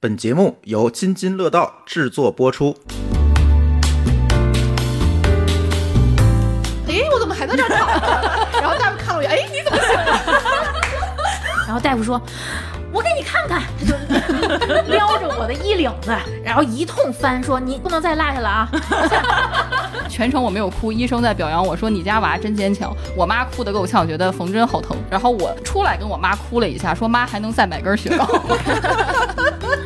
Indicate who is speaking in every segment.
Speaker 1: 本节目由津津乐道制作播出。
Speaker 2: 哎，我怎么还在这儿躺 着？然后大夫看了我一眼，哎，你怎么醒了？
Speaker 3: 然后大夫说：“我给你看看。”他就 撩着我的衣领子，然后一通翻，说：“你不能再落下了啊
Speaker 4: 全程我没有哭，医生在表扬我说你家娃真坚强。我妈哭得够呛，觉得缝针好疼。然后我出来跟我妈哭了一下，说妈还能再买根雪糕。！”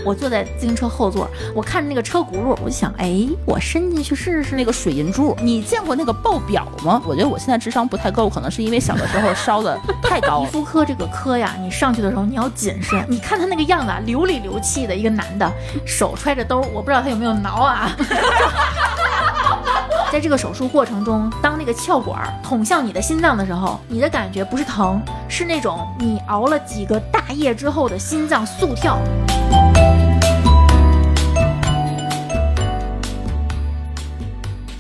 Speaker 3: 我坐在自行车后座，我看着那个车轱辘，我就想：“哎，我伸进去试试
Speaker 5: 是。那个水银柱，你见过那个爆表吗？我觉得我现在智商不太够，可能是因为小的时候烧的太”高
Speaker 3: 皮
Speaker 5: 了。
Speaker 3: 肤科这个科呀，你上去的时候你要谨慎。你看他那个样子啊，流里流气的一个男的，手揣着兜，我不知道他有没有挠啊。 在这个手术过程中，当那个鞘管儿捅向你的心脏的时候，你的感觉不是疼，是那种你熬了几个大夜之后的心脏速跳。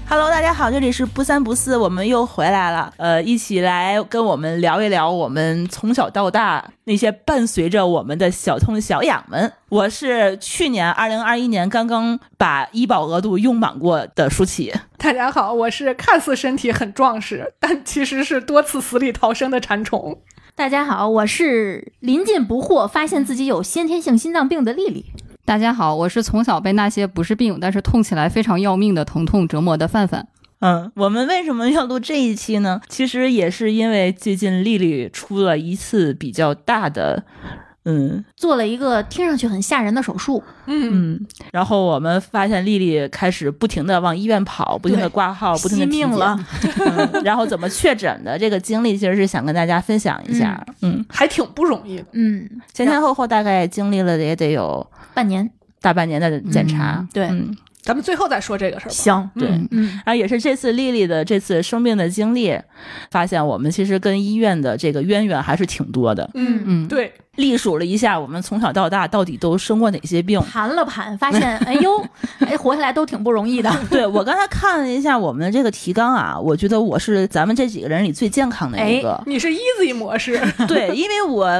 Speaker 5: Hello，大家好，这里是不三不四，我们又回来了。呃，一起来跟我们聊一聊我们从小到大那些伴随着我们的小痛小痒们。我是去年二零二一年刚刚把医保额度用满过的舒淇。
Speaker 2: 大家好，我是看似身体很壮实，但其实是多次死里逃生的馋虫。
Speaker 3: 大家好，我是临近不惑，发现自己有先天性心脏病的丽丽。
Speaker 4: 大家好，我是从小被那些不是病，但是痛起来非常要命的疼痛折磨的范范。
Speaker 5: 嗯，我们为什么要录这一期呢？其实也是因为最近丽丽出了一次比较大的，嗯
Speaker 3: 做了一个听上去很吓人的手术，
Speaker 2: 嗯，
Speaker 5: 嗯，然后我们发现丽丽开始不停的往医院跑，不停的挂号，哦不停的
Speaker 3: 惜命了，
Speaker 5: 嗯，然后怎么确诊的这个经历，其实是想跟大家分享一下。嗯
Speaker 2: 还挺不容易的。
Speaker 3: 嗯，
Speaker 5: 前前后后大概经历了也得有
Speaker 3: 半年，
Speaker 5: 大半年的检查，
Speaker 4: 嗯
Speaker 3: 对
Speaker 5: 嗯，
Speaker 2: 咱们最后再说这个事儿吧。
Speaker 3: 行，
Speaker 5: 对。
Speaker 4: 嗯
Speaker 3: 嗯，？
Speaker 5: 然后也是这次丽丽的这次生病的经历，发现我们其实跟医院的这个渊源还是挺多的。
Speaker 2: 嗯
Speaker 4: 嗯
Speaker 2: 对，
Speaker 5: 历数了一下，我们从小到大到底都生过哪些病
Speaker 3: 盘了盘，发现哎呦， 哎，活下来都挺不容易的。
Speaker 5: 对我刚才看了一下我们这个提纲啊，我觉得我是咱们这几个人里最健康的一个。
Speaker 2: 你是 easy 模式，
Speaker 5: 对，因为我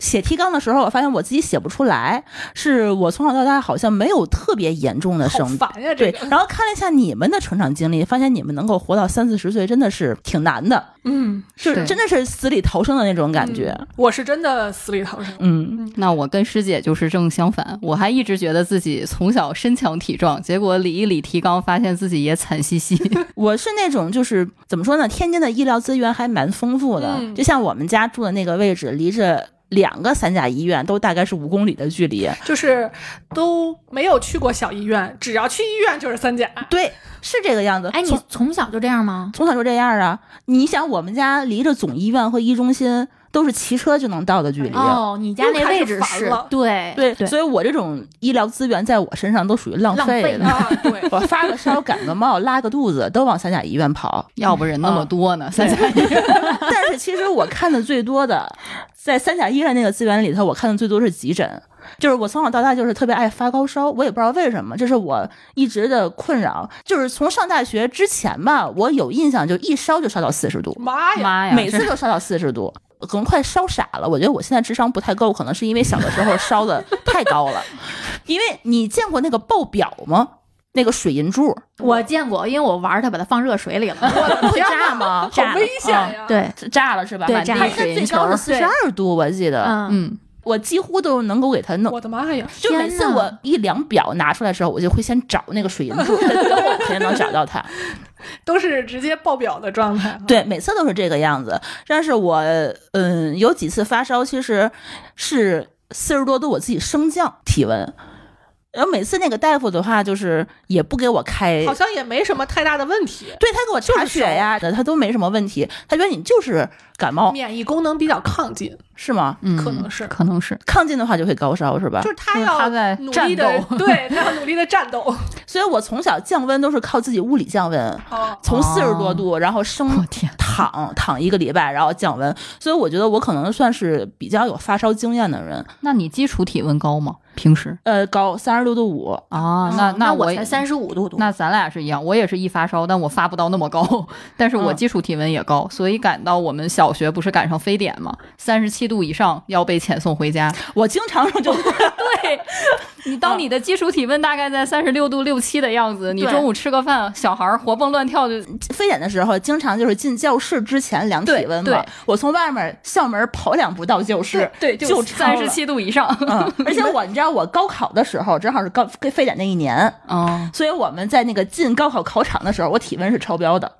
Speaker 5: 写提纲的时候，我发现我自己写不出来，是我从小到大好像没有特别严重的
Speaker 2: 好
Speaker 5: 生病。
Speaker 2: 烦呀、啊这
Speaker 5: 对
Speaker 2: 个，，
Speaker 5: 然后看了一下你们的成长经历，发现你们能够活到三四十岁，真的是挺难的，
Speaker 2: 嗯，
Speaker 5: 就是
Speaker 4: 是
Speaker 5: 真的是死里逃生的那种感觉。
Speaker 2: 嗯我是真的死里逃生。
Speaker 5: 嗯，
Speaker 4: 那我跟师姐就是正相反，我还一直觉得自己从小身强体壮，结果理一理提纲，发现自己也惨兮兮。
Speaker 5: 我是那种就是怎么说呢，天津的医疗资源还蛮丰富的，
Speaker 2: 嗯
Speaker 5: 就像我们家住的那个位置，离着两个三甲医院都大概是五公里的距 离。
Speaker 2: 就是都没有去过小医院，只要去医院就是三甲。
Speaker 5: 对，是这个样子。
Speaker 3: 哎，你
Speaker 5: 从
Speaker 3: 从小就这样吗？
Speaker 5: 从小就这样啊？你想，我们家离着总医院和医中心都是骑车就能到的距离。
Speaker 3: 哦，你家那位置是
Speaker 2: 又开始烦了
Speaker 3: 对
Speaker 5: 对，
Speaker 3: 对，
Speaker 5: 所以我这种医疗资源在我身上都属于浪
Speaker 3: 浪
Speaker 5: 费
Speaker 3: 费
Speaker 5: 的。
Speaker 2: 啊，对，
Speaker 5: 我发个烧、感个冒、拉个肚子，都往三甲医院跑。
Speaker 4: 要不人那么多呢，三甲医院。
Speaker 5: 但是其实我看的最多的，在三甲医院那个资源里头，我看的最多是急诊。就是我从小到大就是特别爱发高烧，我也不知道为什么，这是我一直的困扰。就是从上大学之前吧，我有印象就一烧就烧到四十度，
Speaker 2: 妈哎呀，
Speaker 4: 哎妈呀，
Speaker 5: 每次
Speaker 4: 这
Speaker 5: 都烧到四十度，可能快烧傻了。我觉得我现在智商不太够，可能是因为小的时候烧的太高了。因为你见过那个爆表吗？那个水银柱
Speaker 3: 我见过，因为我玩它，把它放热水里 了。
Speaker 5: 会炸吗？
Speaker 3: 炸
Speaker 2: 好危险呀！，
Speaker 3: 对，
Speaker 5: 炸了是吧？
Speaker 3: 对
Speaker 5: 满地
Speaker 3: 炸了
Speaker 5: 它应该最高是四
Speaker 3: 水银
Speaker 5: 十
Speaker 3: 球
Speaker 5: 二度，我记得。
Speaker 3: 嗯，
Speaker 4: 嗯，
Speaker 5: 我几乎都能够给它弄。
Speaker 2: 我的妈呀，
Speaker 5: 就每次
Speaker 3: 天哪
Speaker 5: 我一量表拿出来的时候，我就会先找那个水银柱， 我肯定能找到它。
Speaker 2: 都是直接爆表的状态。，
Speaker 5: 对，每次都是这个样子。但是我嗯，有几次发烧，其实是四十多度，我自己升降体温。然后每次那个大夫的话，就是也不给我开
Speaker 2: 好像也没什么太大的问题，
Speaker 5: 对他给我查血呀的，他都没什么问题。他觉得你就是感冒
Speaker 2: 免疫功能比较亢进，
Speaker 5: 是吗？
Speaker 4: 嗯
Speaker 2: 可能是
Speaker 4: 可能是。
Speaker 5: 亢进的话就会高烧是吧？
Speaker 2: 就是他
Speaker 4: 就是
Speaker 2: 要
Speaker 4: 他在
Speaker 2: 努力的
Speaker 4: 战，斗
Speaker 2: 对他要努力的战 斗。
Speaker 5: 所以我从小降温都是靠自己物理降温，
Speaker 2: 哦，
Speaker 5: 从四十多
Speaker 4: 哦
Speaker 5: 度然后升
Speaker 4: 我天，
Speaker 5: 躺躺一个礼拜，然后降温。所以我觉得我可能算是比较有发烧经验的人。
Speaker 4: 那你基础体温高吗？平时
Speaker 5: 呃，高三十六度五，
Speaker 4: 啊，
Speaker 3: 哦那
Speaker 4: 那
Speaker 3: 我
Speaker 4: 我
Speaker 3: 才三十五度多，
Speaker 4: 那咱俩是一样，我也是一发烧，但我发不到那么 高，但是我
Speaker 5: 嗯
Speaker 4: 基础体温也高，所以赶到我们小学不是赶上非典嘛，三十七度以上要被遣送回家。啊
Speaker 5: 我经常就
Speaker 4: 对， 你当你的基础体温大概在三十六度六七的样子，你
Speaker 3: 对
Speaker 4: 中午吃个饭，小孩儿活蹦乱跳就
Speaker 5: 非典的时候，经常就是进教室之前量体
Speaker 4: 对
Speaker 5: 温嘛
Speaker 4: 对。
Speaker 5: 我从外面校门跑两步到教室，
Speaker 4: 对，
Speaker 5: 就超
Speaker 4: 三
Speaker 5: 了
Speaker 4: 十七度以上。
Speaker 5: 嗯，而且我你知道，我高考的时候正好是高非非典那一年，
Speaker 4: 嗯，
Speaker 5: 所以我们在那个进高考考场的时候，我体温是超标的。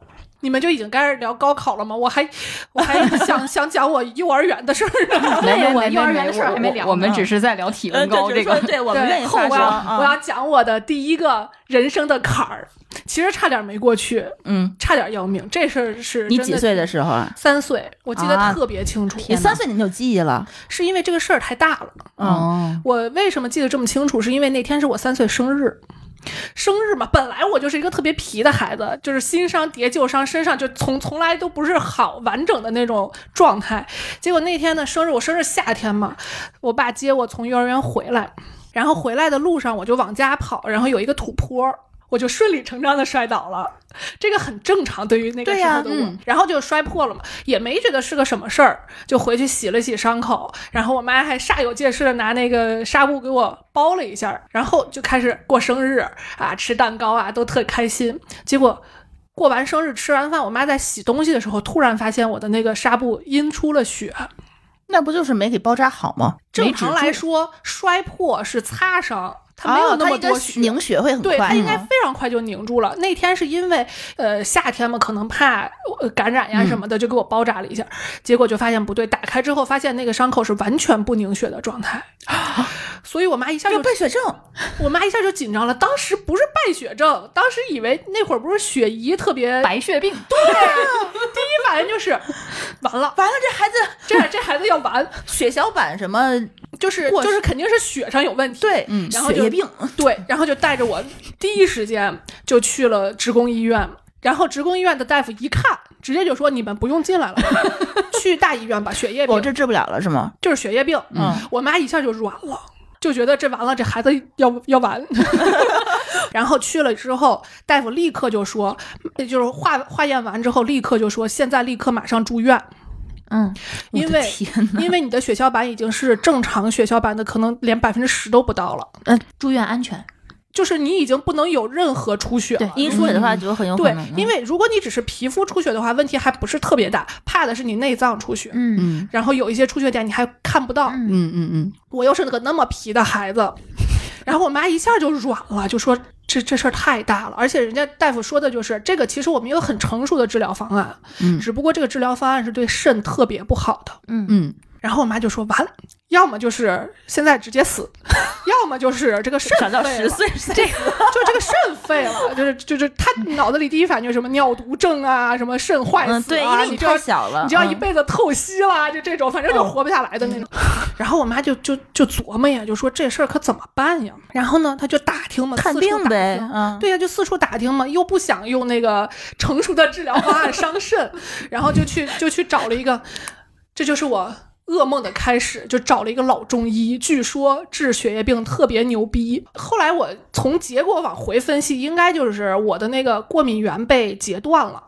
Speaker 2: 你们就已经开始聊高考了吗？我 还我还想想讲我幼儿园的事儿呢。
Speaker 4: 没没
Speaker 3: 我
Speaker 4: 没
Speaker 3: 幼儿园
Speaker 4: 没
Speaker 3: 的事儿
Speaker 4: 我
Speaker 3: 还没
Speaker 4: 我
Speaker 3: 聊
Speaker 4: 我们
Speaker 5: 呢
Speaker 4: 只是在聊 嗯体温
Speaker 5: 呃对
Speaker 4: 高
Speaker 5: 只
Speaker 4: 这
Speaker 5: 是
Speaker 4: 个
Speaker 5: 说。对 我们愿意
Speaker 2: 对，后
Speaker 5: 发
Speaker 2: 我
Speaker 5: 烧
Speaker 2: 要我
Speaker 5: 啊。
Speaker 2: 要讲我的第一个人生的坎儿，其实差点没过去，
Speaker 5: 嗯，
Speaker 2: 差点要命。这事儿是
Speaker 5: 你
Speaker 2: 真
Speaker 5: 几
Speaker 2: 的
Speaker 5: 岁的？时候啊？
Speaker 2: 三岁，我记得
Speaker 4: 啊
Speaker 2: 特别清楚。
Speaker 5: 你三岁你就有记忆了？
Speaker 2: 是因为这个事儿太大了。
Speaker 5: 嗯，
Speaker 4: 哦，
Speaker 2: 我为什么记得这么清楚？是因为那天是我三岁生日，生日嘛，本来我就是一个特别皮的孩子，就是新伤叠旧伤，身上就从从来都不是好完整的那种状态。结果那天呢，生日我生日夏天嘛，我爸接我从幼儿园回来，然后回来的路上我就往家跑，然后有一个土坡。我就顺理成章的摔倒了，这个很正常，对于那个
Speaker 5: 对
Speaker 2: 时
Speaker 5: 呀嗯
Speaker 2: 候的我。然后就摔破了嘛，也没觉得是个什么事儿，就回去洗了洗伤口，然后我妈还煞有介事的拿那个纱布给我包了一下儿，然后就开始过生日啊，吃蛋糕啊，都特开心。结果过完生日吃完饭，我妈在洗东西的时候，突然发现我的那个纱布阴出了血。
Speaker 5: 那不就是没给包扎好吗？
Speaker 2: 正常来说，摔破是擦伤，它
Speaker 5: 它
Speaker 2: 没有那么
Speaker 5: 啊它应
Speaker 2: 多
Speaker 5: 该
Speaker 2: 血。
Speaker 5: 凝血会很快。
Speaker 2: 对，它应该
Speaker 5: 嗯
Speaker 2: 非常快就凝住了。那天是因为呃夏天嘛，可能怕呃感染
Speaker 5: 嗯
Speaker 2: 呀什么的，就给我包扎了一下，结果就发现不对，打开之后发现那个伤口是完全不凝血的状态，所以我妈一下
Speaker 5: 就
Speaker 2: 就
Speaker 5: 啊败血症。
Speaker 2: 我妈一下就紧张了。当时不是败血症，当时以为那会儿不是血疑特别，啊
Speaker 4: 白血病，
Speaker 2: 第一反应就是完了，
Speaker 5: 完了，这孩子
Speaker 2: 这这孩子要完，
Speaker 5: 血小板什么？
Speaker 2: 就是
Speaker 5: 过
Speaker 2: 就是肯定是血上有问题。
Speaker 5: 对，
Speaker 4: 嗯
Speaker 2: 然后
Speaker 5: 血
Speaker 2: 就
Speaker 5: 液病。
Speaker 2: 对，然后就带着我第一时间就去了职工医院，然后职工医院的大夫一看，直接就说你们不用进来了， 去大医院吧，血液病、
Speaker 5: 我这治不了了是吗？
Speaker 2: 就是血液病。
Speaker 5: 嗯，
Speaker 2: 我妈一下就软了，就觉得这完了，这孩子要要完。 然后去了之后，大夫立刻就说，就是化化验完之后，立刻就说现在立刻马上住院，
Speaker 3: 嗯，
Speaker 2: 因
Speaker 5: 我的
Speaker 2: 为
Speaker 5: 天哪，
Speaker 2: 因为你的血小板已经是正常血小板的，可能连百分之十都不到了。
Speaker 3: 呃，住院安全，
Speaker 2: 就是你已经不能有任何出血了，
Speaker 5: 一出血的话就很有可
Speaker 2: 对
Speaker 5: 能。，嗯
Speaker 2: 因为如果你只是皮肤出血的话，问题还不是特别大，怕的是你内脏出血，
Speaker 3: 嗯，
Speaker 4: 嗯
Speaker 2: 然后有一些出血点你还看不到。
Speaker 3: 嗯
Speaker 4: 嗯嗯嗯，
Speaker 2: 我又是个那么皮的孩 子，然后我妈一下就软了，就说这这事儿太大了，而且人家大夫说的就是这个，其实我们有很成熟的治疗方案，
Speaker 4: 嗯
Speaker 2: 只不过这个治疗方案是对肾特别不好的。
Speaker 3: 嗯，
Speaker 4: 嗯，
Speaker 2: 然后我妈就说：“完了，要么就是现在直接死，要么就是这个肾
Speaker 5: 长到
Speaker 2: 废
Speaker 5: 十
Speaker 2: 了
Speaker 5: 岁是
Speaker 2: 这就这个肾废了，就是就是他脑子里第一反应就是什么尿毒症啊，什么肾坏死啊，
Speaker 5: 嗯，对，因为
Speaker 2: 你
Speaker 5: 你
Speaker 2: 就要
Speaker 5: 太小了，
Speaker 2: 你就要一
Speaker 5: 嗯
Speaker 2: 辈子透析啦，就这种，反正就活不下来的那种。然后我妈就就就琢磨呀，就说这事儿可怎么办呀？然后呢，她就打听嘛，
Speaker 5: 看
Speaker 2: 四处
Speaker 5: 病呗
Speaker 2: 打听，
Speaker 5: 嗯，
Speaker 2: 对呀、就四处打听嘛，又不想用那个成熟的治疗方案伤肾，然后就去就去找了一个，这就是我噩梦的开始，就找了一个老中医，据说治血液病特别牛逼。后来我从结果往回分析，应该就是我的那个过敏源被截断了。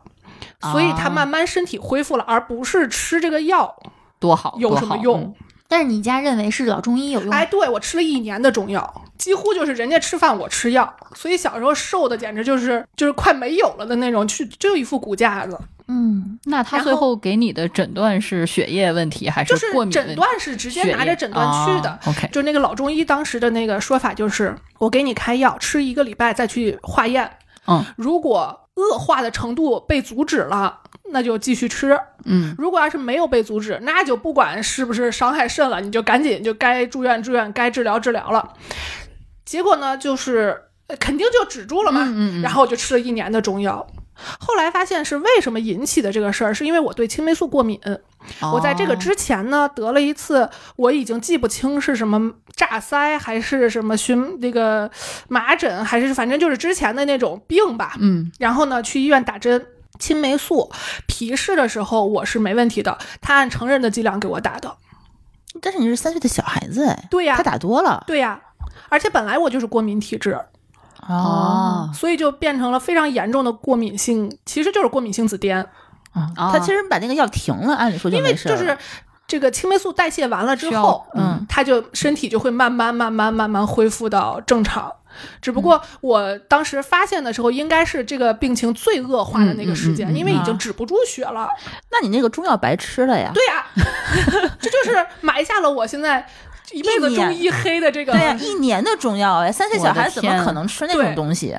Speaker 2: 所以他
Speaker 4: 啊
Speaker 2: 慢慢身体恢复了，而不是吃这个药
Speaker 4: 多好，
Speaker 2: 有
Speaker 4: 多
Speaker 2: 什么
Speaker 4: 好？嗯
Speaker 2: 用？
Speaker 3: 但是你家认为是老中医有用，
Speaker 2: 哎，对我吃了一年的中药，几乎就是人家吃饭我吃药，所以小时候瘦的简直就是就是快没有了的那种，去就一副骨架子。
Speaker 3: 嗯，
Speaker 4: 那他
Speaker 2: 然
Speaker 4: 最
Speaker 2: 后
Speaker 4: 后给你的诊断是血液问题还
Speaker 2: 就
Speaker 4: 过敏问题？
Speaker 2: 诊断是直接拿着诊断去的。
Speaker 4: 啊 OK，
Speaker 2: 就那个老中医当时的那个说法就是，我给你开药，吃一个礼拜再去化验，
Speaker 4: 嗯
Speaker 2: 如果恶化的程度被阻止了，那就继续吃；
Speaker 4: 嗯
Speaker 2: 如果要是没有被阻止，那就不管是不是伤害肾了，你就赶紧就该住院住院，该治疗治疗了。结果呢，就是呃肯定就止住了嘛。
Speaker 4: 嗯嗯，
Speaker 2: 然后我就吃了一年的中药，后来发现是为什么引起的这个事儿，是因为我对青霉素过敏。
Speaker 4: 哦
Speaker 2: 我在这个之前呢，得了一次，我已经记不清是什么炸腮还是什么荨那个麻疹，还是反正就是之前的那种病吧。
Speaker 4: 嗯
Speaker 2: 然后呢，去医院打针。青霉素皮试的时候我是没问题的，他按成人的剂量给我打的。
Speaker 5: 但是你是三岁的小孩子哎，
Speaker 2: 对呀
Speaker 5: 他打多了，
Speaker 2: 对呀、而且本来我就是过敏体质，
Speaker 5: 哦，
Speaker 2: 所以就变成了非常严重的过敏性，其实就是过敏性紫癜，
Speaker 4: 哦
Speaker 5: 他其实把那个药停了，按理说就
Speaker 2: 因为
Speaker 5: 没事儿
Speaker 2: 就
Speaker 5: 了
Speaker 2: 是这个青霉素代谢完了之
Speaker 4: 需
Speaker 2: 后
Speaker 4: 要，
Speaker 5: 嗯，
Speaker 2: 它就身体就会慢慢慢慢慢慢恢复到正常。只不
Speaker 5: 嗯
Speaker 2: 过我当时发现的时候，应该是这个病情最恶化的那个时间，
Speaker 5: 嗯嗯嗯嗯
Speaker 2: 因为已经
Speaker 5: 啊
Speaker 2: 止不住血了。
Speaker 5: 那你那个中药白吃了呀？
Speaker 2: 对呀、 这就是埋下了我现在一辈子中医黑的这个。
Speaker 5: 对呀、一年的中药哎，三岁
Speaker 4: 我的
Speaker 5: 小孩怎么
Speaker 4: 天
Speaker 5: 可能吃那
Speaker 2: 对
Speaker 5: 种东西？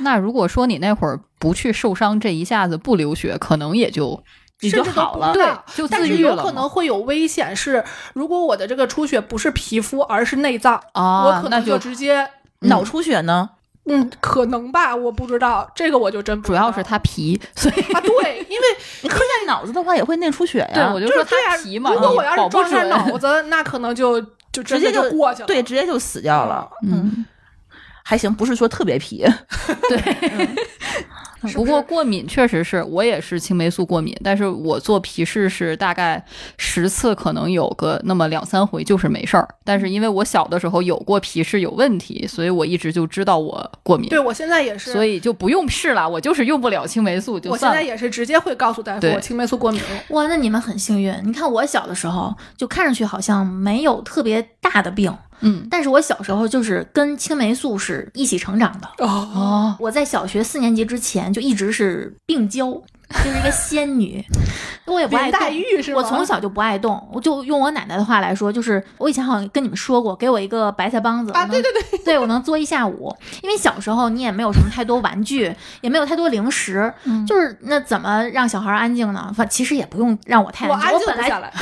Speaker 4: 那如果说你那会儿不去受伤，这一下子不流血，可能也就
Speaker 5: 也
Speaker 2: 甚
Speaker 5: 就
Speaker 2: 至都
Speaker 5: 好
Speaker 2: 不
Speaker 5: 了
Speaker 2: 对，
Speaker 4: 就
Speaker 2: 但
Speaker 4: 自
Speaker 2: 是
Speaker 4: 愈
Speaker 2: 有
Speaker 4: 了嘛。
Speaker 2: 可能会有危险是，如果我的这个出血不是皮肤，而是内脏，
Speaker 4: 啊，
Speaker 2: 我可
Speaker 4: 那
Speaker 2: 能就
Speaker 4: 就
Speaker 2: 直接，
Speaker 5: 脑出血呢？
Speaker 2: 嗯，可能吧，我不知道，这个我就真不
Speaker 4: 主
Speaker 2: 知道
Speaker 4: 要 是他皮，所以
Speaker 2: 啊，对，因为
Speaker 5: 你磕下脑子的话也会内出血呀。
Speaker 4: 对我就
Speaker 2: 就是
Speaker 4: 说
Speaker 2: 对
Speaker 4: 他
Speaker 2: 啊
Speaker 4: 皮嘛，
Speaker 2: 如果
Speaker 4: 你
Speaker 2: 我要
Speaker 4: 保
Speaker 2: 是
Speaker 4: 不
Speaker 2: 撞下
Speaker 4: 准
Speaker 2: 脑子，那可能就就真
Speaker 5: 直
Speaker 2: 的
Speaker 5: 接就
Speaker 2: 就过去了。
Speaker 5: 对，直接就死掉了。
Speaker 4: 嗯，
Speaker 5: 还行，不是说特别 皮。
Speaker 4: 嗯不过过敏确实是我也是青霉素过敏，但是我做皮试是大概十次，可能有个那么两三回就是没事儿。但是因为我小的时候有过皮试有问题，所以我一直就知道我过敏
Speaker 2: 对，我现在也是，
Speaker 4: 所以就不用试了。我就是用不了青霉素，就
Speaker 2: 我现
Speaker 4: 算
Speaker 2: 在
Speaker 4: 了。
Speaker 2: 也是直接会告诉大夫
Speaker 4: 对
Speaker 2: 我青霉素过敏。
Speaker 3: 哇，那你们很幸运。你看我小的时候，就看上去好像没有特别大的病，
Speaker 4: 嗯，
Speaker 3: 但是我小时候就是跟青霉素是一起成长的。
Speaker 2: 哦，
Speaker 4: 哦，
Speaker 3: 我在小学四年级之前就一直是病娇，就是一个仙女，我也不爱
Speaker 2: 林
Speaker 3: 动
Speaker 2: 黛。玉是吗？
Speaker 3: 我从小就不爱动，我就用我奶奶的话来说，就是我以前好像跟你们说过，给我一个白菜帮子
Speaker 2: 啊，对
Speaker 3: 对
Speaker 2: 对对，
Speaker 3: 对，我能作一下午。因为小时候你也没有什么太多玩具，也没有太多零食，
Speaker 4: 嗯
Speaker 3: 就是那怎么让小孩安静呢？反其实也不用让我 太
Speaker 2: 我
Speaker 3: 安
Speaker 2: 安
Speaker 3: 静，我
Speaker 2: 静
Speaker 3: 本
Speaker 2: 不
Speaker 3: 来
Speaker 2: 下来。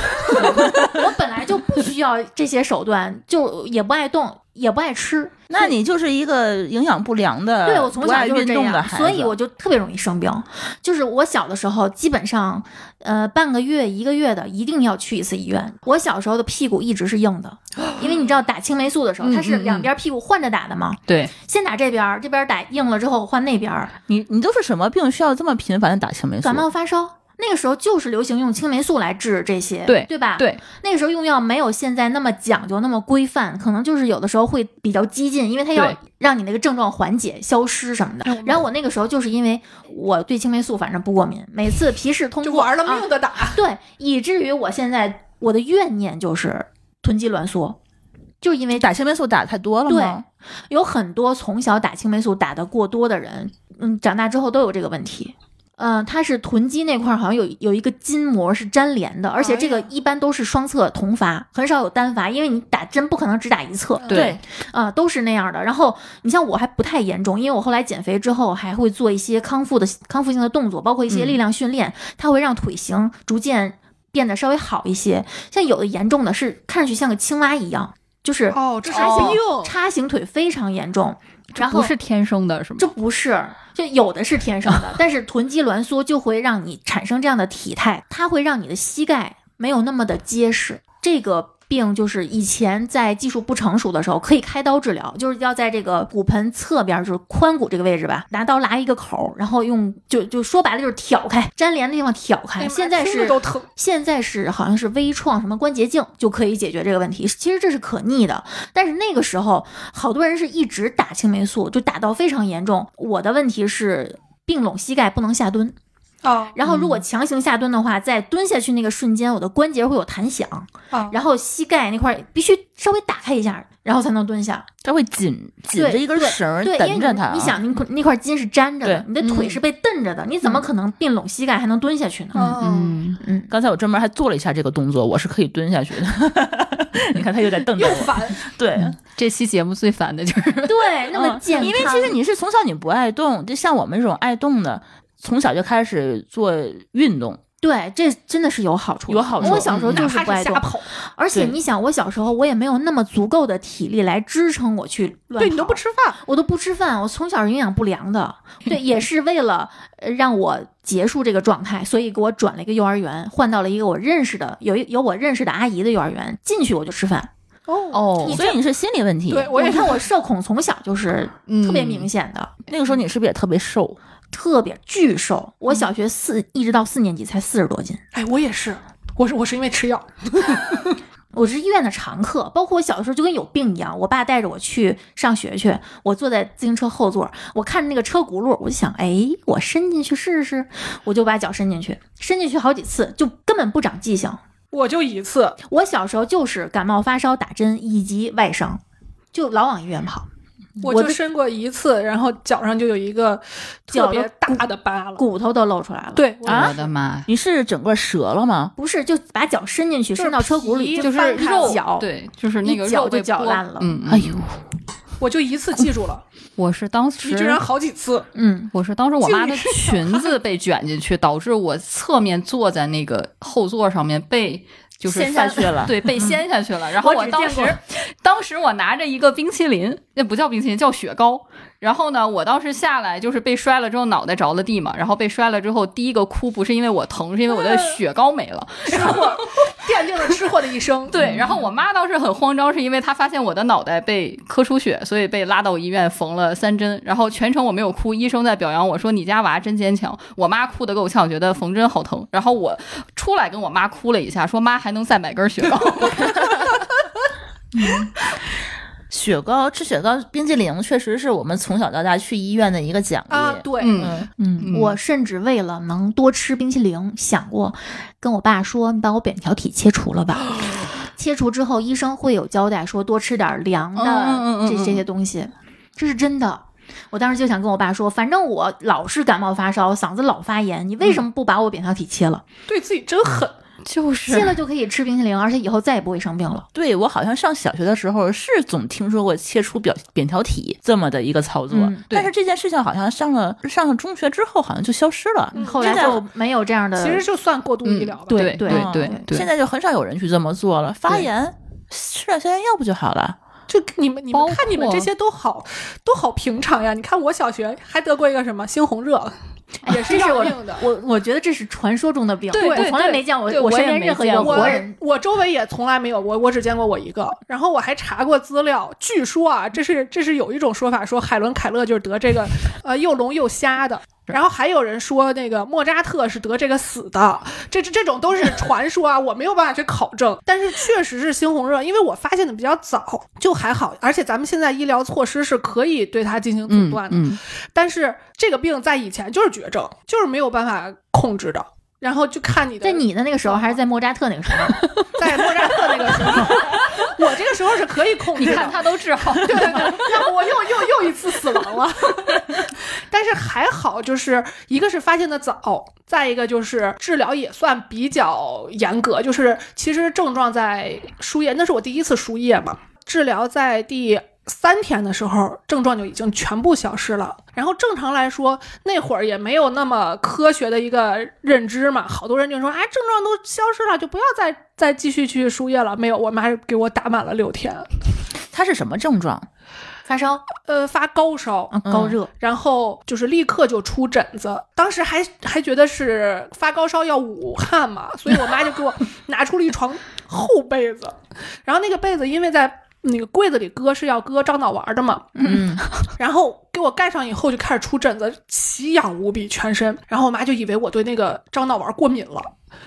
Speaker 3: 我本来就不需要这些手段，就也不爱动，也不爱吃。
Speaker 5: 那你就是一个营养不良的，
Speaker 3: 对我从
Speaker 5: 呃不
Speaker 3: 小
Speaker 5: 爱
Speaker 3: 就是
Speaker 5: 运
Speaker 3: 这
Speaker 5: 动的
Speaker 3: 样，
Speaker 5: 孩子，
Speaker 3: 所以我就特别容易生病。就是我小的时候，基本上，呃，半个月、一个月的一定要去一次医院。我小时候的屁股一直是硬 的，因为你知道打青霉素的时候，它是
Speaker 4: 嗯嗯嗯
Speaker 3: 两边屁股换着打的嘛，
Speaker 4: 对，
Speaker 3: 先打这边儿，这边儿打硬了之后换那边儿，
Speaker 5: 你你都是什么病需要这么频繁的打青霉素？
Speaker 3: 感冒发烧。那个时候就是流行用青霉素来治这些，
Speaker 4: 对
Speaker 3: 对吧？
Speaker 4: 对，
Speaker 3: 那个时候用药没有现在那么讲究，那么规范，可能就是有的时候会比较激进，因为它要
Speaker 4: 对
Speaker 3: 让你那个症状缓解、消失什么的。
Speaker 2: 嗯
Speaker 3: 然后我那个时候就是因为我对青霉素反正不过敏，每次皮试通
Speaker 2: 就
Speaker 3: 过
Speaker 2: 玩了
Speaker 3: 啊
Speaker 2: 命的打，
Speaker 3: 对，以至于我现在我的怨念就是囤积挛缩，就因为
Speaker 5: 打青霉素打得太多了吗？
Speaker 3: 有很多从小打青霉素打得过多的人，嗯，长大之后都有这个问题。嗯，它是臀肌那块儿好像有有一个筋膜是粘连的，而且这
Speaker 2: 哎
Speaker 3: 个
Speaker 2: 呀
Speaker 3: 一般都是双侧同发，很少有单发，因为你打针不可能只打一侧
Speaker 2: 嗯
Speaker 4: 对
Speaker 3: 啊、都是那样的。然后你像我还不太严重，因为我后来减肥之后还会做一些康复的康复性的动作，包括一些力量训练，它会让腿型逐渐变得稍微好一些。像有的严重的是看上去像个青蛙一样，就是
Speaker 2: 哦，这是
Speaker 3: 叉
Speaker 2: 病
Speaker 3: 形、，叉型腿非常严重，
Speaker 4: 这
Speaker 3: 然后
Speaker 4: 不是天生的，是吗？嗯
Speaker 3: 这不是，就有的是天生 的，但是臀肌挛缩就会让你产生这样的体态，它会让你的膝盖没有那么的结实。这个病就是以前在技术不成熟的时候可以开刀治疗，就是要在这个骨盆侧边，就是髋骨这个位置吧，拿刀拉一个口，然后用就就说白了就是挑开粘连的地方挑
Speaker 2: 哎
Speaker 3: 开。
Speaker 2: 呀妈
Speaker 3: 现在
Speaker 2: 听着
Speaker 3: 是
Speaker 2: 都疼。
Speaker 3: 现在是好像是微创什么关节镜就可以解决这个问题，其实这是可逆的。但是那个时候，好多人是一直打青霉素，就打到非常严重。我的问题是并拢膝盖不能下蹲，
Speaker 2: 啊
Speaker 3: 然后如果
Speaker 5: 嗯
Speaker 3: 强行下蹲的话，在蹲下去那个瞬间，我的关节会有弹响，
Speaker 5: 哦
Speaker 2: 啊，
Speaker 3: 然后膝盖那块儿必须稍微打开一下，然后才能蹲下。
Speaker 5: 它会紧紧着
Speaker 3: 对
Speaker 5: 一根
Speaker 3: 对
Speaker 5: 绳儿
Speaker 3: 对，因为
Speaker 5: 等着它啊。
Speaker 3: 你你想，你那块筋是粘着的
Speaker 5: 对，嗯
Speaker 3: 你的腿
Speaker 4: 嗯
Speaker 3: 是被蹬着的，你怎么可能并拢膝盖还能蹲下去呢？
Speaker 2: 嗯，
Speaker 4: 嗯，
Speaker 3: 嗯，
Speaker 5: 刚才我专门还做了一下这个动作，我是可以蹲下 去的。你看他又在瞪着
Speaker 2: 又
Speaker 5: 我。
Speaker 2: 烦，
Speaker 5: 对，
Speaker 4: 这期节目最烦的就是
Speaker 3: 对，那么
Speaker 5: 嗯
Speaker 3: 健康，
Speaker 5: 因为其实你是从小你不爱动，就像我们这种爱动的，从小就开始做运动。
Speaker 3: 对，这真的是有好处的，
Speaker 5: 有好处
Speaker 3: 我小时候
Speaker 5: 嗯
Speaker 3: 就是
Speaker 2: 哪
Speaker 3: 不
Speaker 2: 怕
Speaker 3: 爱
Speaker 2: 是
Speaker 3: 动
Speaker 2: 瞎，跑，
Speaker 3: 而且
Speaker 5: 对
Speaker 3: 你想，我小时候我也没有那么足够的体力来支撑我去乱
Speaker 2: 对你都
Speaker 3: 跑
Speaker 2: 不，吃饭，
Speaker 3: 我都不吃饭，我从小是营养不 良的，对，也是为了呃让我结束这个状态，所以给我转了一个幼儿园，换到了一个我认识的有一有我认识的阿姨的幼儿园，进去我就吃饭。
Speaker 2: 哦，
Speaker 4: 哦，
Speaker 5: 所以你是心理问题。
Speaker 2: 对我也
Speaker 3: 你
Speaker 2: 是嗯
Speaker 3: 看我社恐从小就是特别明显的，
Speaker 5: 那个时候你是不是也特别瘦？
Speaker 3: 特别巨瘦，我小学四、一直到四年级才四十多斤。
Speaker 2: 哎，我也是，我是我是因为吃药，
Speaker 3: 我是医院的常客，包括我小的时候就跟有病一样，我爸带着我去上学去，我坐在自行车后座，我看着那个车轱辘，我就想，哎，我伸进去试试，我就把脚伸进去，伸进去好几次，就根本不长记性。
Speaker 2: 我就一次，
Speaker 3: 我小时候就是感冒、发烧、打针以及外伤，就老往医院跑，
Speaker 2: 我
Speaker 3: 我
Speaker 2: 就
Speaker 3: 的
Speaker 2: 伸过一次，然后脚上就有一个特别大的疤了。
Speaker 3: 骨头都露出来了。，
Speaker 2: 对，我
Speaker 5: 啊
Speaker 4: 我的妈呀！
Speaker 5: 你是整个折了 吗？
Speaker 3: 不是就把脚伸进去，
Speaker 2: 就是
Speaker 3: 伸到车轱
Speaker 2: 皮
Speaker 3: 里，
Speaker 2: 就
Speaker 4: 就是
Speaker 2: 翻开
Speaker 4: 肉
Speaker 3: 脚
Speaker 4: 对，就是那个
Speaker 3: 一脚
Speaker 4: 肉被
Speaker 3: 就搅
Speaker 4: 剥
Speaker 3: 烂了
Speaker 4: 嗯，
Speaker 5: 哎呦，
Speaker 2: 我就一次记住了，
Speaker 4: 我是当
Speaker 2: 你居然
Speaker 4: 时。
Speaker 2: 好几次，
Speaker 3: 嗯，
Speaker 4: 我是当时我妈的
Speaker 2: 竟
Speaker 4: 裙子被卷进去，导致我侧面坐在那个后座上面被就是
Speaker 3: 掀下
Speaker 4: 翻
Speaker 5: 去了
Speaker 4: 对，被掀下去了。然后
Speaker 3: 嗯我
Speaker 4: 我
Speaker 3: 只
Speaker 4: 当
Speaker 3: 见过
Speaker 4: 时，当时我拿着一个冰淇淋，那不叫冰淇淋，叫雪糕。然后呢，我当时下来就是被摔了之后脑袋着了地嘛，然后被摔了之后第一个哭不是因为我疼，是因为
Speaker 3: 嗯
Speaker 4: 我的雪糕没了。
Speaker 2: 吃货奠定了吃货的一生。
Speaker 3: 嗯
Speaker 4: 对，然后我妈当时很慌张，是因为她发现我的脑袋被磕出血，所以被拉到医院缝了三针。然后全程我没有哭，医生在表扬我说你家娃真坚强。我妈哭得够呛，觉得缝针好疼。然后我出来跟我妈哭了一下，说妈还能再买 根雪糕吗。
Speaker 5: 雪糕吃雪糕冰激凌确实是我们从小到大去医院的一个奖励。
Speaker 2: 啊，对，
Speaker 4: 嗯，
Speaker 5: 嗯，
Speaker 3: 嗯，我甚至为了能多吃冰淇淋，想过跟我爸说：“你把我扁桃体切除了吧。” 切除之后，医生会有交代说多吃点凉的
Speaker 4: 嗯嗯嗯嗯
Speaker 3: 这这些东西，这是真的。我当时就想跟我爸说，反正我老是感冒发烧，嗓子老发炎，你为什么不把我扁桃体切了？
Speaker 2: 对自己真狠。
Speaker 4: 嗯 就
Speaker 3: 切了就可以吃冰淇淋，而且以后再也不会生病了。
Speaker 5: 对我好像上小学的时候是总听说过切除表扁桃体这么的一个操作，
Speaker 3: 嗯
Speaker 4: 对
Speaker 5: 但是这件事情好像上了上了中学之后好像就消失了。
Speaker 2: 嗯
Speaker 3: 后来
Speaker 5: 现在
Speaker 3: 就没有这样的，
Speaker 2: 其实就算过度医疗吧。
Speaker 3: 对
Speaker 4: 对
Speaker 5: 嗯
Speaker 4: 对对，
Speaker 5: 现在就很少有人去这么做了。发炎吃点消炎药不就好了？
Speaker 2: 就你们你
Speaker 4: 包
Speaker 2: 们
Speaker 4: 括
Speaker 2: 看你们这些都好都好平常呀。你看我小学还得过一个什么猩红热，
Speaker 3: 哎
Speaker 2: 也是
Speaker 3: 这是
Speaker 2: 要
Speaker 3: 我
Speaker 2: 命的。
Speaker 3: 我我觉得这是传说中的病，
Speaker 4: 对
Speaker 3: 我
Speaker 4: 对
Speaker 3: 从来
Speaker 4: 对
Speaker 3: 没见过
Speaker 4: 对，
Speaker 3: 我
Speaker 4: 我
Speaker 3: 身
Speaker 4: 也
Speaker 3: 边
Speaker 4: 没
Speaker 3: 任何一
Speaker 4: 见
Speaker 3: 个
Speaker 4: 过
Speaker 3: 活
Speaker 2: 我
Speaker 3: 人
Speaker 2: 我周围也从来没有我，我只见过我一个。然后我还查过资料，据说啊，这是这是有一种说法，说海伦凯勒就是得这个，呃，又聋又瞎的。然后还有人说那个莫扎特是得这个死的，这这这种 都是传说啊，我没有办法去考证。但是确实是猩红热，因为我发现的比较早，就还好。而且咱们现在医疗措施是可以对它进行阻
Speaker 4: 嗯
Speaker 5: 啊
Speaker 2: 断的，
Speaker 4: 嗯，
Speaker 2: 但是这个病在以前就是绝症，就是没有办法控制的。然后就看你的
Speaker 3: 在你的那个时候，还是在莫扎特那个时候？
Speaker 2: 在莫扎特那个时 候，我这个时候是可以控制
Speaker 4: 你
Speaker 2: 的。
Speaker 4: 看他都治好了，
Speaker 2: 对对对，要不我又又又一次死亡了。但是还好，就是一个是发现的早，再一个就是治疗也算比较严格，就是其实症状在输液，那是我第一次输液嘛，治疗在第。三天的时候，症状就已经全部消失了。然后正常来说，那会儿也没有那么科学的一个认知嘛，好多人就说啊，症状都消失了，就不要再再继续去输液了。没有，我妈给我打满了六天，
Speaker 5: 它是什么症状？
Speaker 3: 发烧
Speaker 2: 呃，发高烧，
Speaker 3: 啊，高热，
Speaker 2: 然后就是立刻就出疹子，当时还还觉得是发高烧要捂汗嘛，所以我妈就给我拿出了一床厚被子，然后那个被子因为在那个柜子里搁是要搁樟脑丸的嘛，
Speaker 5: 嗯，
Speaker 2: 然后给我盖上以后就开始出疹子，奇痒无比，全身，然后我妈就以为我对那个樟脑丸过敏了，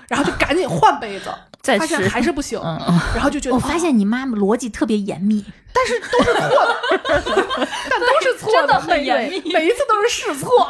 Speaker 2: 然后就赶紧换被子，
Speaker 5: 再
Speaker 2: 发现
Speaker 5: 吃
Speaker 2: 还是不行，
Speaker 5: 嗯嗯，
Speaker 2: 然后就觉得
Speaker 3: 我发
Speaker 2: 哦
Speaker 3: 现你妈妈逻辑特别严密，
Speaker 2: 但都是错
Speaker 4: 真的很
Speaker 2: 每
Speaker 4: 严密
Speaker 2: 每一次都是试错。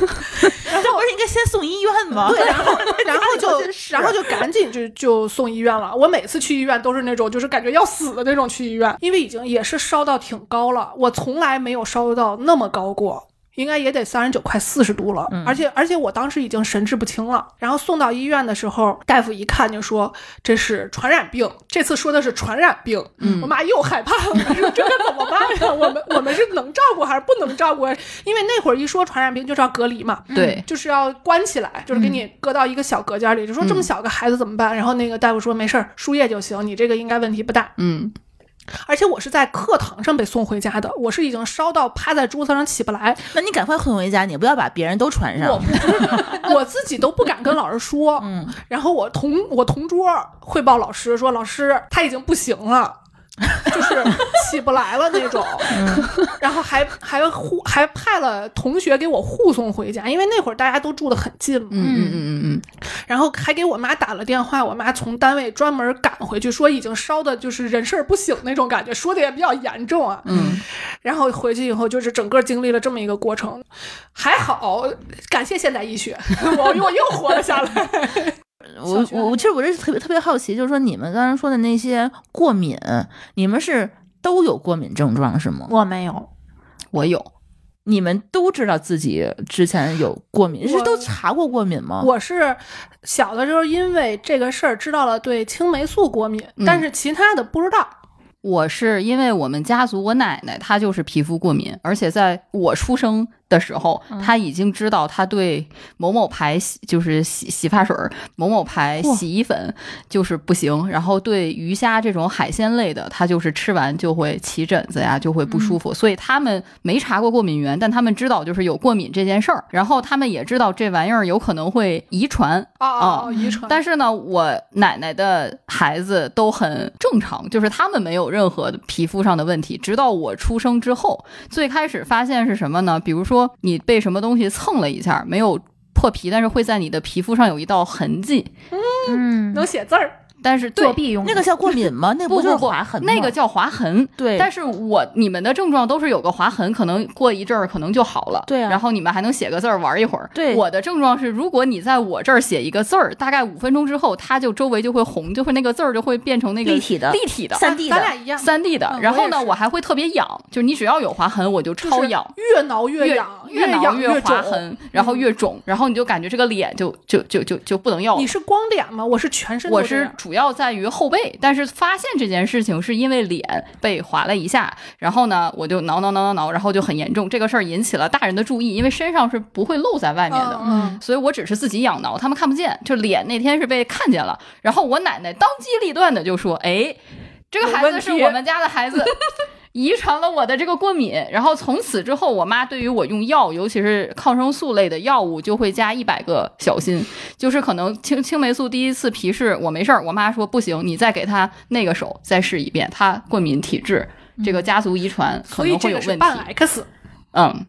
Speaker 5: 这不是应该先送医院吗？
Speaker 2: 对，然后然后就然后就赶紧就就送医院了。我每次去医院都是那种就是感觉要死的那种去医院，因为已经也是烧到挺高了，我从来没有烧到那么高过。应该也得三十九快四十度了，而且而且我当时已经神志不清了。然后送到医院的时候，大夫一看就说这是传染病，这次说的是传染病。我妈又害怕了，说这可怎么办呀？我们我们是能照顾还是不能照顾啊？因为那会儿一说传染病就是要隔离嘛，
Speaker 4: 对，
Speaker 2: 就是要关起来，就是给你搁到一个小隔间里，就说这么小个孩子怎么办？然后那个大夫说没事儿，输液就行，你这个应该问题不大。
Speaker 4: 嗯，
Speaker 2: 而且我是在课堂上被送回家的，我是已经烧到趴在桌子上起不来，
Speaker 5: 那你赶快送回家，你不要把别人都传上。
Speaker 2: 我自己都不敢跟老师说。
Speaker 5: 嗯，
Speaker 2: 然后我同我同桌汇报老师说，老师他已经不行了。就是起不来了那种，然后还还护还派了同学给我护送回家，因为那会儿大家都住得很近嘛，
Speaker 4: 嗯嗯嗯嗯
Speaker 2: 然后还给我妈打了电话，我妈从单位专门赶回去，说已经烧的就是人事儿不省那种感觉，说的也比较严重啊。
Speaker 4: 嗯
Speaker 2: 然后回去以后，就是整个经历了这么一个过程，还好，感谢现代医学， 我我又活了下 来。
Speaker 5: 我我我其实我是特别特别好奇，就是说你们刚才说的那些过敏，你们是都有过敏症状是吗？
Speaker 3: 我没有，
Speaker 4: 嗯，我有，
Speaker 5: 你们都知道自己之前有过敏，是
Speaker 2: 我
Speaker 5: 都查过过敏吗？
Speaker 2: 我是小的时候因为这个事儿知道了对青霉素过敏，
Speaker 4: 嗯
Speaker 2: 但是其他的不知道。
Speaker 4: 我是因为我们家族，我奶奶她就是皮肤过敏，而且在我出生的时候，
Speaker 5: 嗯
Speaker 4: 她已经知道她对某某牌洗就是洗洗发水儿、某某牌
Speaker 5: 嚯
Speaker 4: 洗衣粉就是不行，然后对鱼虾这种海鲜类的，她就是吃完就会起疹子呀，就会不
Speaker 5: 嗯
Speaker 4: 舒服。所以他们没查过过敏源，但他们知道就是有过敏这件事儿，然后他们也知道这玩意儿有可能会遗传，
Speaker 2: 哦哦
Speaker 4: 哦
Speaker 2: 哦，遗传。
Speaker 4: 但是呢，我奶奶的孩子都很正常，就是他们没有任何的皮肤上的问题。直到我出生之后，最开始发现是什么呢？比如说你被什么东西蹭了一下，没有破皮，但是会在你的皮肤上有一道痕迹。
Speaker 3: 嗯，
Speaker 2: 能写字儿，
Speaker 4: 但是对
Speaker 3: 作弊用
Speaker 5: 那个叫过敏吗？那
Speaker 4: 不
Speaker 5: 就是
Speaker 4: 不不
Speaker 5: 划痕吗？
Speaker 4: 那个叫划痕。
Speaker 5: 对，
Speaker 4: 但
Speaker 5: 是
Speaker 4: 是我你们的症状都是有个划痕，可能过一阵儿可能就好了。
Speaker 5: 对啊
Speaker 4: 然后你们还能写个字儿玩一会儿。
Speaker 5: 对
Speaker 4: 我的症状是，如果你在我这儿写一个字儿，大概五分钟之后，它就周围就会红，就会那个字儿就会变成那个
Speaker 5: 立体的
Speaker 4: 立体的。
Speaker 5: 三 D
Speaker 2: 咱
Speaker 5: 的
Speaker 2: 俩一样，
Speaker 4: 三 D 的
Speaker 2: 嗯，
Speaker 4: 然后呢，
Speaker 2: 我
Speaker 4: 我
Speaker 2: 也是
Speaker 4: 还会特别痒，就是你只要有划痕，我就
Speaker 2: 就
Speaker 4: 超
Speaker 2: 是
Speaker 4: 痒，
Speaker 2: 越挠
Speaker 4: 越
Speaker 2: 痒，
Speaker 4: 越挠
Speaker 2: 痒
Speaker 4: 越划
Speaker 2: 肿。
Speaker 4: 痕，然后越肿，然后你就感觉这个脸就就就就就不能要了
Speaker 2: 你。是光脸吗？我是全身都
Speaker 4: 我
Speaker 2: 这
Speaker 4: 是
Speaker 2: 样。
Speaker 4: 主要在于后背，但是发现这件事情是因为脸被划了一下，然后呢，我就挠挠挠挠挠，然后就很严重。这个事儿引起了大人的注意，因为身上是不会露在外面的，
Speaker 2: 嗯，
Speaker 4: 所以我只是自己痒挠，他们看不见。就脸那天是被看见了，然后我奶奶当机立断的就说：“哎，这个孩
Speaker 2: 有
Speaker 4: 子
Speaker 2: 问
Speaker 4: 是
Speaker 2: 题
Speaker 4: 我们家的 孩子。”遗传了我的这个过敏，然后从此之后，我妈对于我用药，尤其是抗生素类的药物，就会加一百个小心。就是可能青青霉素第一次皮试我没事儿，我妈说不行，你再给她那个手再试一遍，她过敏体质，这个家族遗传可
Speaker 2: 嗯所以
Speaker 4: 能会
Speaker 2: 这
Speaker 4: 有
Speaker 2: 个是
Speaker 4: 问题。
Speaker 2: 半 X，
Speaker 4: 嗯，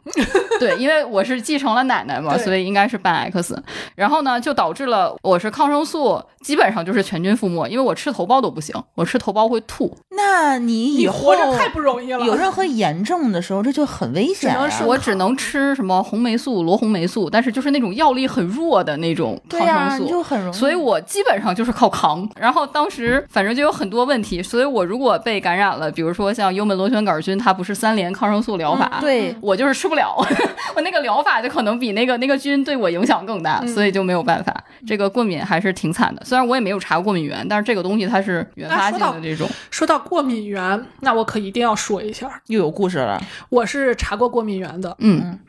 Speaker 4: 对，因为我是继承了奶奶嘛，
Speaker 2: 对
Speaker 4: 所以应该是半 X。然后呢，就导致了我是抗生素基本上就是全军覆没，因为我吃头孢都不行，我吃头孢会吐。
Speaker 5: 那你以
Speaker 2: 你
Speaker 5: 后
Speaker 2: 活着太不容易了。嗯
Speaker 5: 有任何炎症的时候，这就很危险、啊。
Speaker 2: 只能是
Speaker 4: 我只能吃什么红霉素、罗红霉素，但是就是那种药力很弱的那种
Speaker 5: 对
Speaker 4: 抗
Speaker 5: 呀、
Speaker 4: 生素，
Speaker 5: 你就很容易。
Speaker 4: 所以我基本上就是靠扛。然后当时反正就有很多问题，所以我如果被感染了，比如说像幽门螺旋杆菌，它不是三联抗生素疗法，
Speaker 2: 嗯
Speaker 5: 对
Speaker 4: 我就是吃不了， 我那个疗法就可能比那个那个菌对我影响更大，
Speaker 2: 嗯
Speaker 4: 所以就没有办法。这个过敏还是挺惨的，虽然我也没有查过过敏源，但是这个东西它是原发性的这种，
Speaker 2: 说到过敏源，那我可一定要说一下，
Speaker 5: 又有故事了。
Speaker 2: 我是查过过敏源的，
Speaker 4: 嗯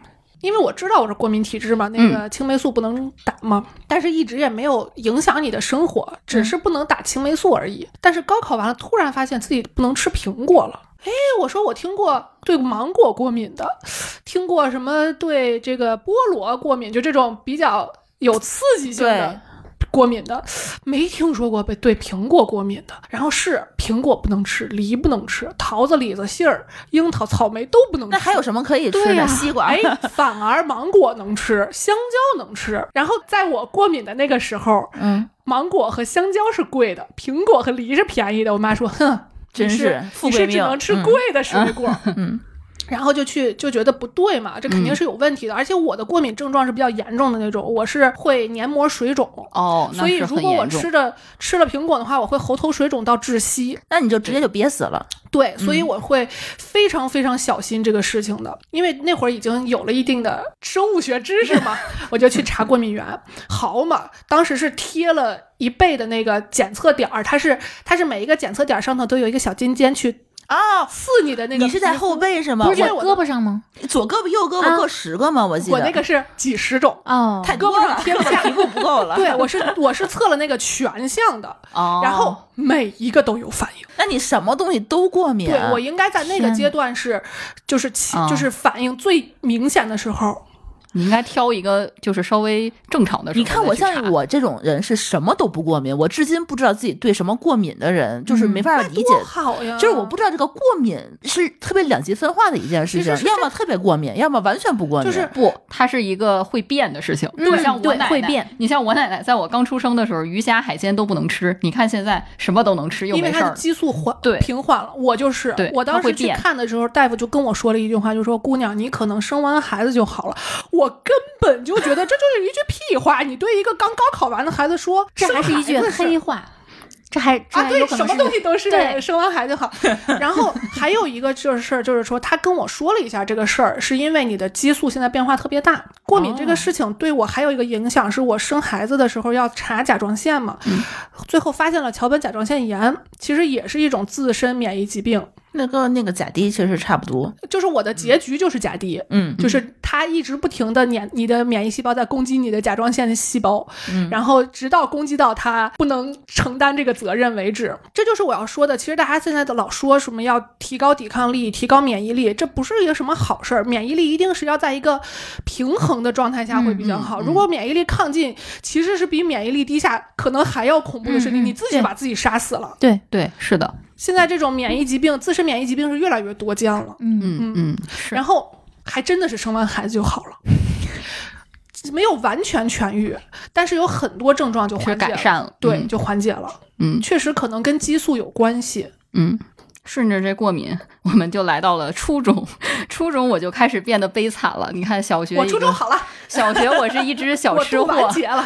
Speaker 2: 因为我知道我是过敏体质嘛，那
Speaker 5: 嗯
Speaker 2: 个青霉素不能打嘛，但是一直也没有影响你的生活，只是不能打青霉素而已。但是高考完了，突然发现自己不能吃苹果了。哎，我说我听过对芒果过敏的，听过什么对这个菠萝过敏，就这种比较有刺激性的
Speaker 5: 对。
Speaker 2: 过敏的，没听说过被对苹果过敏的。然后是苹果不能吃，梨不能吃，桃子、李子、杏儿、樱桃、草莓都不能吃。
Speaker 5: 那还有什么可以吃
Speaker 2: 嗯
Speaker 5: 的？
Speaker 2: 对呀
Speaker 5: 西瓜。
Speaker 2: 哎，反而芒果能吃，香蕉能吃。然后在我过敏的那个时候，
Speaker 5: 嗯，
Speaker 2: 芒果和香蕉是贵的，苹果和梨是便宜的。我妈说，哼，
Speaker 5: 真
Speaker 2: 你
Speaker 5: 是
Speaker 2: 是
Speaker 5: 富
Speaker 2: 你
Speaker 5: 贵
Speaker 2: 是只
Speaker 5: 命。
Speaker 2: 能吃
Speaker 5: 嗯
Speaker 2: 贵的水果。
Speaker 5: 嗯
Speaker 2: 然后就去就觉得不对嘛，这肯定是有问题的。而且我的过敏症状是比较严重的那种，我是会黏膜水肿。
Speaker 4: 哦，那
Speaker 2: 所以，
Speaker 4: 是
Speaker 2: 如
Speaker 4: 很
Speaker 2: 果我
Speaker 4: 严重
Speaker 2: 吃着吃了苹果的话，我会喉头水肿到窒息。
Speaker 5: 那你就直接就憋死了。
Speaker 2: 对，所以
Speaker 5: 嗯
Speaker 2: 我会非常非常小心这个事情的，因为那会儿已经有了一定的生物学知识 嘛，我就去查过敏源。好嘛，当时是贴了一倍的那个检测点儿，它是它是每一个检测点儿上头都有一个小尖尖去
Speaker 5: 哦，
Speaker 2: 刺你的那个。
Speaker 5: 你是在后背是吗？
Speaker 2: 不
Speaker 3: 不
Speaker 2: 是
Speaker 3: 是
Speaker 2: 因
Speaker 3: 在
Speaker 2: 为我
Speaker 3: 胳膊上吗？
Speaker 5: 我左胳膊右胳膊
Speaker 3: 啊
Speaker 5: 各十个吗？我记得
Speaker 2: 我那个是几十种，
Speaker 3: 哦，
Speaker 5: 太
Speaker 2: 胳
Speaker 5: 多
Speaker 2: 膊
Speaker 5: 了
Speaker 2: 上，贴不下。
Speaker 5: 皮 肤不够了。
Speaker 2: 对，我是我是测了那个全项的，
Speaker 4: 哦，
Speaker 2: 然后每一个都有反应。
Speaker 5: 那你什么东西都过敏？
Speaker 2: 对
Speaker 5: 哦
Speaker 2: 我应该在那个阶段是，就是起
Speaker 4: 啊
Speaker 2: 就是反应最明显的时候，
Speaker 4: 你应该挑一个就是稍微正常的时候
Speaker 5: 你
Speaker 4: 再去查。
Speaker 5: 看我像我这种人是什么都不过敏，我至今不知道自己对什么过敏的人，就是没办法理解
Speaker 2: 多好啊呀！
Speaker 5: 就是我不知道这个过敏是特别两极分化的一件事
Speaker 2: 其实
Speaker 5: 情，
Speaker 2: 是
Speaker 5: 要么特别过敏，要么完全不过敏。
Speaker 2: 就是
Speaker 4: 不，它是一个会变的事情。
Speaker 3: 嗯
Speaker 4: 你像我
Speaker 3: 对
Speaker 4: 奶奶
Speaker 3: 会变。
Speaker 4: 你像我奶奶，在我刚出生的时候，鱼虾海鲜都不能吃。你看现在什么都能吃，又
Speaker 2: 因为
Speaker 4: 没事
Speaker 2: 它
Speaker 4: 儿
Speaker 2: 的。激素缓
Speaker 4: 对
Speaker 2: 平缓了，我就是
Speaker 4: 对
Speaker 2: 我当
Speaker 4: 它会
Speaker 2: 时去
Speaker 4: 变
Speaker 2: 看的时候，大夫就跟我说了一句话，就说姑娘，你可能生完孩子就好了。我根本就觉得这就是一句屁话，你对一个刚高考完的孩子说，
Speaker 3: 这
Speaker 2: 生
Speaker 3: 还是一句
Speaker 2: 孩子
Speaker 3: 黑话，这还这
Speaker 2: 啊，
Speaker 3: 还有
Speaker 2: 对，
Speaker 3: 可
Speaker 2: 什
Speaker 3: 能
Speaker 2: 么东
Speaker 3: 是
Speaker 2: 西都是
Speaker 3: 对
Speaker 2: 生完孩子好。然后还有一个就是事儿，就是说他跟我说了一下这个事儿，是因为你的激素现在变化特别大，过敏这个事情对我还有一个影响，是我生孩子的时候要查甲状腺嘛，
Speaker 3: 嗯
Speaker 2: 最后发现了桥本甲状腺炎，其实也是一种自身免疫疾病，
Speaker 5: 那个那个甲低其实差不多，
Speaker 2: 就是我的结局就是甲低。
Speaker 5: 嗯，
Speaker 2: 就是它一直不停的免你的免疫细胞在攻击你的甲状腺的细胞，
Speaker 5: 嗯
Speaker 2: 然后直到攻击到它不能承担这个责任为止。这就是我要说的。其实大家现在都老说什么要提高抵抗力、提高免疫力，这不是一个什么好事儿。免疫力一定是要在一个平衡的状态下会
Speaker 3: 嗯
Speaker 2: 比较好。如果免疫力亢进，其实是比免疫力低下可能还要恐怖的事情，
Speaker 3: 嗯嗯
Speaker 2: 你自己
Speaker 3: 对嗯
Speaker 2: 把自己杀死了。
Speaker 3: 对，
Speaker 4: 对，是的，
Speaker 2: 现在这种免疫疾病、自身免疫疾病是越来越多见了。
Speaker 3: 嗯，
Speaker 4: 嗯嗯，是
Speaker 2: 然后还真的是生完孩子就好了，没有完全痊愈，但是有很多症状就是缓解
Speaker 4: 改
Speaker 2: 了，
Speaker 4: 善了。
Speaker 2: 对，
Speaker 4: 嗯
Speaker 2: 就缓解了。
Speaker 4: 嗯
Speaker 2: 确实可能跟激素有关系。
Speaker 4: 嗯，顺着这过敏，我们就来到了初中。初中我就开始变得悲惨了。你看，小学
Speaker 2: 我
Speaker 4: 已
Speaker 2: 初
Speaker 4: 经
Speaker 2: 中好了，
Speaker 4: 小学我是一只小
Speaker 2: 我
Speaker 4: 吃
Speaker 2: 都
Speaker 4: 货
Speaker 2: 完，结 了。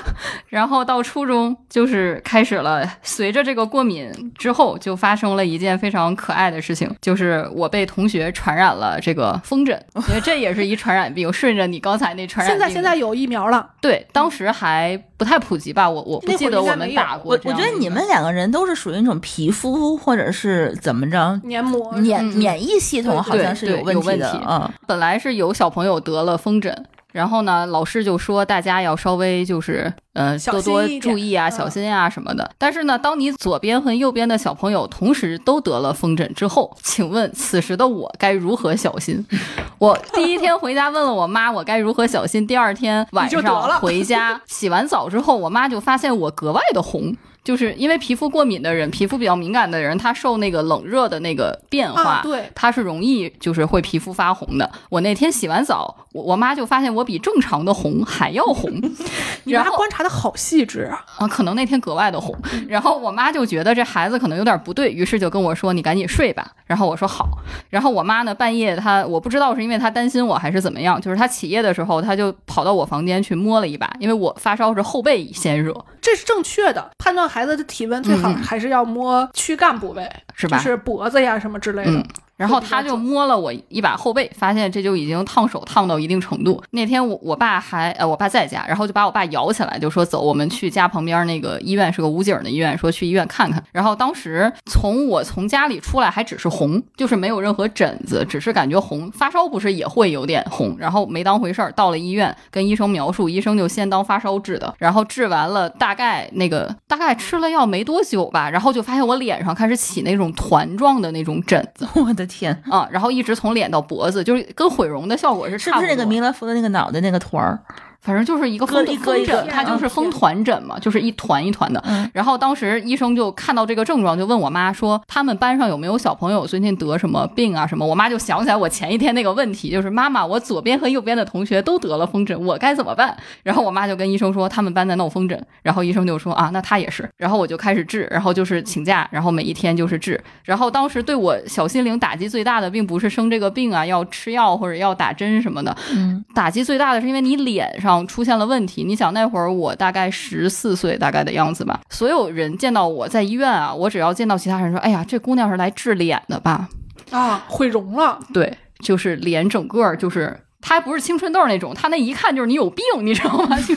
Speaker 4: 然后到初中就是开始了。随着这个过敏之后，就发生了一件非常可爱的事情，就是我被同学传染了这个 风疹，因为这也是一传染病。顺着你刚才那传染
Speaker 2: 现在
Speaker 4: 病的，
Speaker 2: 现在有疫苗了，
Speaker 4: 对，当时还不太普及吧，我我不
Speaker 2: 那会儿
Speaker 4: 记得
Speaker 2: 应该
Speaker 4: 我们
Speaker 2: 没有
Speaker 4: 打
Speaker 5: 我
Speaker 4: 过这
Speaker 5: 我
Speaker 4: 样
Speaker 5: 觉
Speaker 4: 的一个。
Speaker 5: 得你们两个人都是属于那种皮肤或者是怎么着。
Speaker 2: 黏膜
Speaker 5: 免
Speaker 4: 嗯
Speaker 5: 免疫系统好像是
Speaker 4: 对对
Speaker 5: 问题的
Speaker 4: 有问题
Speaker 5: 嗯，
Speaker 4: 本来是有小朋友得了风疹，然后呢，老师就说大家要稍微就是呃
Speaker 2: 小
Speaker 4: 多
Speaker 2: 心
Speaker 4: 多
Speaker 2: 一点
Speaker 4: 注意啊，
Speaker 2: 嗯
Speaker 4: 小心啊什么的。但是呢，当你左边和右边的小朋友同时都得了风疹之后，请问此时的我该如何小心？ 我第一天回家问了我妈我该如何小心，第二天晚
Speaker 2: 你就得
Speaker 4: 上
Speaker 2: 了
Speaker 4: 回家洗完澡之后，我妈就发现我格外的红。就是因为皮肤过敏的人，皮肤比较敏感的人，他受那个冷热的那个变化，
Speaker 2: 啊，对，
Speaker 4: 它是容易就是会皮肤发红的。我那天洗完澡，我我妈就发现我比正常的红还要红，
Speaker 2: 你
Speaker 4: 然
Speaker 2: 妈
Speaker 4: 后
Speaker 2: 观察的好细致啊。
Speaker 4: 啊，可能那天格外的红。然后我妈就觉得这孩子可能有点不对，于是就跟我说：“你赶紧睡吧。”然后我说好。然后我妈呢，半夜她我不知道是因为她担心我还是怎么样，就是她起夜的时候，她就跑到我房间去摸了一把，因为我发烧是后背先热，
Speaker 2: 这是正确的，判断孩子的体温最好
Speaker 4: 嗯嗯
Speaker 2: 还是要摸躯干部位，
Speaker 4: 是吧？
Speaker 2: 就是脖子呀什么之类的。
Speaker 4: 嗯然后
Speaker 2: 会比较
Speaker 4: 他就
Speaker 2: 准
Speaker 4: 摸了我一把后背，发现这就已经烫手烫到一定程度。那天我我爸还呃我爸在家，然后就把我爸摇起来，就说走，我们去家旁边那个医院是个武警的医院，说去医院看看。然后当时从我从家里出来还只是红，就是没有任何疹子，只是感觉红。发烧不是也会有点红，然后没当回事儿。到了医院跟医生描述，医生就先当发烧治的，然后治完了大概那个大概吃了药没多久吧，然后就发现我脸上开始起那种团状的那种疹子。
Speaker 5: 我的天，
Speaker 4: 啊，然后一直从脸到脖子，就是跟毁容的效果是
Speaker 5: 是
Speaker 4: 差
Speaker 5: 不
Speaker 4: 多。
Speaker 5: 是那个弥勒佛的那个脑袋那个团儿？
Speaker 4: 反正就是一个风
Speaker 5: 割一割
Speaker 4: 风
Speaker 5: 一个
Speaker 4: 疹，它就
Speaker 5: 嗯
Speaker 4: 是风团疹嘛，就是一团一团的。
Speaker 5: 嗯
Speaker 4: 然后当时医生就看到这个症状，就问我妈说，他们班上有没有小朋友最近得什么病啊什么？我妈就想起来我前一天那个问题，就是妈妈，我左边和右边的同学都得了风疹，我该怎么办？然后我妈就跟医生说，他们班在闹风疹，然后医生就说啊，那他也是。然后我就开始治，然后就是请假，然后每一天就是治。然后当时对我小心灵打击最大的，并不是生这个病啊，要吃药或者要打针什么的，
Speaker 5: 嗯，
Speaker 4: 打击最大的是因为你脸上出现了问题。你想那会儿我大概十四岁大概的样子吧，所有人见到我在医院啊，我只要见到其他人说：“哎呀，这姑娘是来治脸的吧
Speaker 2: 啊，毁容了，？”
Speaker 4: 对，就是脸整个就是。她还不是青春痘那种，她那一看就是你有病，你知道吗？ 就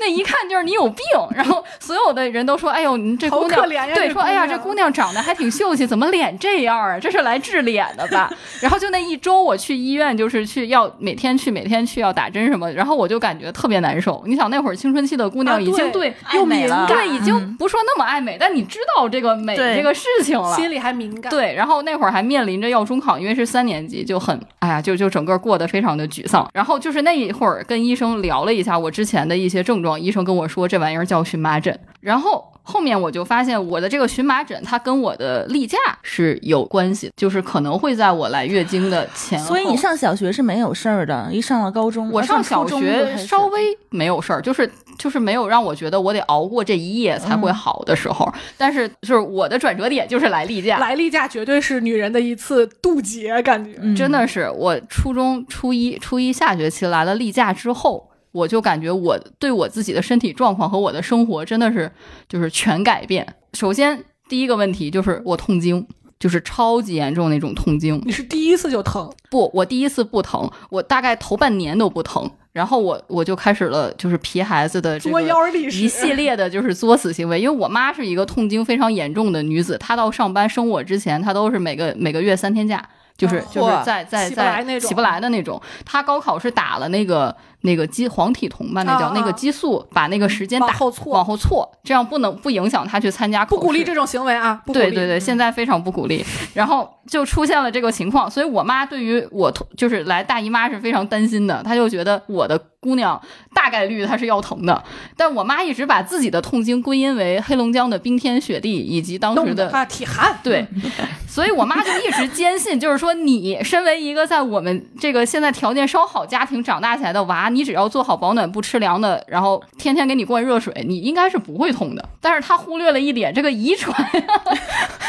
Speaker 4: 那一看就是你有病。然后所有的人都说：“哎呦，你这
Speaker 2: 好
Speaker 4: 姑娘
Speaker 2: 可怜呀！啊
Speaker 4: 对，说哎呀，这
Speaker 2: 姑啊
Speaker 4: 姑娘长得还挺秀气，怎么脸这样啊？这是来治脸的吧？ 然后就那一周，我去医院就是去要每天去每天去要打针什么，然后我就感觉特别难受。你想那会儿青春期的姑
Speaker 2: 啊
Speaker 4: 娘已经
Speaker 2: 对
Speaker 4: 对
Speaker 2: 又
Speaker 5: 爱美
Speaker 2: 敏
Speaker 5: 了
Speaker 2: 感
Speaker 4: 对已经不说那么爱美，但你知道这个美
Speaker 5: 对
Speaker 4: 这个事情了，
Speaker 2: 心里还敏感。
Speaker 4: 对，然后那会儿还面临着要中考，因为是三年级，就很哎呀，就就整个过得非常的的沮丧。然后就是那一会儿跟医生聊了一下我之前的一些症状，医生跟我说这玩意儿叫荨麻疹。然后后面我就发现我的这个荨麻疹，它跟我的例假是有关系，就是可能会在我来月经的前后。
Speaker 5: 所以你上小学是没有事儿的，一上了高中，啊
Speaker 4: 我
Speaker 5: 上
Speaker 4: 上小
Speaker 5: 初中就
Speaker 4: 学
Speaker 5: 开始
Speaker 4: 稍微没有事儿，就是就是没有让我觉得我得熬过这一夜才会
Speaker 5: 嗯
Speaker 4: 好的时候。但是就是我的转折点就是来例假，
Speaker 2: 来例假绝对是女人的一次渡劫，感觉。
Speaker 5: 嗯
Speaker 4: 真的是我初中初一初一下学期来了例假之后。啊我就感觉我对我自己的身体状况和我的生活真的是就是全改变。首先第一个问题就是我痛经， 就是超级严重那种痛经，
Speaker 2: 你是第一次就疼，
Speaker 4: 不，我第一次不疼，我大概头半年都不疼，然后我我就开始了就是皮孩子的这
Speaker 2: 作
Speaker 4: 个
Speaker 2: 妖历史
Speaker 4: 一系列的就是作死行为。因为我妈是一个痛经非常严重的女子，她到上班生我之前，她都是每个每个月三天假。就是
Speaker 2: 啊
Speaker 4: 就是
Speaker 5: 嚯
Speaker 4: 在在
Speaker 2: 起不来
Speaker 4: 在
Speaker 2: 那种
Speaker 4: 起不来的那种，她高考是打了那个那个激黄体酮吧，那叫
Speaker 2: 啊
Speaker 4: 那个
Speaker 2: 啊
Speaker 4: 激素，把那个时间
Speaker 2: 往
Speaker 4: 打
Speaker 2: 后错
Speaker 4: 往后错，这样不能不影响她去参加考
Speaker 2: 不
Speaker 4: 试。
Speaker 2: 鼓励这种行为啊！不鼓励
Speaker 4: 对对对，现在非常不鼓励。然后就出现了这个情况，所以我妈对于我同就是来大姨妈是非常担心的，她就觉得我的姑娘大概率她是要疼的。但我妈一直把自己的痛经归因为黑龙江的冰天雪地以及当时
Speaker 2: 弄
Speaker 4: 的
Speaker 2: 的啊，体寒。
Speaker 4: 对，所以我妈就一直坚信，就是说你身为一个在我们这个现在条件稍好家庭长大起来的娃，你只要做好保暖不吃凉的，然后天天给你灌热水，你应该是不会痛的。但是她忽略了一点，这个遗传，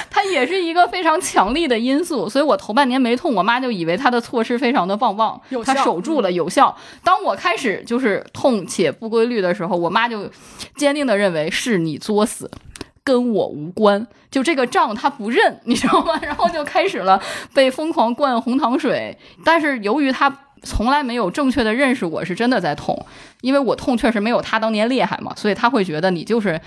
Speaker 4: 它也是一个非常强力的因素。所以我头半年没痛，我妈就以为她的措施非常的棒棒
Speaker 2: 有，效嗯
Speaker 4: 她守住了有效。当我开始就是痛且不规律的时候，我妈就坚定的认为是你作死。跟我无关，就这个账他不认，你知道吗？ 然后就开始了 被疯狂灌红糖水，但是由于他从来没有正确的认识我是真的在痛，因为我痛确实没有他当年厉害嘛，所以他会觉得你就是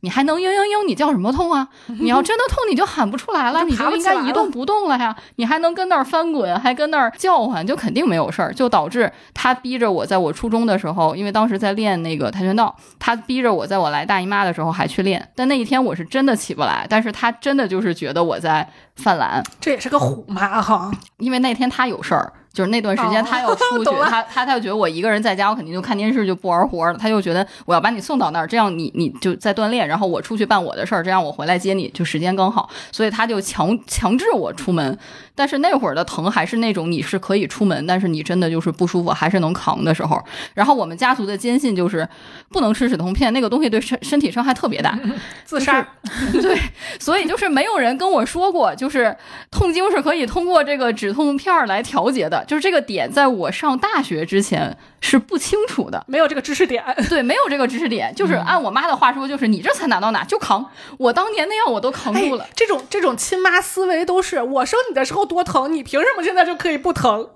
Speaker 4: 你还能嘤嘤嘤，你叫什么痛啊？你要真的痛你就喊不出来了，你
Speaker 2: 你就爬
Speaker 4: 就
Speaker 2: 不
Speaker 4: 应
Speaker 2: 起来
Speaker 4: 该一动不动了呀，你还能跟那儿翻滚，还跟那儿叫唤，就肯定没有事儿，就导致他逼着我在我初中的时候，因为当时在练那个跆拳道，他逼着我在我来大姨妈的时候还去练，但那一天我是真的起不来，但是他真的就是觉得我在犯懒，
Speaker 2: 这也是个虎妈哈，
Speaker 4: 因为那天他有事儿，就是那段时间
Speaker 2: 哦
Speaker 4: 他 要出去，
Speaker 2: 懂了
Speaker 4: 他他他就觉得我一个人在家，我肯定就看电视就不玩活了，他就觉得我要把你送到那儿，这样你你就在锻炼，然后我出去办我的事儿，这样我回来接你就时间刚好，所以他就强强制我出门。但是那会儿的疼还是那种你是可以出门，但是你真的就是不舒服，还是能扛的时候。然后我们家族的坚信就是不能吃止痛片，那个东西对身身体伤害特别大。
Speaker 2: 自杀
Speaker 4: 所以就是没有人跟我说过，就是痛经是可以通过这个止痛片儿来调节的，就是这个点在我上大学之前是不清楚的。
Speaker 2: 没有这个知识点，
Speaker 4: 对，没有这个知识点，就是按我妈的话说，就是你这才哪到哪就扛。我当年那样我都扛
Speaker 2: 哎
Speaker 4: 住了，，
Speaker 2: 这种这种亲妈思维都是我生你的时候多疼，你凭什么现在就可以不疼？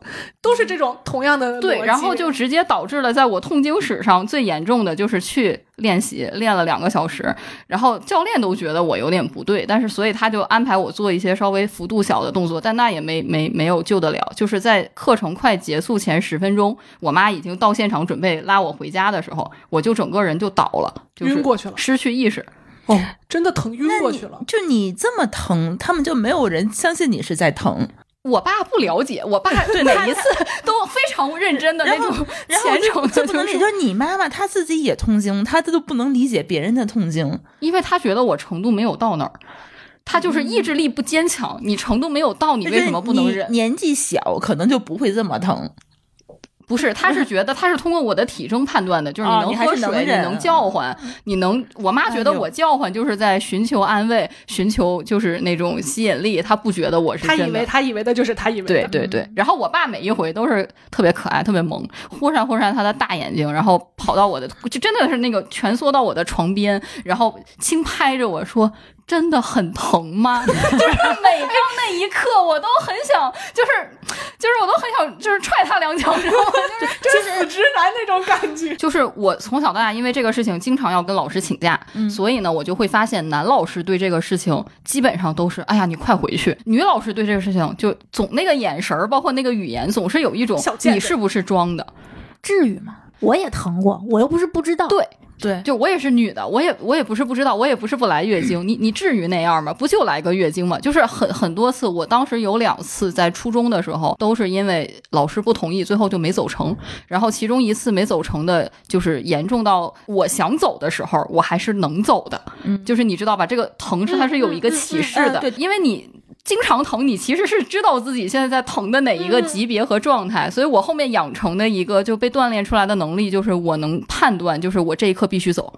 Speaker 2: 都是这种同样的逻
Speaker 4: 对，
Speaker 2: 辑
Speaker 4: 然后就直接导致了在我痛经史上最严重的就是去练习，练了两个小时，然后教练都觉得我有点不对，但是所以他就安排我做一些稍微幅度小的动作，但那也没没没有救得了。就是在课程快结束前十分钟，我妈已经到现场准备拉我回家的时候，我就整个人就倒了，就是
Speaker 2: 晕过去了
Speaker 4: 失去意识。
Speaker 5: 哦，
Speaker 2: 真的疼晕
Speaker 5: 那
Speaker 2: 过
Speaker 5: 你
Speaker 2: 去了。
Speaker 5: 就你这么疼，他们就没有人相信你是在疼。
Speaker 4: 我爸不了解，我爸
Speaker 5: 对
Speaker 4: 每
Speaker 5: 他
Speaker 4: 一次 都非常认真的那
Speaker 5: 然后
Speaker 4: 种
Speaker 5: 然后
Speaker 4: 虔
Speaker 5: 就
Speaker 4: 诚
Speaker 5: 就
Speaker 4: 的
Speaker 5: 不能理解，就是你妈妈她自己也痛经，她都不能理解别人的痛经。
Speaker 4: 因为他觉得我程度没有到那儿，他就是意志力不坚强。你程度没有到，你为什么不能
Speaker 5: 就是你
Speaker 4: 忍？
Speaker 5: 年纪小，可能就不会这么疼。
Speaker 4: 不是，他是觉得他是通过我的体征判断的，就是
Speaker 5: 哦
Speaker 4: 能
Speaker 5: 你还
Speaker 4: 喝
Speaker 5: 是能
Speaker 4: 水，你
Speaker 5: 忍啊
Speaker 4: 能叫唤，你能。我妈觉得
Speaker 5: 哎呦
Speaker 4: 我叫唤就是在寻求安慰，寻求就是那种吸引力，她不觉得我是
Speaker 2: 他以
Speaker 4: 真
Speaker 2: 为
Speaker 4: 的。
Speaker 2: 他以为的就是他以为
Speaker 4: 对
Speaker 2: 的，
Speaker 4: 对对，嗯然后我爸每一回都是特别可爱、特别萌，忽闪忽闪他的大眼睛，然后跑到我的，就真的是那个蜷缩到我的床边，然后轻拍着我说：“真的很疼吗？” 就是每当那一刻，我都很想，就是就是我都很想，就是踹他两脚，然后
Speaker 2: 就是死直男那种感觉。
Speaker 4: 就是我从小到大因为这个事情经常要跟老师请假，
Speaker 2: 嗯
Speaker 4: 所以呢，我就会发现男老师对这个事情基本上都是哎呀你快回去，女老师对这个事情就总那个眼神儿，包括那个语言，总是有一种
Speaker 2: 小贱
Speaker 4: 你
Speaker 2: 人
Speaker 4: 是不是装的。
Speaker 3: 至于吗？我也疼过，我又不是不知道。
Speaker 4: 对，
Speaker 5: 对，
Speaker 4: 就我也是女的，我也我也不是不知道，我也不是不来月经，你你至于那样吗？不就来个月经吗？就是很很多次，我当时有两次在初中的时候，都是因为老师不同意，最后就没走成。然后其中一次没走成的，就是严重到我想走的时候，我还是能走的，
Speaker 5: 嗯
Speaker 4: 就是你知道吧？这个疼是它是有一个启示的，
Speaker 5: 嗯嗯嗯嗯嗯对
Speaker 4: 因为你。经常疼，你其实是知道自己现在在疼的哪一
Speaker 2: 嗯
Speaker 4: 个级别和状态，所以我后面养成的一个就被锻炼出来的能力，就是我能判断，就是我这一刻必须走，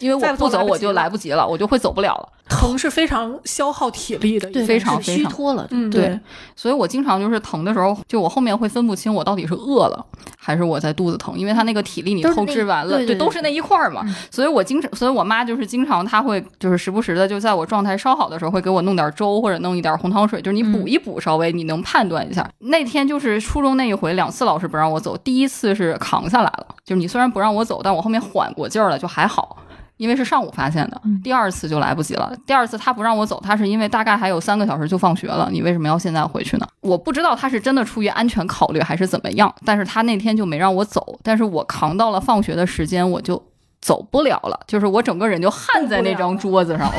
Speaker 4: 因为
Speaker 2: 再
Speaker 4: 我
Speaker 2: 不走
Speaker 4: 走
Speaker 2: 来不
Speaker 4: 我
Speaker 2: 及
Speaker 4: 就
Speaker 2: 了
Speaker 4: 来不及了，我就会走不了了。
Speaker 2: 疼是非常消耗体力的一件事，
Speaker 4: 非常
Speaker 3: 是
Speaker 4: 非
Speaker 3: 虚
Speaker 4: 常
Speaker 3: 脱了。
Speaker 2: 嗯，
Speaker 4: 对，所以我经常就是疼的时候，就我后面会分不清我到底是饿了还是我在肚子疼，因为它那个体力你
Speaker 3: 都是
Speaker 4: 透
Speaker 3: 那
Speaker 4: 支完了，
Speaker 3: 对对对嗯
Speaker 4: 都是那一块儿嘛。所以我经常，所以我妈就是经常她会就是时不时的就在我状态稍好的时候会给我弄点粥或者弄一点红糖水，就是你
Speaker 3: 嗯
Speaker 4: 补一补，稍微你能判断一下。那天就是初中那一回，两次老师不让我走，第一次是扛下来了，就是你虽然不让我走，但我后面缓过劲儿了，就还好。因为是上午发现的，第二次就来不及了。第二次他不让我走，他是因为大概还有三个小时就放学了，你为什么要现在回去呢？我不知道他是真的出于安全考虑还是怎么样，但是他那天就没让我走，但是我扛到了放学的时间，我就。走不了了，就是我整个人就焊在那张桌子上了，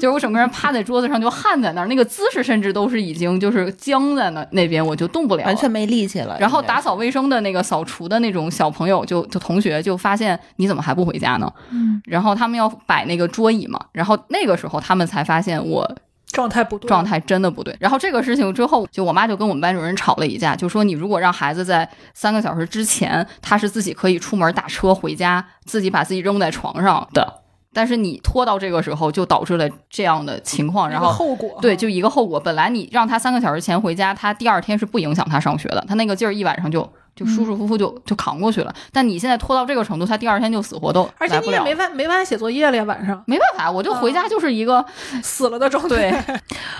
Speaker 4: 就是我整个人趴在桌子上就焊在那儿，那个姿势甚至都是已经就是僵在那那边，我就动不了了，
Speaker 5: 完全没力气了。
Speaker 4: 然后
Speaker 5: 应该
Speaker 4: 打扫卫生的那个扫除的那种小朋友就，就同学就发现你怎么还不回家呢？
Speaker 3: 嗯，
Speaker 4: 然后他们要摆那个桌椅嘛，然后那个时候他们才发现我
Speaker 2: 状态不对，
Speaker 4: 状态真的不对。然后这个事情之后，就我妈就跟我们班主任吵了一架，就说你如果让孩子在三个小时之前，他是自己可以出门打车回家，自己把自己扔在床上的。但是你拖到这个时候，就导致了这样的情况，然
Speaker 2: 那
Speaker 4: 后
Speaker 2: 个后果
Speaker 4: 对，就一个后果。本来你让他三个小时前回家，他第二天是不影响他上学的，他那个劲儿一晚上就就舒舒服服就、就扛过去了。但你现在拖到这个程度，他第二天就死活都
Speaker 2: 而且
Speaker 4: 来
Speaker 2: 你
Speaker 4: 不
Speaker 2: 也
Speaker 4: 了
Speaker 2: 没办没办法写作业了呀，晚上
Speaker 4: 没办法，我就回家就是一个、
Speaker 2: 死了的状态。
Speaker 4: 对，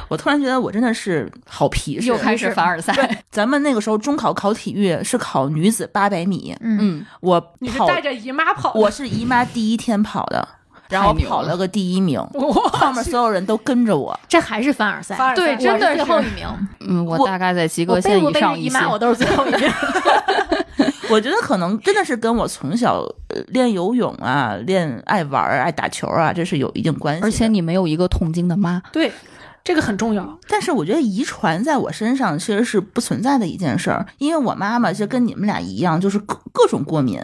Speaker 5: 我突然觉得我真的是好皮实
Speaker 4: 又。开始凡尔赛。
Speaker 5: 咱们那个时候中考考体育是考女子八百米，
Speaker 3: 嗯，
Speaker 4: 嗯，
Speaker 5: 我
Speaker 2: 你是
Speaker 5: 跑，
Speaker 2: 带着姨妈跑的，
Speaker 5: 我是姨妈第一天跑的，然后
Speaker 4: 太牛
Speaker 5: 跑
Speaker 4: 了
Speaker 5: 了 个第一名，
Speaker 2: 我
Speaker 5: 后面所有人都跟着我。
Speaker 3: 这还是凡尔赛，
Speaker 2: 凡尔赛
Speaker 4: 对
Speaker 3: 我
Speaker 4: 真的
Speaker 3: 是最
Speaker 4: 是
Speaker 3: 后一名。
Speaker 4: 嗯，我
Speaker 5: 我
Speaker 4: 大概在及格
Speaker 3: 我背
Speaker 4: 线
Speaker 3: 过
Speaker 4: 以
Speaker 3: 背着
Speaker 4: 上
Speaker 3: 姨
Speaker 4: 一
Speaker 3: 妈，
Speaker 4: 些。
Speaker 3: 我都是最后一名。
Speaker 5: 我觉得可能真的是跟我从小呃练游泳啊、练爱玩儿、爱打球啊，这是有一定关系的。
Speaker 4: 而且你没有一个痛经的妈，
Speaker 2: 对，这个很重要。
Speaker 5: 但是我觉得遗传在我身上其实是不存在的一件事儿，因为我妈妈就跟你们俩一样，就是各各种过敏。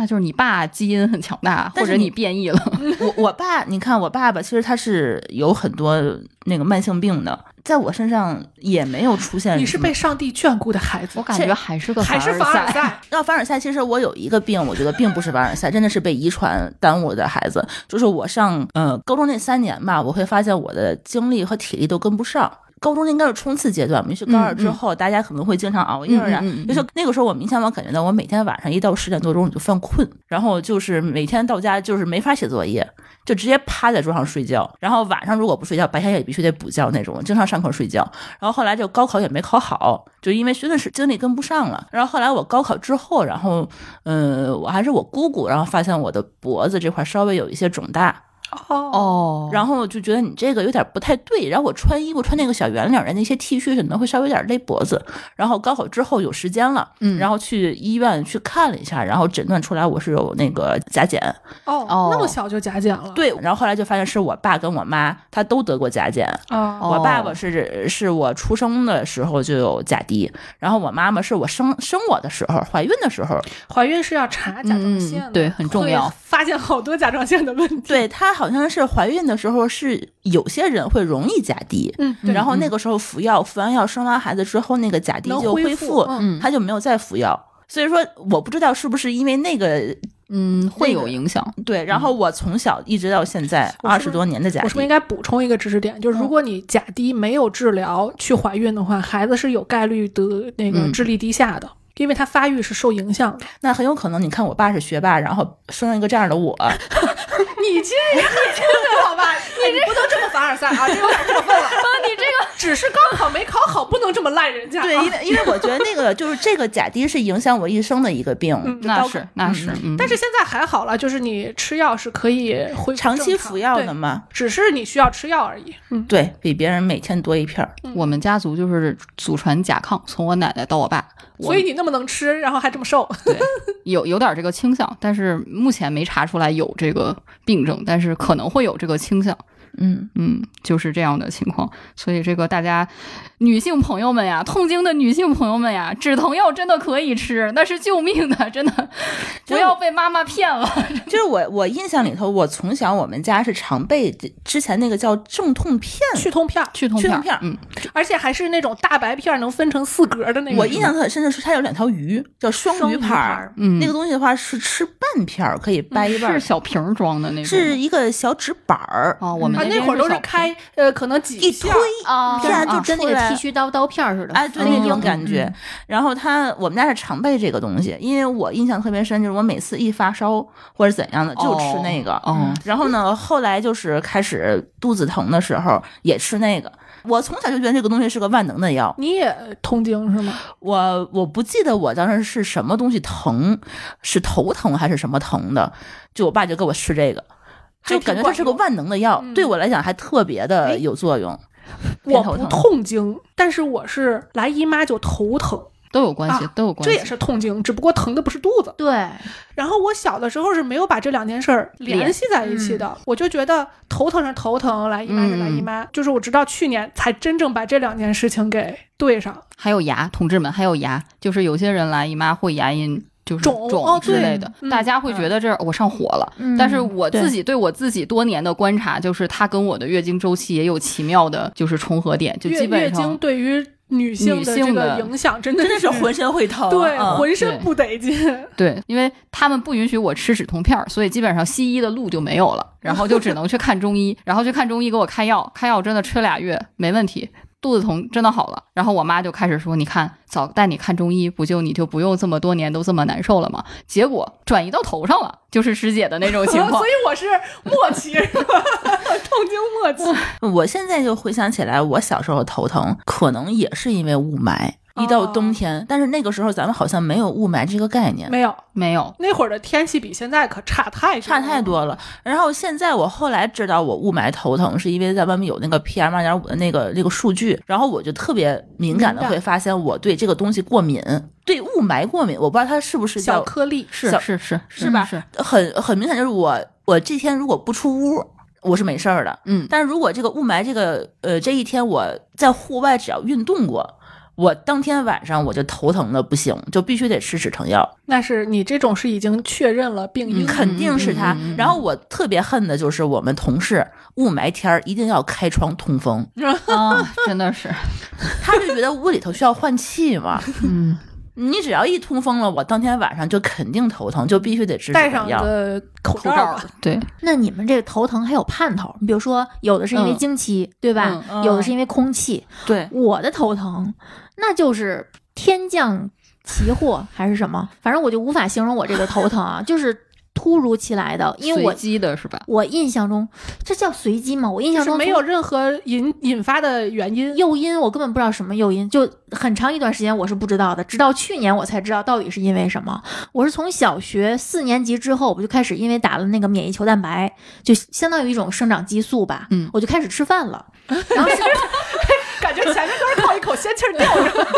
Speaker 4: 那就是你爸基因很强大，
Speaker 5: 但
Speaker 4: 或
Speaker 5: 是
Speaker 4: 者
Speaker 5: 你
Speaker 4: 你变异了。
Speaker 5: 我我爸，你看我爸爸，其实他是有很多那个慢性病的，在我身上也没有出现什么。
Speaker 2: 你是被上帝眷顾的孩子，
Speaker 4: 嗯我感觉还是个
Speaker 2: 还是凡
Speaker 4: 尔
Speaker 2: 尔。 赛，
Speaker 5: 那凡尔赛，其实我有一个病，我觉得并不是凡尔赛，真的是被遗传耽误的孩子。就是我上呃高中那三年吧，我会发现我的精力和体力都跟不上。高中应该是冲刺阶段嘛，尤其高二之后，大家可能会经常熬夜啊。
Speaker 4: 嗯嗯嗯嗯
Speaker 5: 尤其那个时候，我明显我感觉到我每天晚上一到十点多钟我就犯困，然后就是每天到家就是没法写作业，就直接趴在桌上睡觉。然后晚上如果不睡觉，白天也必须得补觉那种，经常上课睡觉。然后后来就高考也没考好，就因为真的是精力跟不上了。然后后来我高考之后，然后呃，我还是我姑姑，然后发现我的脖子这块稍微有一些肿大，
Speaker 2: 哦，
Speaker 4: 哦，
Speaker 5: 然后就觉得你这个有点不太对。然后我穿衣服穿那个小圆领儿的那些 T 恤什么的，会稍微有点勒脖子。然后高考之后有时间了，
Speaker 4: 嗯
Speaker 5: 然后去医院去看了一下，然后诊断出来我是有那个甲减。
Speaker 2: 哦，
Speaker 4: 哦
Speaker 2: 那么小就甲减了，
Speaker 5: 对，然后后来就发现是我爸跟我妈，他都得过甲减。
Speaker 2: 啊，
Speaker 4: 哦
Speaker 5: 我爸爸是是我出生的时候就有甲低，然后我妈妈是我生生我的时候，怀孕的时候，
Speaker 2: 怀孕是要查甲状腺的，
Speaker 4: 嗯对很重要
Speaker 2: 会发现好多甲状腺的问题。
Speaker 5: 对她好像是怀孕的时候是有些人会容易甲低，
Speaker 2: 嗯，对，
Speaker 5: 然后那个时候服药，服完药生完孩子之后，那个甲低
Speaker 2: 能
Speaker 5: 就恢
Speaker 2: 复，
Speaker 5: 复，
Speaker 2: 嗯，
Speaker 5: 她就没有再服药。所以说，我不知道是不是因为那个
Speaker 4: 嗯，会
Speaker 5: 那个
Speaker 4: 有影响。
Speaker 5: 对，然后我从小一直到现在
Speaker 2: 我是
Speaker 5: 二
Speaker 2: 不是
Speaker 5: 十多年的甲
Speaker 2: 我是不是应
Speaker 5: 低，
Speaker 2: 该补充一个知识点，
Speaker 4: 嗯
Speaker 2: 就是如果你甲低没有治疗去怀孕的话，孩子是有概率得那个
Speaker 4: 嗯
Speaker 2: 智力低下的。因为他发育是受影响的，
Speaker 5: 那很有可能，你看我爸是学霸，然后生了一个这样的我，
Speaker 2: 你你这也很轻的好吧？你这不能这么凡尔赛啊，这有点过 分了。你这个只是高考没考好，不能这么赖人家、啊。
Speaker 5: 对，因为因为我觉得那个就是这个甲低是影响我一生的一个病，
Speaker 4: 那是那是，嗯
Speaker 2: 嗯但是现在还好了，就是你吃药是可以恢复
Speaker 5: 长期
Speaker 2: 正
Speaker 5: 服药的
Speaker 2: 对
Speaker 5: 嘛，
Speaker 2: 只是你需要吃药而已。嗯，
Speaker 5: 对比别人每天多一片儿。
Speaker 4: 我们家族就是祖传甲亢，从我奶奶到我爸，我
Speaker 2: 所以你那么能吃，然后还这么瘦，
Speaker 4: 对有有点这个倾向，但是目前没查出来有这个病症，但是可能会有这个倾向。
Speaker 5: 嗯，
Speaker 4: 嗯，就是这样的情况。所以这个大家女性朋友们呀，痛经的女性朋友们呀，止疼药真的可以吃，那是救命的，真 的
Speaker 5: 就
Speaker 4: 不要被妈妈骗了。
Speaker 5: 就是我我印象里头，我从小我们家是常备这之前那个叫镇痛片，
Speaker 2: 去痛片儿，
Speaker 4: 去痛
Speaker 5: 去
Speaker 4: 片
Speaker 5: 痛
Speaker 4: 儿，
Speaker 5: 片儿
Speaker 4: 嗯，
Speaker 2: 而且还是那种大白片儿，能分成四格的那种。
Speaker 5: 我印象特深的是它有两条鱼叫双
Speaker 3: 双
Speaker 5: 鱼
Speaker 3: 鱼
Speaker 5: 牌儿
Speaker 3: 牌，
Speaker 4: 嗯
Speaker 5: 那个东西的话是吃半片儿，可以掰一半
Speaker 4: 是
Speaker 5: 儿，
Speaker 4: 小瓶儿装的那种，
Speaker 5: 是一个小纸板儿，
Speaker 4: 哦，我们
Speaker 2: 啊，
Speaker 4: 边
Speaker 2: 那会儿都是
Speaker 4: 小瓶，
Speaker 2: 开呃，可能几
Speaker 5: 一
Speaker 2: 下
Speaker 5: 推
Speaker 3: 啊，
Speaker 5: 片
Speaker 4: 儿就
Speaker 3: 就跟那个
Speaker 5: 出来
Speaker 3: 剃须刀刀片儿似的，
Speaker 5: 哎，对
Speaker 4: 嗯
Speaker 5: 那
Speaker 3: 哦
Speaker 5: 种感觉。然后他我们家是常备这个东西，因为我印象特别深，就是我每次一发烧或者怎样的就吃那个。
Speaker 2: 嗯
Speaker 4: 哦，
Speaker 5: 然后呢，后来就是开始肚子疼的时候也吃那个。我从小就觉得这个东西是个万能的药，
Speaker 2: 你也痛经是吗？
Speaker 5: 我我不记得我当时是什么东西疼，是头疼还是什么疼的，就我爸就给我吃这个，
Speaker 2: 还
Speaker 5: 就
Speaker 2: 挺
Speaker 5: 感觉这是个万能的药，
Speaker 2: 管用
Speaker 5: 对我来讲还特别
Speaker 2: 哎
Speaker 5: 的有作用。偏
Speaker 2: 我
Speaker 5: 头
Speaker 2: 不
Speaker 5: 疼
Speaker 2: 痛经，但是我是来姨妈就头疼，
Speaker 4: 都有关系，
Speaker 2: 啊
Speaker 4: 都有关
Speaker 2: 这
Speaker 4: 系，
Speaker 2: 也是痛经，只不过疼的不是肚子。
Speaker 3: 对，
Speaker 2: 然后我小的时候是没有把这两件事儿联系在一起的，我就觉得头疼是头疼，来姨妈是来姨妈，就是我直到去年才真正把这两件事情给对上。
Speaker 4: 还有牙，同志们还有牙，就是有些人来姨妈会牙龈就是
Speaker 2: 肿哦
Speaker 4: 之类的，
Speaker 2: 对
Speaker 4: 大家会觉得这儿我上火了。
Speaker 3: 嗯
Speaker 4: 但是我
Speaker 5: 对
Speaker 4: 自己对我自己多年的观察，就是它跟我的月经周期也有奇妙的，就是重合点，就
Speaker 2: 月
Speaker 4: 基
Speaker 2: 月
Speaker 4: 本
Speaker 2: 经
Speaker 4: 上。
Speaker 2: 对于女性的这
Speaker 4: 女性
Speaker 2: 个
Speaker 4: 的
Speaker 2: 影响真的
Speaker 5: 真的是浑身会疼，
Speaker 2: 对、
Speaker 5: 嗯
Speaker 2: 浑身不得劲，
Speaker 4: 对，因为他们不允许我吃止痛片儿，所以基本上西医的路就没有了，然后就只能去看中医，然后去看中医给我开药，开药真的吃俩月没问题，肚子疼真的好了。然后我妈就开始说：“你看，早带你看中医，不就你就不用这么多年都这么难受了吗？”结果转移到头上了，就是师姐的那种情 况
Speaker 2: 所以。我是末期是吧？痛经末期，
Speaker 5: 我现在就回想起来，我小时候头疼，可能也是因为雾霾。一到
Speaker 2: 哦
Speaker 5: 冬天，但是那个时候咱们好像没有雾霾这个概念，
Speaker 2: 没有
Speaker 4: 没有，
Speaker 2: 那会儿的天气比现在可差太
Speaker 5: 差太
Speaker 2: 了。
Speaker 5: 多了。然后现在我后来知道我雾霾头疼，是因为在外面有那个 PM 二点五的那个那个数据，然后我就特别敏感
Speaker 2: 敏
Speaker 5: 的
Speaker 2: 感
Speaker 5: 会发现我对这个东西过敏，对雾霾过敏。我不知道它是不是
Speaker 2: 小
Speaker 5: 叫
Speaker 2: 颗粒
Speaker 4: 是
Speaker 5: 小
Speaker 4: 是是是
Speaker 5: 是吧
Speaker 4: 是，
Speaker 5: 很很明显，就是我我这天如果不出屋，我是没事儿的。
Speaker 4: 嗯
Speaker 5: 但如果这个雾霾这个呃这一天我在户外只要运动过，我当天晚上我就头疼的不行，就必须得吃止疼药，
Speaker 2: 那是你这种是已经确认了病因，
Speaker 5: 嗯肯定是它。
Speaker 4: 嗯嗯嗯嗯
Speaker 5: 然后我特别恨的就是我们同事雾霾天儿一定要开窗通风，
Speaker 4: 啊，真的是，
Speaker 5: 他就觉得屋里头需要换气嘛。
Speaker 4: 嗯，
Speaker 5: 你只要一通风了，我当天晚上就肯定头疼，就必须得吃止
Speaker 2: 戴上
Speaker 5: 疼药。
Speaker 2: 个口
Speaker 4: 口
Speaker 2: 罩
Speaker 4: 罩
Speaker 2: 吧。
Speaker 4: 对，
Speaker 3: 那你们这个头疼还有盼头，你比如说有的是因为
Speaker 4: 嗯
Speaker 3: 经期，对吧？
Speaker 5: 嗯
Speaker 3: 有的是因为空气。
Speaker 5: 对，
Speaker 3: 我的头疼，那就是天降奇祸还是什么，反正我就无法形容我这个头疼啊，就是突如其来的，因为我
Speaker 4: 随机的是吧？
Speaker 3: 我印象中这叫随机吗？我印
Speaker 2: 就
Speaker 3: 象
Speaker 2: 是
Speaker 3: 中
Speaker 2: 没有任何引引发的原因，
Speaker 3: 诱因，我根本不知道什么诱因，就很长一段时间我是不知道的，直到去年我才知道到底是因为什么。我是从小学四年级之后，我就开始因为打了那个免疫球蛋白，就相当于一种生长激素吧，
Speaker 4: 嗯
Speaker 3: 我就开始吃 饭了，然后是
Speaker 2: 感觉前面都是靠一口仙气儿吊着。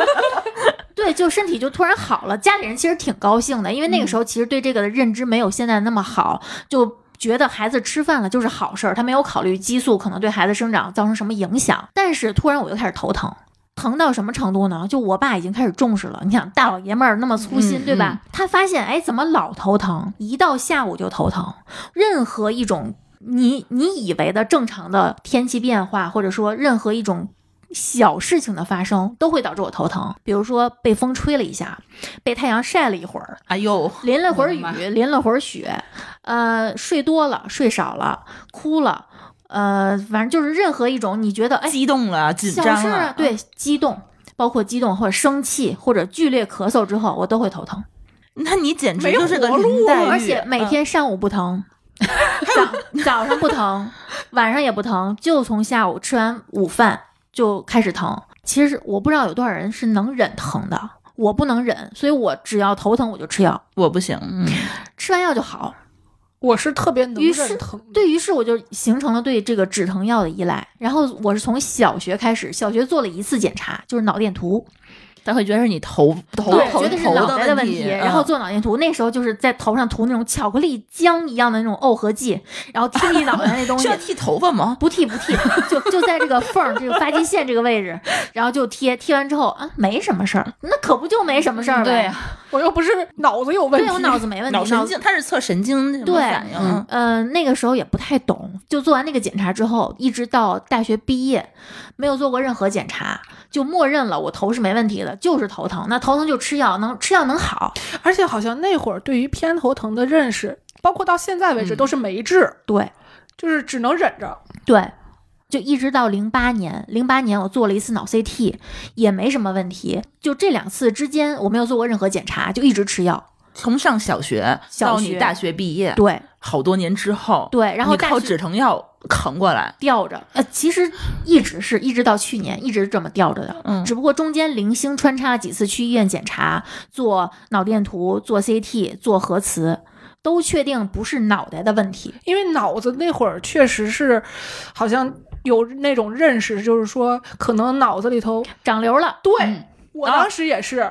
Speaker 3: 对，就身体就突然好了。家里人其实挺高兴的，因为
Speaker 2: 嗯
Speaker 3: 那个时候其实对这个的认知没有现在那么好，就。觉得孩子吃饭了就是好事儿，他没有考虑激素可能对孩子生长造成什么影响。但是突然我又开始头疼，疼到什么程度呢？就我爸已经开始重视了。你想大老爷们儿那么粗心，
Speaker 4: 嗯
Speaker 3: 对吧？他发现哎，怎么老头疼？一到下午就头疼，任何一种你你以为的正常的天气变化，或者说任何一种小事情的发生，都会导致我头疼。比如说被风吹了一下，被太阳晒了一会儿，
Speaker 5: 哎呦，
Speaker 3: 淋了会儿
Speaker 4: 我的妈
Speaker 3: 雨，淋了会儿雪，呃，睡多了，睡少了，哭了，呃，反正就是任何一种你觉得哎
Speaker 5: 激动了，紧
Speaker 3: 小
Speaker 5: 张了，
Speaker 3: 事儿啊，对，激动。包括激动或者生气或者剧烈咳嗽之后，我都会头疼，
Speaker 5: 那你简直
Speaker 2: 没
Speaker 5: 就是个
Speaker 2: 活
Speaker 5: 林
Speaker 2: 路
Speaker 5: 黛玉，
Speaker 3: 而且每天上午不疼，早早上不疼，晚上也不疼，就从下午吃完午饭就开始疼。其实我不知道有多少人是能忍疼的，我不能忍，所以我只要头疼我就吃药，
Speaker 5: 我不行，嗯，
Speaker 3: 吃完药就好。
Speaker 2: 我是特别能
Speaker 3: 于是
Speaker 2: 忍疼
Speaker 5: 嗯
Speaker 2: 的，
Speaker 3: 对于是我就形成了对这个止疼药的依赖。然后我是从小学开始，小学做了一次检查，就是脑电图，
Speaker 5: 他会觉得是你头头
Speaker 3: 对，
Speaker 5: 头
Speaker 3: 觉得是
Speaker 5: 头
Speaker 3: 脑袋
Speaker 5: 的
Speaker 3: 问
Speaker 5: 题，嗯
Speaker 3: 然后做脑电图，那时候就是在头上涂那种巧克力浆一样的那种耦合剂，然后贴你脑袋那东
Speaker 5: 嗯
Speaker 3: 西
Speaker 5: 需要。剃头发吗？
Speaker 3: 不剃不剃，就就在这个缝儿，这个发际线这个位置，然后就贴，贴完之后啊，没什么事儿，那可不就没什么事儿吗？
Speaker 4: 对
Speaker 5: 嗯
Speaker 4: 啊，
Speaker 2: 我又不是脑子有问
Speaker 3: 对
Speaker 2: 题，
Speaker 3: 我脑子没问题，
Speaker 5: 脑神
Speaker 3: 脑
Speaker 5: 经，它是测神经什么
Speaker 3: 对
Speaker 5: 反应啊
Speaker 4: 嗯
Speaker 3: 呃，那个时候也不太懂，就做完那个检查之后，一直到大学毕业，没有做过任何检查，就默认了我头是没问题的，就是头疼。那头疼就吃药，能吃药能好。
Speaker 2: 而且好像那会儿对于偏头疼的认识，包括到现在为止
Speaker 4: 嗯
Speaker 2: 都是没治，
Speaker 3: 对
Speaker 2: 就是只能忍着。
Speaker 3: 对，就一直到零八年，零八年我做了一次脑 CT，也没什么问题。就这两次之间，我没有做过任何检查，就一直吃药。
Speaker 5: 从上小学
Speaker 3: 小
Speaker 5: 到你
Speaker 3: 学
Speaker 5: 大学毕业，
Speaker 3: 对
Speaker 5: 好多年之后，
Speaker 3: 对，然后
Speaker 5: 你
Speaker 3: 大
Speaker 5: 靠
Speaker 3: 学
Speaker 5: 止疼药扛过来。
Speaker 3: 吊着，呃，其实一直是一直到去年一直这么吊着的，
Speaker 5: 嗯
Speaker 3: 只不过中间零星穿插几次去医院检查，做脑电图、做 CT、做核磁，都确定不是脑袋的问题。
Speaker 2: 因为脑子那会儿确实是，好像有那种认识，就是说可能脑子里头
Speaker 3: 长瘤了，
Speaker 2: 对。
Speaker 4: 嗯
Speaker 2: 我当时也是，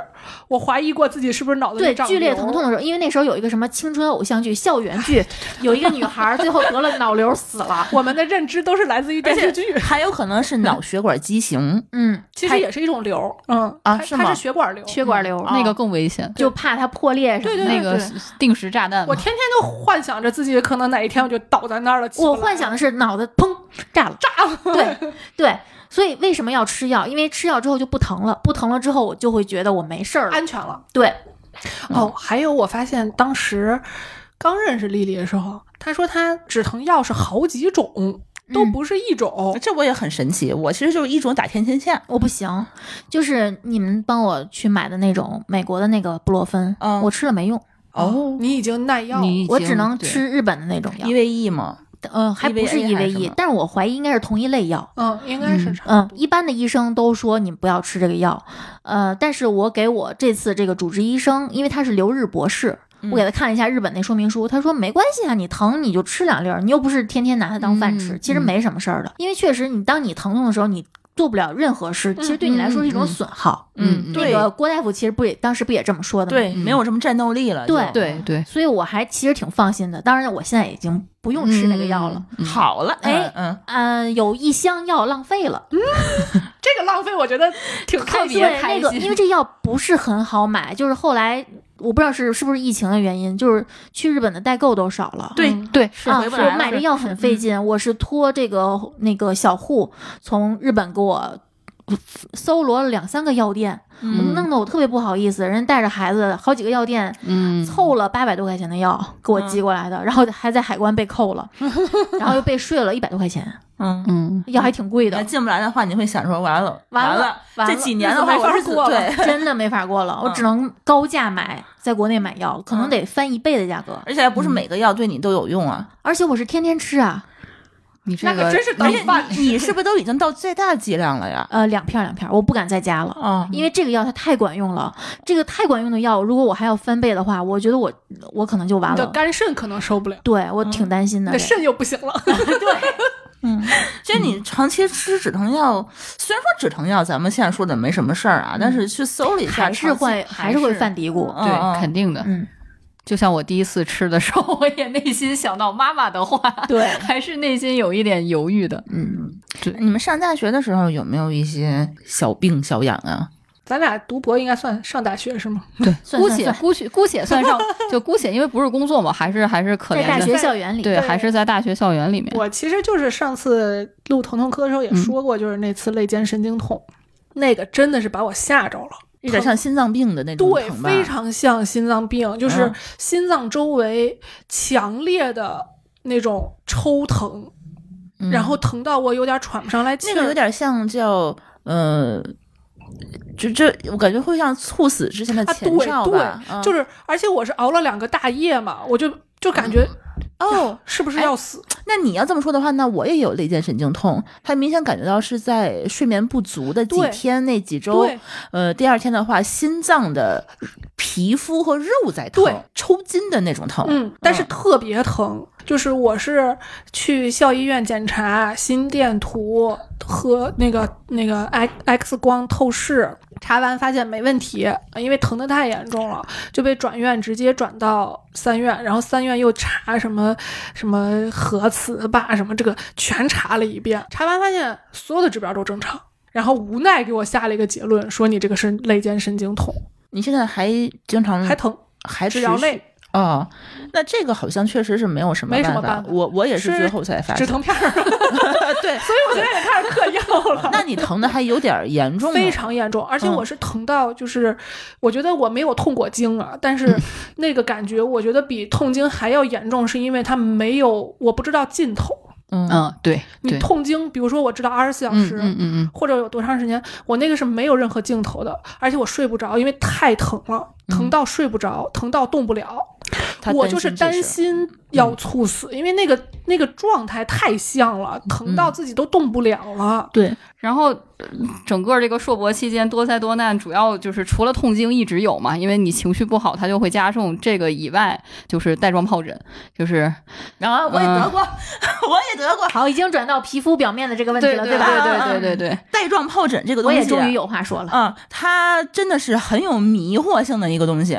Speaker 2: 我怀疑过自己是不是脑子
Speaker 3: 对
Speaker 2: 里长
Speaker 3: 剧烈
Speaker 2: 瘤
Speaker 3: 疼痛的时候，因为那时候有一个什么青春偶像剧、校园 剧，有一个女孩儿最后得了脑瘤死了。，
Speaker 2: 我们的认知都是来自于电视剧，
Speaker 5: 还有可能是 脑血管畸形
Speaker 3: 嗯，
Speaker 2: 其
Speaker 5: 它
Speaker 2: 实也是一种瘤，嗯
Speaker 5: 啊
Speaker 2: 它
Speaker 5: 是
Speaker 2: 它
Speaker 5: 吗
Speaker 2: 是血管瘤。
Speaker 3: 血管瘤、
Speaker 4: 那个更危险。
Speaker 3: 嗯哦就怕它破裂什么的。
Speaker 2: 对
Speaker 4: 那个定时炸弹嘛
Speaker 2: 我天天就幻想着自己可能哪一天我就倒在那儿了。起不
Speaker 3: 我
Speaker 2: 来
Speaker 3: 幻想的是脑子砰炸了，炸了。对对，所以为什么要吃药？因为吃药之后就不疼了，不疼了之后我就会觉得我没事儿了。
Speaker 2: 安全了。
Speaker 3: 对，
Speaker 2: 哦，还有我发现当时刚认识丽丽的时候，她说她止疼药是好几种，都
Speaker 3: 嗯
Speaker 2: 不是一种。
Speaker 5: 哦这我也很神奇。我其实就是一种打天线线，
Speaker 3: 我不行，就是你们帮我去买的那种美国的那个布洛芬，
Speaker 5: 嗯
Speaker 3: 我吃了没用，
Speaker 5: 哦
Speaker 2: 你已经耐药，
Speaker 4: 你已
Speaker 3: 我
Speaker 4: 经
Speaker 3: 只能
Speaker 4: 对
Speaker 3: 吃日本的那种药
Speaker 5: 一，v 一嘛，
Speaker 3: 嗯，还不是
Speaker 5: EVA 还是
Speaker 3: EVE，
Speaker 5: 什么
Speaker 3: 但是我怀疑应该是同一类药。
Speaker 2: 嗯，应该是差
Speaker 3: 嗯
Speaker 2: 不，多。
Speaker 3: 一般的医生都说你不要吃这个药，呃，但是我给我这次这个主治医生，因为他是留日博士，
Speaker 4: 嗯
Speaker 3: 我给他看了一下日本那说明书，他说没关系啊，你疼你就吃两粒儿，你又不是天天拿它当饭吃，
Speaker 4: 嗯
Speaker 3: 其实没什么事儿的。因为确实你当你疼痛的时候，你做不了任何事，其实对你来说是一种
Speaker 4: 嗯嗯
Speaker 3: 损耗。
Speaker 4: 嗯嗯
Speaker 3: 那个郭大夫其实不也当时不也这么说的吗？
Speaker 5: 对，没有什么战斗力了。
Speaker 3: 对
Speaker 5: 就
Speaker 4: 对对，
Speaker 3: 所以我还其实挺放心的。当然，我现在已经不用吃那个药了。
Speaker 4: 嗯。嗯
Speaker 5: 好了，嗯
Speaker 3: 哎
Speaker 5: 嗯，
Speaker 3: 嗯、有一箱药浪费了，
Speaker 2: 这个浪费我觉得挺
Speaker 4: 特
Speaker 2: 特
Speaker 4: 别
Speaker 2: 别。
Speaker 3: 对
Speaker 4: 开
Speaker 3: 那个，
Speaker 4: 心
Speaker 3: 因为这药不是很好买，就是后来我不知道是是不是疫情的原因，就是去日本的代购都少了。
Speaker 5: 对
Speaker 2: 嗯
Speaker 4: 对是
Speaker 3: 啊，
Speaker 5: 回不来
Speaker 3: 我
Speaker 5: 了
Speaker 3: 买这
Speaker 5: 是嗯
Speaker 3: 药很费劲，我是托这个那个小户从日本给我搜罗了两三个药店，
Speaker 5: 嗯
Speaker 3: 弄得我特别不好意思。人家带着孩子好几个药店
Speaker 4: 嗯，
Speaker 3: 凑了八百多块钱的药给
Speaker 5: 嗯
Speaker 3: 我寄过来的，然后还在海关被扣 了，然后又被税了一百多块钱，
Speaker 5: 嗯。
Speaker 4: 嗯，
Speaker 3: 药还挺贵
Speaker 5: 那
Speaker 3: 的，
Speaker 5: 进不来的话，你会想说完了，
Speaker 3: 完了
Speaker 5: 了，
Speaker 3: 完
Speaker 5: 这
Speaker 3: 了
Speaker 5: 几年
Speaker 2: 日
Speaker 5: 的
Speaker 2: 子
Speaker 5: 话，
Speaker 2: 没法
Speaker 5: 我是死
Speaker 2: 过了
Speaker 5: 对，
Speaker 3: 真的没法过了，我只能高价买，在国内买药，可能得翻一倍的价格，
Speaker 5: 而且还不是每个药对你都有用啊。
Speaker 3: 而且我是天天吃啊，
Speaker 4: 你这嗯
Speaker 2: 那可真是当
Speaker 5: 而且
Speaker 2: 饭
Speaker 5: 你你是不是都已经到最大剂量了呀？
Speaker 3: 呃，两片儿两片儿，我不敢再加了。
Speaker 5: 啊，
Speaker 3: 因为这个药它太管用了，这个太管用的药，如果我还要翻倍的话，我觉得我我可能就完
Speaker 2: 你的
Speaker 3: 了。
Speaker 2: 肝肾可能受不了，
Speaker 3: 对我挺担心
Speaker 2: 你
Speaker 3: 的。
Speaker 2: 的肾又不行了。
Speaker 5: 嗯，其实你长期吃止疼药，虽然说止疼药咱们现在说的没什么事儿啊，但是去搜了一下，
Speaker 3: 还是会
Speaker 5: 长期
Speaker 3: 还是会犯嘀咕。
Speaker 5: 嗯嗯
Speaker 4: 对，肯定的。
Speaker 3: 嗯，
Speaker 4: 就像我第一次吃的时候，我也内心想到妈妈的话，
Speaker 3: 对，
Speaker 4: 还是内心有一点犹豫的。
Speaker 3: 嗯，
Speaker 5: 你们上大学的时候有没有一些小病小痒啊？
Speaker 2: 咱俩读博应该算上大学是吗？
Speaker 3: 算
Speaker 4: 姑
Speaker 3: 算
Speaker 4: 且
Speaker 3: 算，
Speaker 4: 姑且姑且算上，就姑且，因为不是工作嘛，还是还是可
Speaker 3: 在大
Speaker 4: 怜的。
Speaker 3: 学校园里，
Speaker 4: 对，
Speaker 2: 对
Speaker 4: 还是在大学校园里面。
Speaker 2: 我其实就是上次录疼痛科的时候也说过，就是那次肋间神经痛，嗯那个真的是把我吓着了，
Speaker 5: 有点像心脏病的那种
Speaker 2: 对，
Speaker 5: 疼吧
Speaker 2: 非常像心脏病，就是
Speaker 5: 嗯
Speaker 2: 心脏周围强烈的那种抽疼，
Speaker 5: 嗯
Speaker 2: 然后疼到我有点喘不上来气
Speaker 5: 那
Speaker 2: 儿，
Speaker 5: 个有点像叫呃，就这我感觉会像猝死之前的
Speaker 2: 啊，
Speaker 5: 前兆吧，
Speaker 2: 对
Speaker 5: 嗯
Speaker 2: 对，就是是而且我是熬了两个大夜嘛，我就就感觉
Speaker 5: 哦，
Speaker 2: 是不是
Speaker 5: 哎
Speaker 2: 要死？
Speaker 5: 那你要这么说的话，那我也有肋间神经痛，还明显感觉到是在睡眠不足的几
Speaker 2: 对
Speaker 5: 天那几周
Speaker 2: 对，
Speaker 5: 呃，第二天的话，心脏的皮肤和肉在疼
Speaker 2: 对，
Speaker 5: 抽筋的那种疼。
Speaker 2: 嗯，但是特别疼。就是我是去校医院检查心电图和那个那个 X X 光透视，查完发现没问题，因为疼的太严重了，就被转院直接转到三院，然后三院又查什么什么核磁吧，什么这个全查了一遍，查完发现所有的指标都正常。然后无奈给我下了一个结论，说你这个是肋间神经痛，
Speaker 5: 你现在还经常
Speaker 2: 还疼，
Speaker 5: 嗯还
Speaker 2: 治疗
Speaker 5: 持续
Speaker 2: 肋，
Speaker 5: 哦，那这个好像确实是没有什么
Speaker 2: 没什
Speaker 5: 办
Speaker 2: 么
Speaker 5: 法。
Speaker 2: 办法
Speaker 5: 我我也是
Speaker 2: 吃
Speaker 5: 最后才发
Speaker 2: 止
Speaker 5: 现，
Speaker 2: 疼片儿。
Speaker 5: 对，
Speaker 2: 所以我昨天也开始嗑药了。
Speaker 5: 那你疼的还有点儿严重呢，
Speaker 2: 非常严重，而且我是疼到，就是、我觉得我没有痛过经啊，但是那个感觉，我觉得比痛经还要严重，是因为它没有，我不知道尽头。
Speaker 5: 嗯，
Speaker 4: 嗯，对
Speaker 2: 你
Speaker 4: 对，
Speaker 2: 痛经，比如说我知道二十四小
Speaker 4: 嗯
Speaker 2: 时，
Speaker 4: 嗯嗯
Speaker 2: 或者有多长时间，我那个是没有任何尽头的，而且我睡不着，因为太疼了，疼到睡不着，疼到动不了。
Speaker 5: 他
Speaker 2: 我
Speaker 5: 担
Speaker 2: 就是
Speaker 5: 心这
Speaker 2: 担
Speaker 5: 事儿
Speaker 2: 心要猝死，因为那个那个状态太像了，疼到自己都动不了了。
Speaker 5: 对，
Speaker 4: 嗯。然后呃整个这个硕博期间多灾多难，主要就是除了痛经一直有嘛，因为你情绪不好，它就会加重。这个以外，就是带状疱疹，就是
Speaker 5: 然后我也得过，我也得过
Speaker 3: 嗯 好，已经转到皮肤表面的这个问题了，
Speaker 4: 对
Speaker 3: 吧？啊嗯
Speaker 4: 对对对对
Speaker 5: 带状疱疹这个东
Speaker 3: 我
Speaker 5: 西，啊
Speaker 3: 也终于有话说了。
Speaker 5: 嗯，它真的是很有迷惑性的一个东西。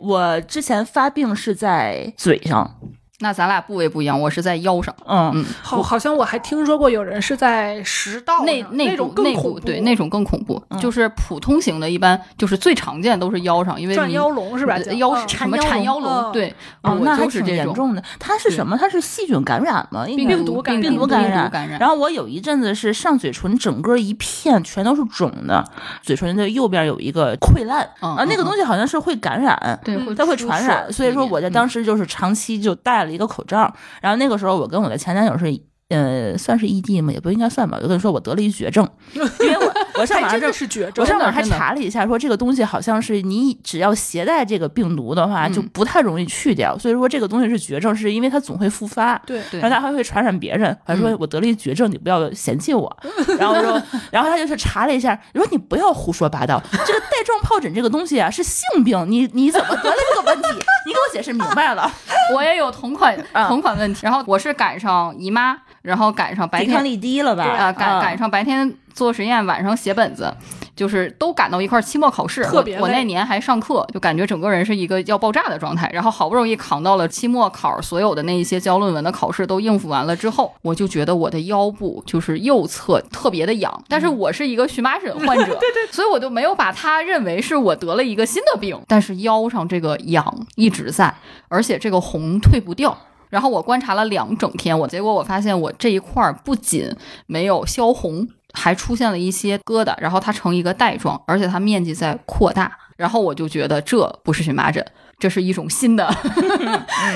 Speaker 5: 我之前发病是在嘴上，
Speaker 4: 那咱俩部位不一样，我是在腰上，
Speaker 5: 嗯，
Speaker 4: 嗯，
Speaker 2: 好，好像我还听说过有人是在食
Speaker 5: 哦
Speaker 2: 道
Speaker 4: 内
Speaker 2: 上
Speaker 4: 内
Speaker 2: 种
Speaker 4: 部
Speaker 2: 更
Speaker 4: 内
Speaker 2: 恐
Speaker 4: 部
Speaker 2: 怖，
Speaker 4: 对那种更恐怖，
Speaker 5: 嗯
Speaker 4: 就是普通型的，一般就是最常见都是腰上，因为
Speaker 2: 转
Speaker 4: 你
Speaker 2: 腰龙是吧？
Speaker 4: 呃
Speaker 2: 叫
Speaker 4: 腰
Speaker 2: 嗯
Speaker 4: 什么缠腰
Speaker 2: 腰龙
Speaker 4: 龙，对，
Speaker 5: 哦，
Speaker 4: 我
Speaker 5: 那还
Speaker 4: 就是
Speaker 5: 挺
Speaker 4: 这
Speaker 5: 严
Speaker 4: 种
Speaker 5: 重的。它是什么？它是细菌感染吗？应该
Speaker 2: 病毒感染
Speaker 5: 病毒
Speaker 4: 感
Speaker 5: 感染。
Speaker 4: 感染
Speaker 5: 然后我有一阵子是上嘴唇整个一片全都是肿的，嘴唇的右边有一个溃烂，
Speaker 4: 嗯
Speaker 5: 啊，那个
Speaker 4: 嗯
Speaker 5: 东西好像是会感染，
Speaker 4: 对，
Speaker 2: 嗯
Speaker 4: 会
Speaker 5: 它会
Speaker 4: 出
Speaker 5: 传
Speaker 4: 水
Speaker 5: 染，所以说我在当
Speaker 4: 时
Speaker 5: 时就是长期就戴了一个口罩。然后那个时候我跟我的前男友是。呃，算是异地吗？也不应该算吧。我跟你说，我得了一绝 症，因为我我上
Speaker 2: 还
Speaker 5: 网上
Speaker 2: 真
Speaker 5: 就
Speaker 2: 的是绝症啊
Speaker 5: 我。上网还
Speaker 4: 真的
Speaker 5: 查了一下，说这个东西好像是你只要携带这个病毒的话，
Speaker 4: 嗯
Speaker 5: 就不太容易去掉。所以说这个东西是绝症，是因为它总会复发。
Speaker 2: 对，
Speaker 4: 对
Speaker 5: 然后他还会传染别人，还说
Speaker 4: 嗯
Speaker 5: 我得了一绝症，你不要嫌弃 我。然后说，然后他就去查了一下，说你不要胡说八道，这个带状疱疹这个东西啊是性病，你你怎么得了这个问题？ 你给我解释明白了。
Speaker 4: 我也有同款
Speaker 5: 啊
Speaker 4: 同款问题，然后我是赶上姨妈，然后赶上白天
Speaker 5: 力低了吧嗯
Speaker 4: 啊赶赶上白天做实验，晚上写本子。就是都赶到一块儿，期末考试，
Speaker 2: 特别
Speaker 4: 我。我那
Speaker 2: 累
Speaker 4: 年还上课，就感觉整个人是一个要爆炸的状态。然后好不容易扛到了期末考，所有的那一些交论文的考试都应付完了之后，我就觉得我的腰部就是右侧特别的痒。但是我是一个荨麻疹患者，对对，所以我就没有把它认为是我得了一个新的病。但是腰上这个痒一直在，而且这个红退不掉。然后我观察了两整天，我结果我发现我这一块儿不仅没有消红，还出现了一些疙瘩，然后它呈一个带状，而且它面积在扩大。然后我就觉得这不是荨麻疹，这是一种新的、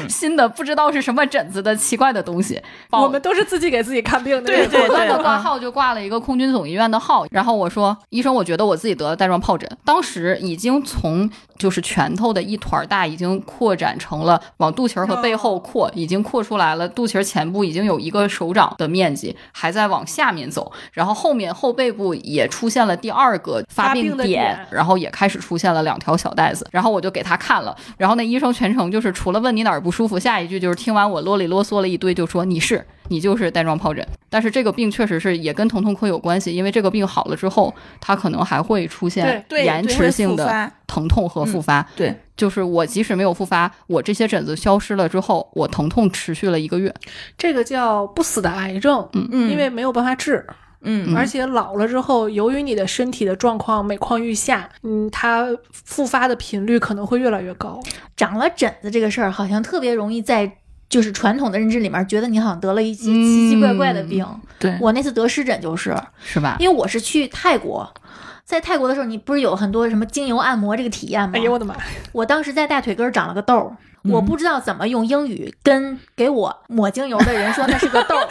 Speaker 4: 新的不知道是什么疹子的奇怪的东西。把
Speaker 2: 嗯我们都是自己给自己看病的人。
Speaker 5: 对对
Speaker 4: 我
Speaker 5: 对
Speaker 4: 刚
Speaker 5: 嗯
Speaker 4: 刚挂号就挂了一个空军总医院的号，然后我说医生，我觉得我自己得了带状疱疹，当时已经从就是拳头的一团大已经扩展成了往肚脐儿和背后扩，已经扩出来了，肚脐儿前部已经有一个手掌的面积，还在往下面走，然后后面后背部也出现了第二个发
Speaker 2: 发
Speaker 4: 病
Speaker 2: 病的点
Speaker 4: 然后也开始出现了两条小带子，然后我就给他看了，然后那医生全程就是除了问你哪儿不舒服，下一句就是听完我啰里啰嗦了一堆，就说你是你就是带状疱疹，但是这个病确实是也跟疼痛科有关系，因为这个病好了之后，它可能还会出现
Speaker 5: 对对
Speaker 4: 延
Speaker 5: 它
Speaker 4: 迟
Speaker 5: 会
Speaker 4: 性
Speaker 5: 复
Speaker 4: 的
Speaker 5: 发嗯
Speaker 4: 疼痛和复发。
Speaker 5: 对，
Speaker 4: 就是我即使没有复发，我这些疹子消失了之后，我疼痛持续了一个月。
Speaker 2: 这个叫不死的癌症，
Speaker 5: 嗯，
Speaker 2: 因为没有办法治，
Speaker 5: 嗯
Speaker 2: 而且老了之后，由于你的身体的状况每况愈下，嗯，它复发的频率可能会越来越高。
Speaker 3: 长了疹子这个事儿，好像特别容易在就是传统的认知里面，觉得你好像得了一些
Speaker 4: 嗯
Speaker 3: 奇奇怪怪的病。
Speaker 5: 对
Speaker 3: 我那次得湿疹就是，
Speaker 4: 是吧？
Speaker 3: 因为我是去泰国。在泰国的时候，你不是有很多什么精油按摩这个体验吗？
Speaker 2: 哎呀，我的妈！
Speaker 3: 我当时在大腿根儿长了个痘儿，我
Speaker 2: 嗯
Speaker 3: 不知道怎么用英语跟给我抹精油的人说那是个痘儿，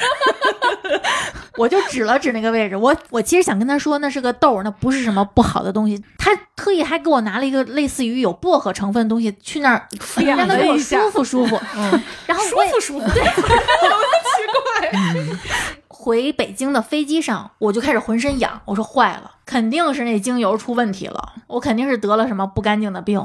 Speaker 3: 我就指了指那个位置。我我其实想跟他说，那是个豆儿，那不是什么不好的东西。他特意还给我拿了一个类似于有薄荷成分的东西去那儿，
Speaker 2: 点
Speaker 3: 让他
Speaker 2: 了
Speaker 3: 给我
Speaker 2: 一下嗯
Speaker 3: 舒服舒服。然后
Speaker 2: 舒
Speaker 3: 我也
Speaker 2: 服舒 服，对，有点奇怪。
Speaker 3: 回北京的飞机上，我就开始浑身痒，我说坏了，肯定是那精油出问题了，我肯定是得了什么不干净的病，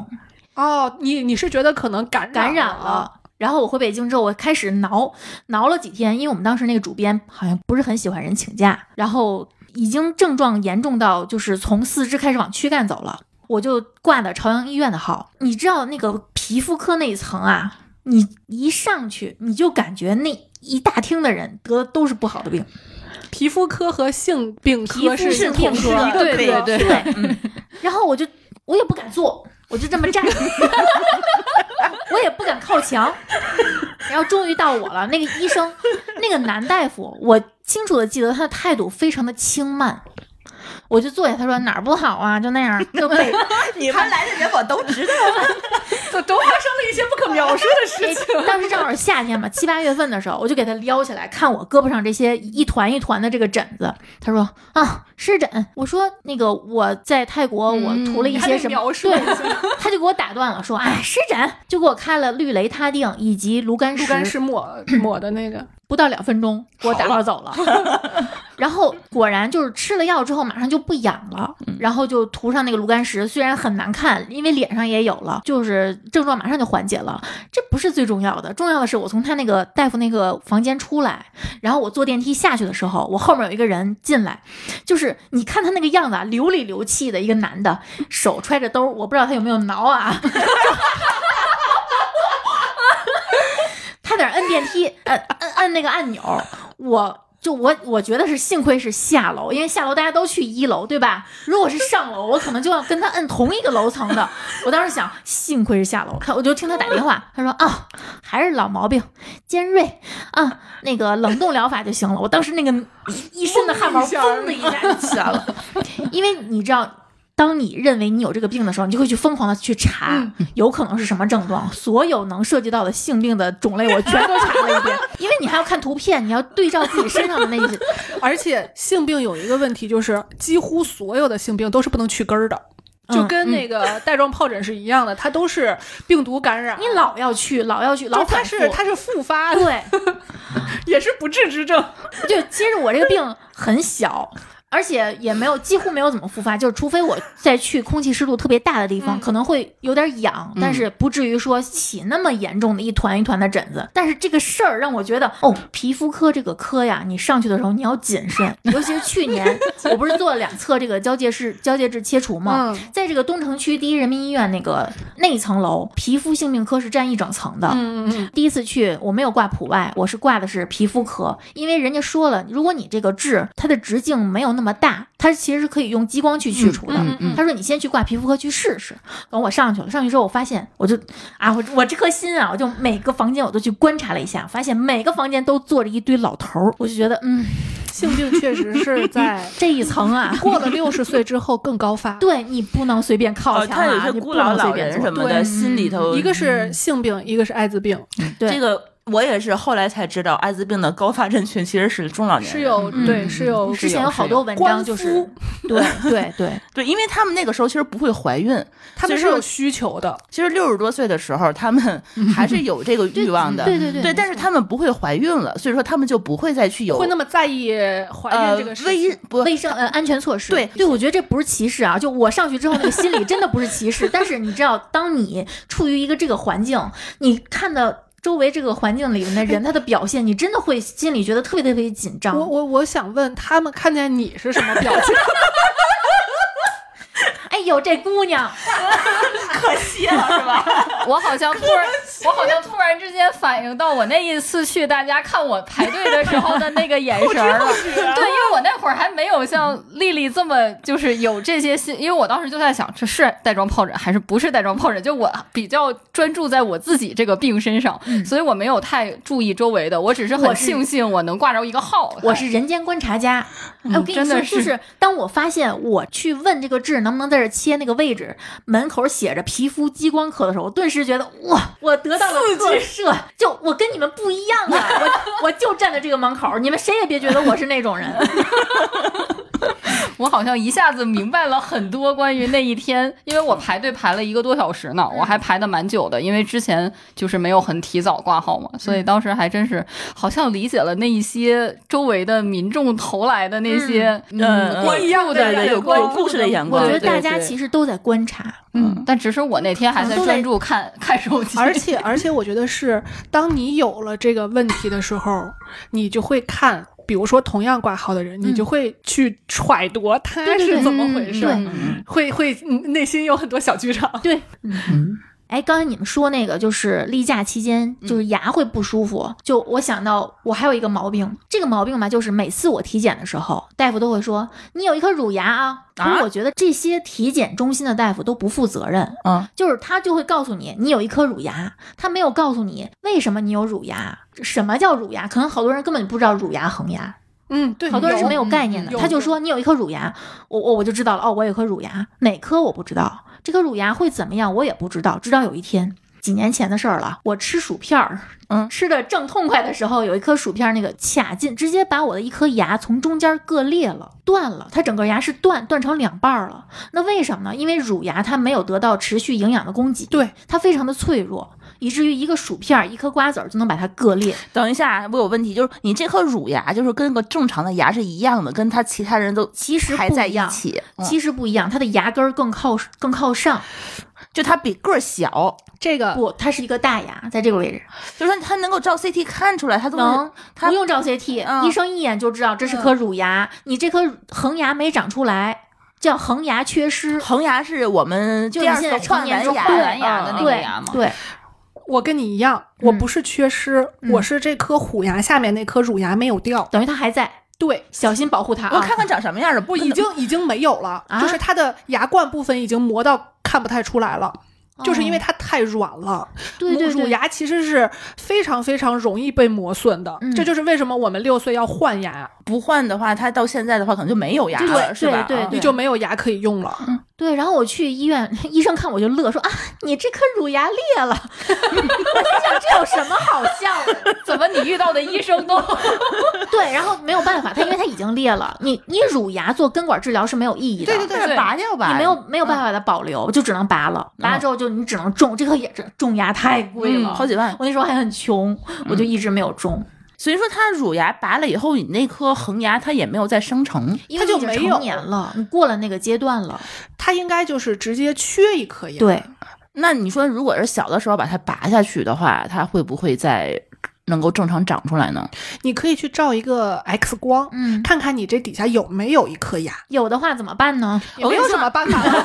Speaker 2: 哦，你你是觉得可能感
Speaker 3: 感染
Speaker 2: 染
Speaker 3: 了。然后我回北京之后，我开始挠挠了几天，因为我们当时那个主编好像不是很喜欢人请假，然后已经症状严重到就是从四肢开始往躯干走了，我就挂的朝阳医院的号。你知道那个皮肤科那一层啊，你一上去你就感觉那一大厅的人得的都是不好的病。
Speaker 2: 皮肤科和性病
Speaker 3: 皮
Speaker 2: 科
Speaker 3: 肤
Speaker 2: 是
Speaker 3: 是
Speaker 2: 同
Speaker 3: 病科，
Speaker 2: 科，
Speaker 4: 对
Speaker 2: 科
Speaker 4: 对
Speaker 3: 对，然后我就我也不敢坐，我就这么站着， 我也不敢靠墙。然后终于到我了，那个医生，那个男大夫，我清楚的记得他的态度非常的轻慢。我就坐下，他说哪儿不好啊，就那样，就被
Speaker 5: 你们来的人我都知道。
Speaker 2: 都 都发生了一些不可描述的事情。
Speaker 3: 当时正好是夏天嘛，七八月份的时候，我就给他撩起来，看我胳膊上这些一团一团的这个疹子。他说啊，湿疹。我说那个我在泰国我
Speaker 4: 嗯
Speaker 3: 涂了一
Speaker 2: 还
Speaker 3: 些
Speaker 2: 得
Speaker 3: 什么，
Speaker 2: 描述
Speaker 3: 对
Speaker 2: 一下，
Speaker 3: 他就给我打断了，说哎湿疹，就给我开了氯雷他定以及炉甘
Speaker 2: 鹿
Speaker 3: 石，
Speaker 2: 肝是抹抹的那个，
Speaker 3: 不到两分钟给我打发走了。 然后果然就是吃了药之后马上就不痒了，然后就涂上那个炉甘石，虽然很难看，因为脸上也有了，就是症状马上就缓解了。这不是最重要的，重要的是我从他那个大夫那个房间出来，然后我坐电梯下去的时候，我后面有一个人进来，就是你看他那个样子啊，流里流气的一个男的，手揣着兜儿，我不知道他有没有挠啊。他在那儿摁电梯，摁摁摁那个按钮，我就我我觉得是幸亏是下楼，因为下楼大家都去一楼，对吧？如果是上楼，我可能就要跟他摁同一个楼层的。我当时想，幸亏是下楼，他我就听他打电话，他说啊，还是老毛病，尖锐啊，那个冷冻疗法就行了。我当时那个一一身的汗毛，
Speaker 2: 嗡
Speaker 3: 嗡
Speaker 2: 的
Speaker 3: 的
Speaker 2: 一
Speaker 3: 一
Speaker 2: 下
Speaker 3: 下就起来了， 因为你知道。当你认为你有这个病的时候，你就会去疯狂的去查，
Speaker 2: 嗯
Speaker 3: 有可能是什么症状，所有能涉及到的性病的种类我全都查了一遍， 因为你还要看图片，你要对照自己身上的 那一些，
Speaker 2: 而且性病有一个问题，就是几乎所有的性病都是不能去根儿的。就
Speaker 3: 嗯
Speaker 2: 跟那个带状疱疹是一样的，它都是病毒感染，
Speaker 3: 你老要去，老要去，
Speaker 2: 就
Speaker 3: 老
Speaker 2: 它
Speaker 3: 反
Speaker 2: 是
Speaker 3: 复
Speaker 2: 它是复发的，
Speaker 3: 对，
Speaker 2: 也是不治之症。
Speaker 3: 就其实我这个病很小。而且也没有，几乎没有怎么复发，就是除非我再去空气湿度特别大的地方，
Speaker 2: 嗯
Speaker 3: 可能会有点痒，但是不至于说起那么严重的一团一团的疹子。但是这个事儿让我觉得，哦，皮肤科这个科呀，你上去的时候你要谨慎，尤其是去年我不是做了两侧这个交界式交界质切除吗？
Speaker 2: 嗯
Speaker 3: 在这个东城区第一人民医院那个那一层楼，皮肤性病科是占一整层的。
Speaker 2: 嗯嗯
Speaker 3: 第一次去，我没有挂普外，我是挂的是皮肤科，因为人家说了，如果你这个痣它的直径没有那么大，它其实是可以用激光去去除的。
Speaker 2: 嗯嗯
Speaker 3: 他说你先去挂皮肤科去试试。等我上去了，上去之后我发现，我就啊，我我这颗心啊，我就每个房间我都去观察了一下，发现每个房间都坐着一堆老头儿，我就觉得嗯，
Speaker 2: 性病确实是在
Speaker 3: 这一层啊
Speaker 2: ，
Speaker 5: 哦
Speaker 2: 过了六十岁之后更高发。
Speaker 3: 对你不能随便靠
Speaker 5: 哦，
Speaker 3: 墙
Speaker 5: 他有
Speaker 3: 啊，
Speaker 5: 些
Speaker 3: 你
Speaker 5: 孤
Speaker 3: 不
Speaker 5: 老
Speaker 3: 能随
Speaker 5: 老
Speaker 3: 便
Speaker 5: 人
Speaker 3: 坐。
Speaker 5: 什么嗯的，心里头
Speaker 2: 一个是性病，一个是艾滋病，
Speaker 3: 对
Speaker 5: 这个，我也是后来才知道，艾滋病的高发人群其实是中老年人，
Speaker 2: 是有
Speaker 4: 嗯
Speaker 2: 对
Speaker 4: 嗯
Speaker 2: 是有
Speaker 3: 之 前有好多文
Speaker 2: 光
Speaker 5: 哦
Speaker 3: 章啊就是
Speaker 2: 夫，，
Speaker 3: 对对对，
Speaker 5: 对，因为他们那个时候其实不会怀孕，
Speaker 2: 他们是有需求的，
Speaker 5: 其实六十多岁的时候，他 们还是有这个欲望的，
Speaker 3: 对对对
Speaker 5: 对，但是他们不会怀孕了，所以说他们就不会再去有
Speaker 2: 会那么在意怀
Speaker 5: 呃
Speaker 2: 孕这个事
Speaker 5: 危
Speaker 2: 情。
Speaker 5: 不
Speaker 3: 卫生呃安全措施。
Speaker 5: 对
Speaker 3: 对，我觉得这不是歧视啊，就我上去之后那个心理真的不是歧视， 但是你知道，当你处于一个这个环境，你看到周围这个环境里面的人他的表现，你真的会心里觉得特别特别紧张。
Speaker 2: 我我我想问，他们看见你是什么表 情？
Speaker 3: 哎呦，这姑娘，
Speaker 5: 可惜了是吧？
Speaker 4: 我好像突然，我好像突然之间反应到我那一次去大家看我排队的时候的那个眼神儿了。
Speaker 3: 啊
Speaker 4: 对，因为我那会儿还没有像丽丽这么就是有这些心，因为我当时就在想，这是带状疱疹还是不是带状疱疹？就我比较专注在我自己这个病身上，所以我没有太注意周围的，我只是很
Speaker 3: 嗯我是
Speaker 4: 庆幸我能挂着一个号。
Speaker 3: 我是人间观察家。哎，我跟你
Speaker 4: 哎真的
Speaker 3: 说，
Speaker 4: 是
Speaker 3: 就是当我发现我去问这个痣能不能在这儿切那个位置，门口写着皮肤激光科的时候，我顿时觉得哇，我得
Speaker 2: 得到了
Speaker 3: 四居社，就我跟你们不一样啊！我 我就站在这个门口，你们谁也别觉得我是那种人。
Speaker 4: 我好像一下子明白了很多关于那一天，因为我排队排了一个多小时呢，我还排的蛮久的，因为之前就是没有很提早挂号嘛，所以当时还真是好像理解了那一些周围的民众投来的那些
Speaker 5: 嗯
Speaker 4: 嗯关注的
Speaker 5: 对
Speaker 4: 人
Speaker 5: 有有故事的眼
Speaker 3: 我
Speaker 5: 光，
Speaker 3: 觉得
Speaker 5: 对
Speaker 3: 大家
Speaker 5: 对
Speaker 3: 其实都在观察，
Speaker 4: 嗯，但只是我那天还在专注看看手机，
Speaker 2: 而且而且，我觉得是当你有了这个问题的时候，你就会看，比如说同样挂号的人，你就会去揣度啊他
Speaker 3: 嗯对对对
Speaker 2: 是怎么回事，
Speaker 3: 对
Speaker 4: 嗯
Speaker 2: 会会嗯内心有很多小剧场。
Speaker 3: 对，
Speaker 4: 嗯
Speaker 3: 哎，刚才你们说那个就是例假期间，
Speaker 5: 嗯
Speaker 3: 就是牙会不舒服。就我想到我还有一个毛病，这个毛病吧，就是每次我体检的时候，大夫都会说你有一颗乳牙啊。可
Speaker 5: 啊
Speaker 3: 是我觉得这些体检中心的大夫都不负责任，
Speaker 5: 嗯，
Speaker 3: 就是他就会告诉你你有一颗乳牙，他没有告诉你为什么你有乳牙，什么叫乳牙？可能好多人根本不知道乳牙、恒牙，
Speaker 2: 嗯， 对，
Speaker 3: 好多人是没有
Speaker 2: 嗯
Speaker 3: 概念的。
Speaker 2: 有
Speaker 3: 他就
Speaker 2: 有
Speaker 3: 说你有一颗乳牙，我我我就知道了，哦，我有一颗乳牙，哪颗我不知道，这颗乳牙会怎么样我也不知道。直到有一天，几年前的事儿了，我吃薯片儿，
Speaker 5: 嗯
Speaker 3: 吃的正痛快的时候，有一颗薯片儿那个卡进，直接把我的一颗牙从中间硌裂了，断了，它整个牙是断断成两半儿了。那为什么呢？因为乳牙它没有得到持续营养的供给，
Speaker 2: 对，
Speaker 3: 它非常的脆弱。以至于一个薯片儿、一颗瓜子儿就能把它硌裂，
Speaker 5: 等一下，我有问题，就是你这颗乳牙就是跟个正常的牙是一样的，跟它其他人都
Speaker 3: 其实
Speaker 5: 排
Speaker 3: 不
Speaker 5: 在
Speaker 3: 一
Speaker 5: 一
Speaker 3: 样
Speaker 5: 起，嗯
Speaker 3: 其实不一样，它的牙根儿更靠更靠上，
Speaker 5: 嗯就它比个儿小，
Speaker 2: 这个
Speaker 5: 呃
Speaker 3: 不，它是一个大牙，在这个位置，
Speaker 5: 就是说它能够照 CT 看出来，它都是
Speaker 3: 能
Speaker 5: 它
Speaker 3: 不用照 CT，、
Speaker 5: 嗯
Speaker 3: 医生一眼就知道这是颗乳牙，你这颗恒牙没长出来，叫恒牙缺失。
Speaker 5: 恒牙是我们
Speaker 3: 就
Speaker 5: 第
Speaker 3: 你
Speaker 5: 二
Speaker 3: 现在
Speaker 5: 次换
Speaker 3: 成年
Speaker 5: 完
Speaker 3: 之后
Speaker 5: 牙，
Speaker 4: 换完牙的那个
Speaker 3: 对
Speaker 4: 牙嘛
Speaker 3: 对，
Speaker 2: 我跟你一样，我不是缺失，
Speaker 3: 嗯
Speaker 2: 我是这颗虎牙下面那颗乳牙没有掉。
Speaker 3: 等于它还在，
Speaker 2: 对，
Speaker 3: 小心保护它
Speaker 5: 我
Speaker 3: 啊。
Speaker 5: 看看长什么样的，不
Speaker 2: 已经已经没有了，就是它的牙冠部分已经磨到看不太出来了，就是因为
Speaker 3: 哦
Speaker 2: 它太软了。
Speaker 3: 对对对
Speaker 2: 乳牙其实是非常非常容易被磨损的，
Speaker 3: 嗯
Speaker 2: 这就是为什么我们六岁要换牙，
Speaker 5: 不换的话，它到现在的话可能就没有牙了，
Speaker 3: 对
Speaker 5: 是吧？
Speaker 3: 对对对嗯
Speaker 5: 嗯
Speaker 2: 你就没有牙可以用了。
Speaker 3: 对。然后我去医院， 医生看我就乐说啊，你这颗乳牙裂了。 我心想这有什么好笑的？
Speaker 4: 怎么你遇到的医生都
Speaker 3: 对，然后没有办法，它因为它已经裂了，你你乳牙做根管治疗是没有意义的。
Speaker 5: 对对对，嗯拔掉吧，
Speaker 3: 你没有没有办法把它保留，就只能拔了。拔了之后就你只能种，这颗也是种牙太贵了，
Speaker 4: 嗯
Speaker 5: 好几嗯万。
Speaker 3: 我那时候还很穷，我就一直没有种，
Speaker 5: 所以说，它乳牙拔了以后，你那颗恒牙它也没有再生成。
Speaker 3: 因为
Speaker 2: 它
Speaker 3: 你
Speaker 2: 就
Speaker 3: 已经
Speaker 2: 没有
Speaker 3: 成年了，你过了那个阶段了。
Speaker 2: 它应该就是直接缺一颗牙。
Speaker 3: 对，
Speaker 5: 那你说，如果是小的时候把它拔下去的话，它会不会再能够正常长出来呢？
Speaker 2: 你可以去照一个 X 光，
Speaker 3: 嗯，
Speaker 2: 看看你这底下有没有一颗牙，
Speaker 3: 有的话怎么办呢？
Speaker 2: 也没有什么办法了。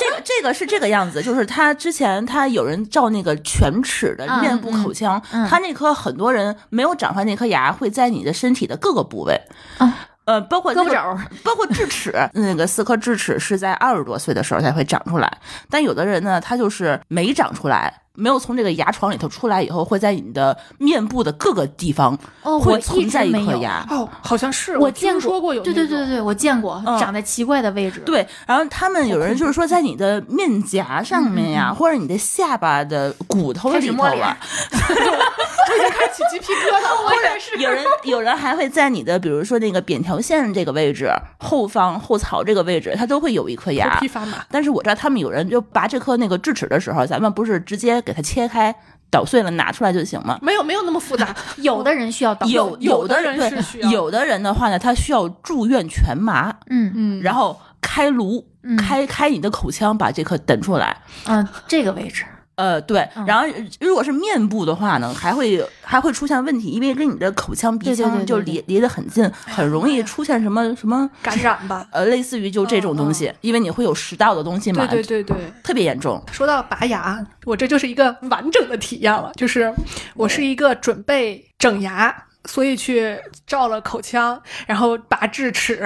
Speaker 5: 这个这个是这个样子，就是他之前他有人照那个全齿的
Speaker 3: 嗯
Speaker 5: 面部口腔，
Speaker 3: 嗯嗯
Speaker 5: 他那颗很多人没有长出来那颗牙会在你的身体的各个部位，
Speaker 3: 啊
Speaker 5: 呃，包括那
Speaker 3: 胳
Speaker 5: 个
Speaker 3: 膊肘儿，
Speaker 5: 包括智齿，那个四颗智齿是在二十多岁的时候才会长出来，但有的人呢，他就是没长出来。没有从这个牙床里头出来以后，会在你的面部的各个地方
Speaker 3: 哦，我
Speaker 5: 会
Speaker 3: 一
Speaker 5: 存
Speaker 3: 直
Speaker 5: 在一
Speaker 3: 没
Speaker 5: 颗
Speaker 3: 有。
Speaker 5: 牙。
Speaker 2: 哦，好像是
Speaker 3: 我见
Speaker 2: 听
Speaker 3: 过
Speaker 2: 说过有
Speaker 3: 对对对对
Speaker 2: 对，
Speaker 3: 对，我见过，
Speaker 5: 嗯
Speaker 3: 长在奇怪的位置。，
Speaker 5: 对，然后他们有人就是说，在你的面颊上面呀、或者你的下巴的骨头
Speaker 3: 开
Speaker 5: 里
Speaker 3: 始
Speaker 5: 头
Speaker 3: 摸脸
Speaker 5: 啊，
Speaker 2: 我已经开始起鸡皮疙 瘩了。
Speaker 5: 有人有人还会在你的比如说那个扁条线这个位置、后方后槽这个位置，它都会有一颗牙
Speaker 2: 头皮。发麻，
Speaker 5: 但是我知道他们有人就拔这颗那个智齿的时候，咱们不是直接给它切开、捣碎了拿出来就行吗？
Speaker 2: 没有没有那么复 杂，
Speaker 3: 有的人需要导
Speaker 5: 有
Speaker 2: 有
Speaker 5: 的
Speaker 2: 的
Speaker 5: 人
Speaker 2: 人
Speaker 5: 对
Speaker 2: 是需要
Speaker 5: 有的人的话呢，他需要住院全麻，
Speaker 3: 嗯嗯
Speaker 5: 然后开颅
Speaker 3: 嗯，
Speaker 5: 开开你的口腔，把这颗等出来。
Speaker 3: 嗯，这个位置，
Speaker 5: 呃，对
Speaker 3: 嗯，
Speaker 5: 然后呃如果是面部的话呢，还会还会出现问题，因为跟你的口腔、鼻
Speaker 3: 对对对
Speaker 5: 腔
Speaker 3: 对
Speaker 5: 就
Speaker 3: 对
Speaker 5: 离离得很近，很容易出现什么什么
Speaker 2: 感染吧。
Speaker 5: 呃，类似于就这种东西，因为你会有食道的东西嘛，
Speaker 2: 对对对对，
Speaker 5: 特别严重。
Speaker 2: 说到拔牙，我这就是一个完整的体验了，就是我是一个准备整牙。所以去照了口腔，然后拔智齿，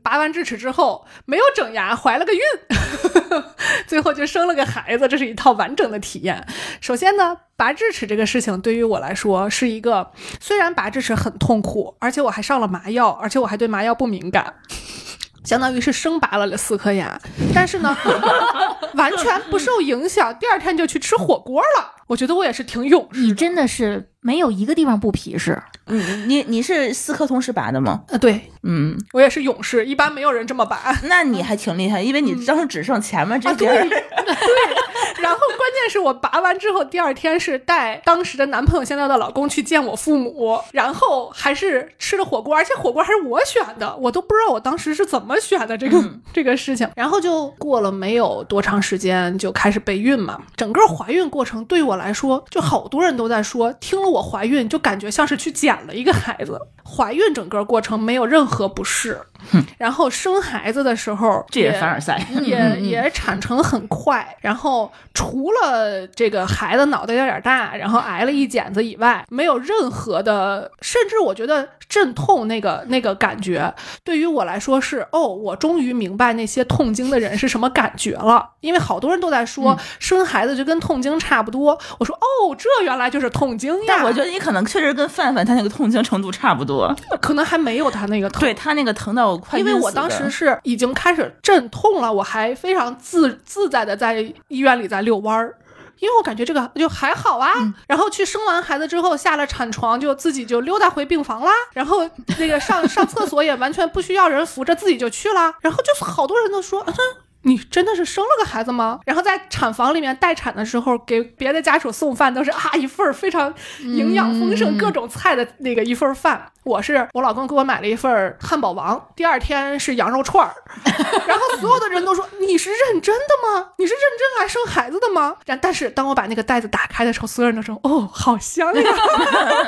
Speaker 2: 拔完智齿之后没有整牙，怀了个孕， 最后就生了个孩子，这是一套完整的体验。首先呢，拔智齿这个事情对于我来说是一个，虽然拔智齿很痛苦，而且我还上了麻药，而且我还对麻药不敏感，相当于是生拔了四颗牙，但是呢，完全不受影响，第二天就去吃火锅了。我觉得我也是挺勇
Speaker 3: 你真的是没有一个地方不皮实。
Speaker 5: 你嗯你你是四颗同时拔的吗？
Speaker 2: 呃，对
Speaker 5: 嗯，
Speaker 2: 我也是勇士，一般没有人这么拔。
Speaker 5: 那你还挺厉害，因为你当时只剩前面这
Speaker 2: 啊，对
Speaker 5: 边 儿。
Speaker 2: 对，然后关键是我拔完之后，第二天是带当时的男朋友现在的老公去见我父母，然后还是吃了火锅，而且火锅还是我选的，我都不知道我当时是怎么选的这个、这个事情。然后就过了没有多长时间，就开始备孕嘛。整个怀孕过程对我来说，就好多人都在说，听了我怀孕就感觉像是去捡了一个孩子。怀孕整个过程没有任何不适，然后生孩子的时候
Speaker 5: 这也是凡尔赛，
Speaker 2: 也
Speaker 5: 嗯
Speaker 2: 也产程很快。然后除了这个孩子脑袋有点大，然后挨了一剪子以外，没有任何的，甚至我觉得阵痛那个那个感觉，对于我来说是哦，我终于明白那些痛经的人是什么感觉了。因为好多人都在说、
Speaker 5: 嗯
Speaker 2: 生孩子就跟痛经差不多，我说哦，这原来就是痛经呀。
Speaker 5: 但我觉得你可能确实跟范范他那个痛经程度差不多，
Speaker 2: 可能还没有他那个痛。
Speaker 5: 对他那个疼到我快
Speaker 2: 因为
Speaker 5: 晕
Speaker 2: 我
Speaker 5: 死
Speaker 2: 当
Speaker 5: 的
Speaker 2: 时是已经开始阵痛了，我还非常自自在的在医院里在遛弯儿。因为我感觉这个就还好啊，
Speaker 5: 嗯
Speaker 2: 然后去生完孩子之后下了产床，就自己就溜达回病房啦，然后那个 上上厕所也完全不需要人扶着，自己就去啦。然后就是好多人都说，嗯，你真的是生了个孩子吗？然后在产房里面待产的时候，给别的家属送饭都是啊一份儿非常营养丰
Speaker 5: 嗯
Speaker 2: 盛、各种菜的那个一份儿饭。我是我老公给我买了一份儿汉堡王，第二天是羊肉串儿， 然后所有的人都说你是认真的吗？你是认真来生孩子的吗？然但是当我把那个袋子打开的时候，所有人都说哦，好香呀，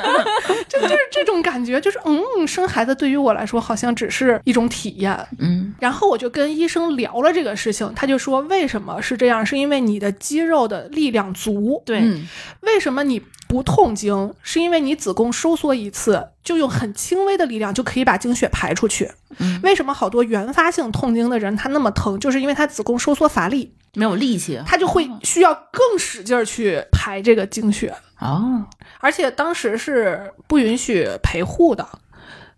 Speaker 2: 就就是这种感觉，就是嗯，生孩子对于我来说好像只是一种体验，
Speaker 5: 嗯，
Speaker 2: 然后我就跟医生聊了这个事情，他就说为什么是这样？是因为你的肌肉的力量足。
Speaker 5: 对、
Speaker 4: 嗯，
Speaker 2: 为什么你不痛经？是因为你子宫收缩一次，就用很轻微的力量就可以把经血排出去。
Speaker 5: 嗯
Speaker 2: 为什么好多原发性痛经的人他那么疼，就是因为他子宫收缩乏力，
Speaker 5: 没有力气哦
Speaker 2: 他就会需要更使劲儿去排这个经血。
Speaker 5: 哦，
Speaker 2: 而且当时是不允许陪护的，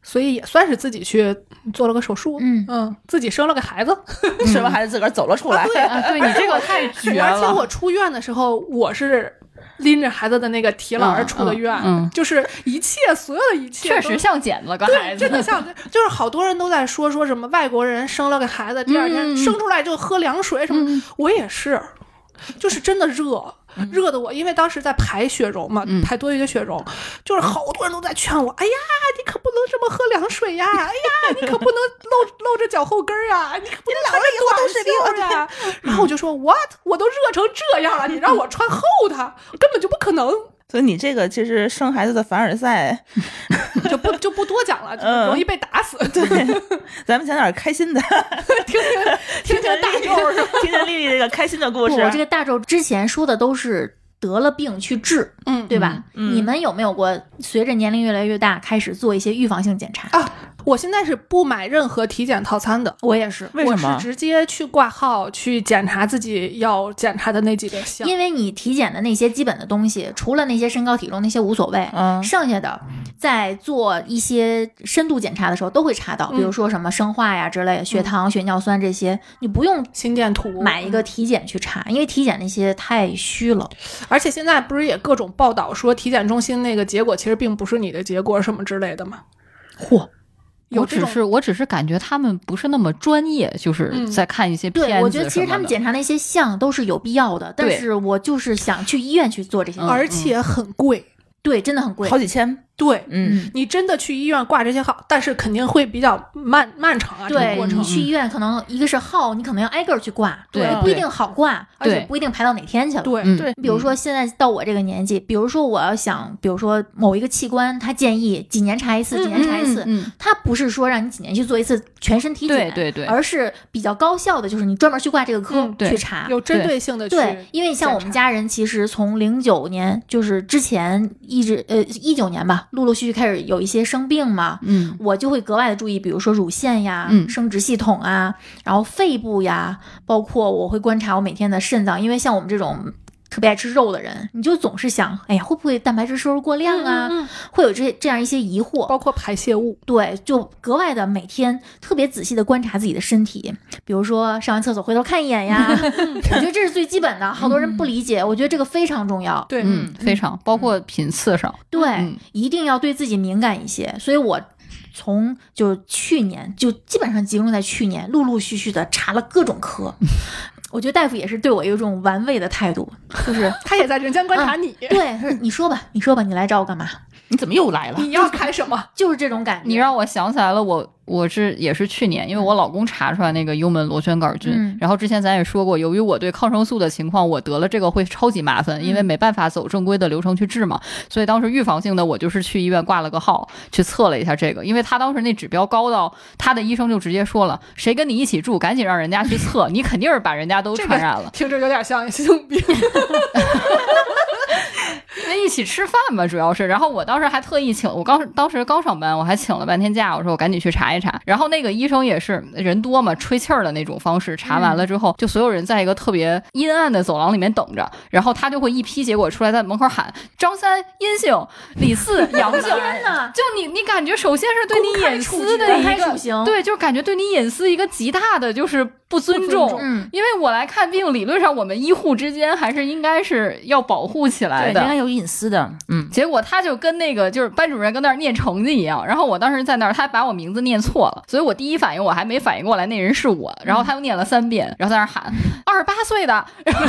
Speaker 2: 所以也算是自己去做了个手术，
Speaker 3: 嗯
Speaker 2: 自己生了个孩子，
Speaker 5: 生完孩子自个儿走了出来，
Speaker 4: 啊，对你这个 太绝
Speaker 2: 而且
Speaker 4: 了。
Speaker 2: 我出院的时候，我是拎着孩子的那个提篮儿
Speaker 4: 嗯
Speaker 2: 出的院，
Speaker 4: 嗯嗯
Speaker 2: 就是一切所有的一切
Speaker 4: 确
Speaker 2: 都
Speaker 4: 实像捡了个孩子，
Speaker 2: 真的 像，就是好多人都在说说什么外国人生了个孩子，第二天
Speaker 4: 嗯
Speaker 2: 生出来就喝凉水什么，我也是，就是真的热。热的我，因为当时在排血溶嘛，
Speaker 4: 嗯
Speaker 2: 排多余的血溶，就是好多人都在劝我，哎呀，你可不能这么喝凉水呀，哎呀，你可不能露露着脚后跟儿啊，你可不能老着短袖啊。然后我就说 what，我都热成这样了，你让我穿厚的，根本就不可能，
Speaker 5: 所以你这个其实生孩子的凡尔赛，
Speaker 2: 就不就不多讲了，就
Speaker 5: 嗯
Speaker 2: 容易被打死。
Speaker 5: 对，咱们讲点开心的，
Speaker 2: 听听听听大舅是吧？
Speaker 5: 听听丽丽这个开心的故
Speaker 3: 不，
Speaker 5: 事。
Speaker 3: 我这个大周之前说的都是得了病去治，
Speaker 2: 嗯
Speaker 3: 对吧？你们有没有过随着年龄越来越大开始做一些预防性检查？
Speaker 2: 啊，我现在是不买任何体检套餐的。
Speaker 3: 我也是。
Speaker 5: 为什
Speaker 2: 我
Speaker 5: 么
Speaker 2: 是？直接去挂号去检查自己要检查的那几个项。
Speaker 3: 因为你体检的那些基本的东西，除了那些身高体重那些无所谓，
Speaker 5: 嗯
Speaker 3: 剩下的在做一些深度检查的时候都会查到，比如说什么生化呀之类的，血糖、血尿酸这些，你不用
Speaker 2: 心电图
Speaker 3: 买一个，体检去查，因为体检那些太虚了。
Speaker 2: 嗯而且现在不是也各种报道说体检中心那个结果其实并不是你的结果什么之类的吗？
Speaker 4: 嚯！
Speaker 2: 有
Speaker 3: 哦
Speaker 4: 我
Speaker 2: 这
Speaker 4: 只
Speaker 2: 种
Speaker 4: 是我只是感觉他们不是那么专业，就是在看一些片子、
Speaker 3: 对，我觉得其实他们，检查那些项都是有必要的，但
Speaker 4: 对
Speaker 3: 是我就是想去医院去做这些，
Speaker 2: 而且很贵。
Speaker 3: 对，真的很贵
Speaker 5: 好。几千，
Speaker 2: 对
Speaker 5: 嗯，
Speaker 2: 你真的去医院挂这些号，但是肯定会比较漫漫长啊，这个
Speaker 3: 对
Speaker 2: 过
Speaker 3: 你
Speaker 2: 程。
Speaker 3: 去医院，可能一个是号，你可能要挨个儿去挂，
Speaker 4: 对
Speaker 3: 也不一定好挂，而
Speaker 4: 对
Speaker 3: 且不一定排到哪天去了。
Speaker 2: 对，
Speaker 4: 嗯，
Speaker 5: 对
Speaker 3: 比如说现在到我这个年纪，比如说我要想，比如说某一个器官，他建议几年查一次，几年查一次，
Speaker 4: 嗯嗯
Speaker 3: 他不是说让你几年去做一次全身体检，
Speaker 4: 对对对
Speaker 3: 而是比较高效的，就是你专门去挂这个科、
Speaker 2: 嗯
Speaker 4: 对
Speaker 3: 去查。
Speaker 2: 有针对性的去
Speaker 3: 对，因为像我们家人，其实从零九年就是之前一直呃一九年吧，陆陆续续开始有一些生病嘛，
Speaker 4: 嗯
Speaker 3: 我就会格外的注意，比如说乳腺呀、
Speaker 4: 嗯
Speaker 3: 生殖系统啊，然后肺部呀，包括我会观察我每天的肾脏，因为像我们这种特别爱吃肉的人，你就总是想，哎呀，会不会蛋白质摄入过量啊？
Speaker 2: 嗯嗯嗯
Speaker 3: 会有这这样一些疑惑。
Speaker 2: 包括排泄物，
Speaker 3: 对，就格外的每天特别仔细的观察自己的身体，比如说上完厕所回头看一 眼呀，我觉得这是最基本的，好多人不理解，我觉得这个非常重要。
Speaker 2: 对，
Speaker 4: 嗯，非常，包括频次上，
Speaker 3: 对，
Speaker 4: 嗯
Speaker 3: 一定要对自己敏感一些。所以我从就去年就基本上集中在去年，陆陆续续的查了各种科。我觉得大夫也是对我有一种玩味的态度， 就是
Speaker 2: 他也在人间观察你，
Speaker 3: 对，他说你说吧，你说吧，你来找我干嘛？
Speaker 5: 你怎么又来了？
Speaker 2: 你要开什么？
Speaker 3: 就是这种感觉。
Speaker 4: 你让我想起来了，我我是也是去年，因
Speaker 2: 嗯
Speaker 4: 为我老公查出来那个幽门螺旋杆菌，
Speaker 3: 嗯
Speaker 4: 然后之前咱也说过，由于我对抗生素的情况，我得了这个会超级麻烦，
Speaker 2: 嗯
Speaker 4: 因为没办法走正规的流程去治嘛，所以当时预防性的我就是去医院挂了个号，去测了一下这个，因为他当时那指标高到他的医生就直接说了，谁跟你一起住，赶紧让人家去测，你肯定是把人家都
Speaker 2: 这
Speaker 4: 传染
Speaker 2: 个
Speaker 4: 了，
Speaker 2: 听着有点像性病，
Speaker 4: 因为一起吃饭嘛，主要是。然后我当时还特意请，我刚当时刚上班，我还请了半天假，我说我赶紧去查一查。然后那个医生也是人多嘛，吹气儿的那种方式，查
Speaker 3: 嗯
Speaker 4: 完了之后，就所有人在一个特别阴暗的走廊里面等着，然后他就会一批结果出来，在门口喊张三阴性，李四阳性。
Speaker 3: 天哪！
Speaker 4: 就你，你感觉首先是对你隐私的
Speaker 3: 公
Speaker 4: 一
Speaker 3: 开处
Speaker 4: 个
Speaker 3: 刑
Speaker 4: 对，就是感觉对你隐私一个极大的就是不尊重。
Speaker 2: 重
Speaker 3: 嗯，
Speaker 4: 因为我来看病，理论上我们医护之间还是应该是要保护起来
Speaker 5: 对，
Speaker 4: 的
Speaker 5: 人。家有隐私的，嗯，
Speaker 4: 结果他就跟那个就是班主任跟那儿念成绩一样，然后我当时在那儿，他把我名字念错了，所以我第一反应我还没反应过来那人是我，然后他又念了三
Speaker 5: 嗯
Speaker 4: 遍，然后在那儿喊二十八岁的，然后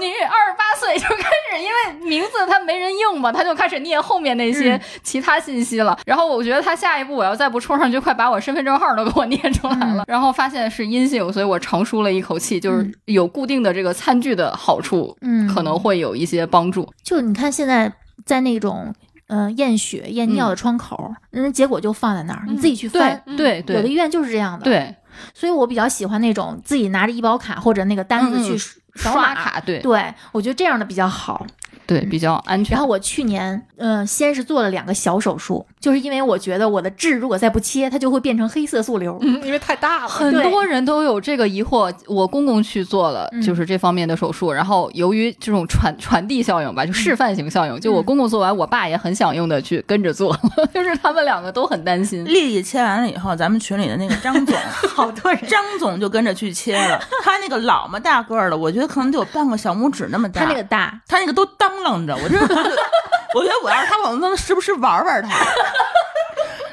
Speaker 4: 你二十八岁就开始，因为名字他没人应嘛，他就开始念后面那些
Speaker 5: 嗯
Speaker 4: 其他信息了。然后我觉得他下一步我要再不冲上去，快把我身份证号都给我念出来了。然后发现是阴性，所以我长舒了一口气，就是有固定的这个餐具的好处，
Speaker 3: 嗯
Speaker 4: 可能会有一些帮助。
Speaker 3: 就你看现在在那种嗯、呃验血、验尿的窗口，人家结果就放在那儿，你自己去
Speaker 4: 嗯对嗯
Speaker 3: 翻。
Speaker 4: 对
Speaker 3: 有的
Speaker 4: 对
Speaker 3: 医院就是这样的，，
Speaker 4: 对，
Speaker 3: 所以我比较喜欢那种自己拿着医保卡或者那个单子
Speaker 4: 嗯
Speaker 3: 去
Speaker 4: 嗯
Speaker 3: 扫
Speaker 4: 刷
Speaker 3: 码，
Speaker 4: 卡，对
Speaker 3: 对我觉得这样的比较好。
Speaker 4: 对比较安全
Speaker 3: 然。后我去年，嗯、先是做了两个小手术，就是因为我觉得我的痣如果再不切，它就会变成黑色素瘤。
Speaker 2: 嗯，因为太大了，
Speaker 4: 很
Speaker 3: 对
Speaker 4: 多人都有这个疑惑，我公公去做了
Speaker 3: 嗯
Speaker 4: 就是这方面的手术，然后由于这种传传递效应吧，就示范型效应，就我公公做完，我爸也很想用的去跟着做， 就是他们两个都很担心。
Speaker 5: 丽丽切完了以后，咱们群里的那个张总， 好多人，张总就跟着去切了。他那个老么大个儿了，我觉得可能得有半个小拇指那么大。
Speaker 3: 它那个大，
Speaker 5: 他那个都当啷着，我这我觉得我要是他，我能时不时玩玩他。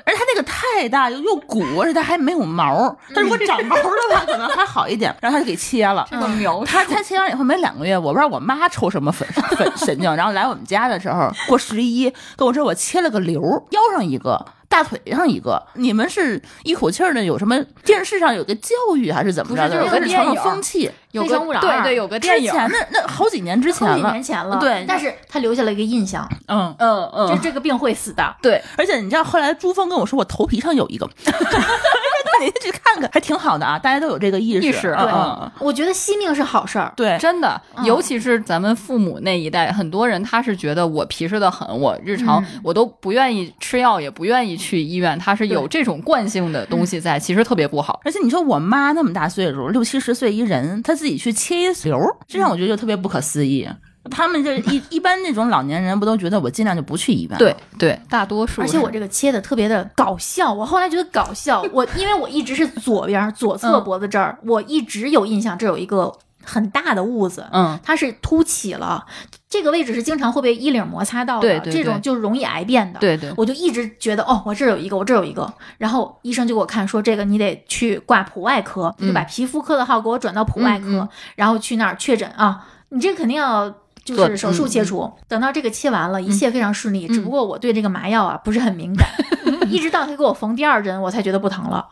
Speaker 5: 而且他那个太大又又鼓，而且他还没有毛。他如果长毛的话，可能还好一点。然后他就给切了。
Speaker 4: 嗯
Speaker 5: 嗯
Speaker 4: 这个描述
Speaker 5: 他他切完以后没两个月，我不知道我妈抽什么粉粉神经，然后来我们家的时候过十一，跟我说我切了个瘤，腰上一个，大腿上一个。你们是一口气儿的？有什么电视上有个教育还是怎么着的？
Speaker 4: 不是就是有个
Speaker 5: 跟着成
Speaker 4: 电
Speaker 5: 了
Speaker 4: 影
Speaker 5: 风气。
Speaker 4: 有
Speaker 3: 非
Speaker 4: 个
Speaker 3: 诚勿扰
Speaker 4: 对
Speaker 3: 二
Speaker 4: 对，有个
Speaker 5: 之
Speaker 4: 电影，
Speaker 5: 前那那好几年之前
Speaker 3: 好几
Speaker 5: 了
Speaker 3: 年，前了，
Speaker 5: 对
Speaker 3: 但是它留下了一个印象，
Speaker 5: 嗯，
Speaker 4: 嗯
Speaker 3: 就
Speaker 4: 嗯，
Speaker 3: 这个病会死的。
Speaker 4: 对，
Speaker 5: 而且你知道，后来朱峰跟我说，我头皮上有一个， 那你去看看，还挺好的啊，大家都有这个意识。
Speaker 4: 意识
Speaker 5: 嗯
Speaker 4: 对
Speaker 5: 嗯嗯
Speaker 3: 我觉得惜命是好事儿，
Speaker 5: 对，
Speaker 4: 真的，
Speaker 3: 嗯
Speaker 4: 尤其是咱们父母那一代，很多人他是觉得我皮实的很，我日常
Speaker 3: 嗯
Speaker 4: 我都不愿意吃药，也不愿意去医院，他是有这种惯性的东西在，其实特别不好。
Speaker 5: 而且你说我妈那么大岁数，六七十岁一人，她自己去切一瘤儿，这让我觉得就特别不可思议。他们这 一一般那种老年人不都觉得我尽量就不去医院？
Speaker 4: 对，对，大多数是。
Speaker 3: 而且我这个切的特别的搞笑，我后来觉得搞笑，我因为我一直是左边儿左侧
Speaker 4: 嗯
Speaker 3: 脖子这儿，我一直有印象，这有一个很大的痦子，
Speaker 4: 嗯，
Speaker 3: 它是凸起了，这个位置是经常会被衣领摩擦到的，
Speaker 4: 对对
Speaker 3: 这种
Speaker 4: 对
Speaker 3: 就容易癌变的。
Speaker 4: 对对，
Speaker 3: 我就一直觉得哦，我这儿有一个，我这儿有一个，然后医生就给我看说这个你得去挂普外科，
Speaker 4: 嗯
Speaker 3: 就把皮肤科的号给我转到普外科，
Speaker 4: 嗯嗯
Speaker 3: 然后去那儿确诊啊，你这肯定要。就
Speaker 4: 做嗯
Speaker 3: 是手术切除，等到这个切完了，一切非常顺利。只不过我对这个麻药啊不是很敏感， 一直到他给我缝第二针，我才觉得不疼了。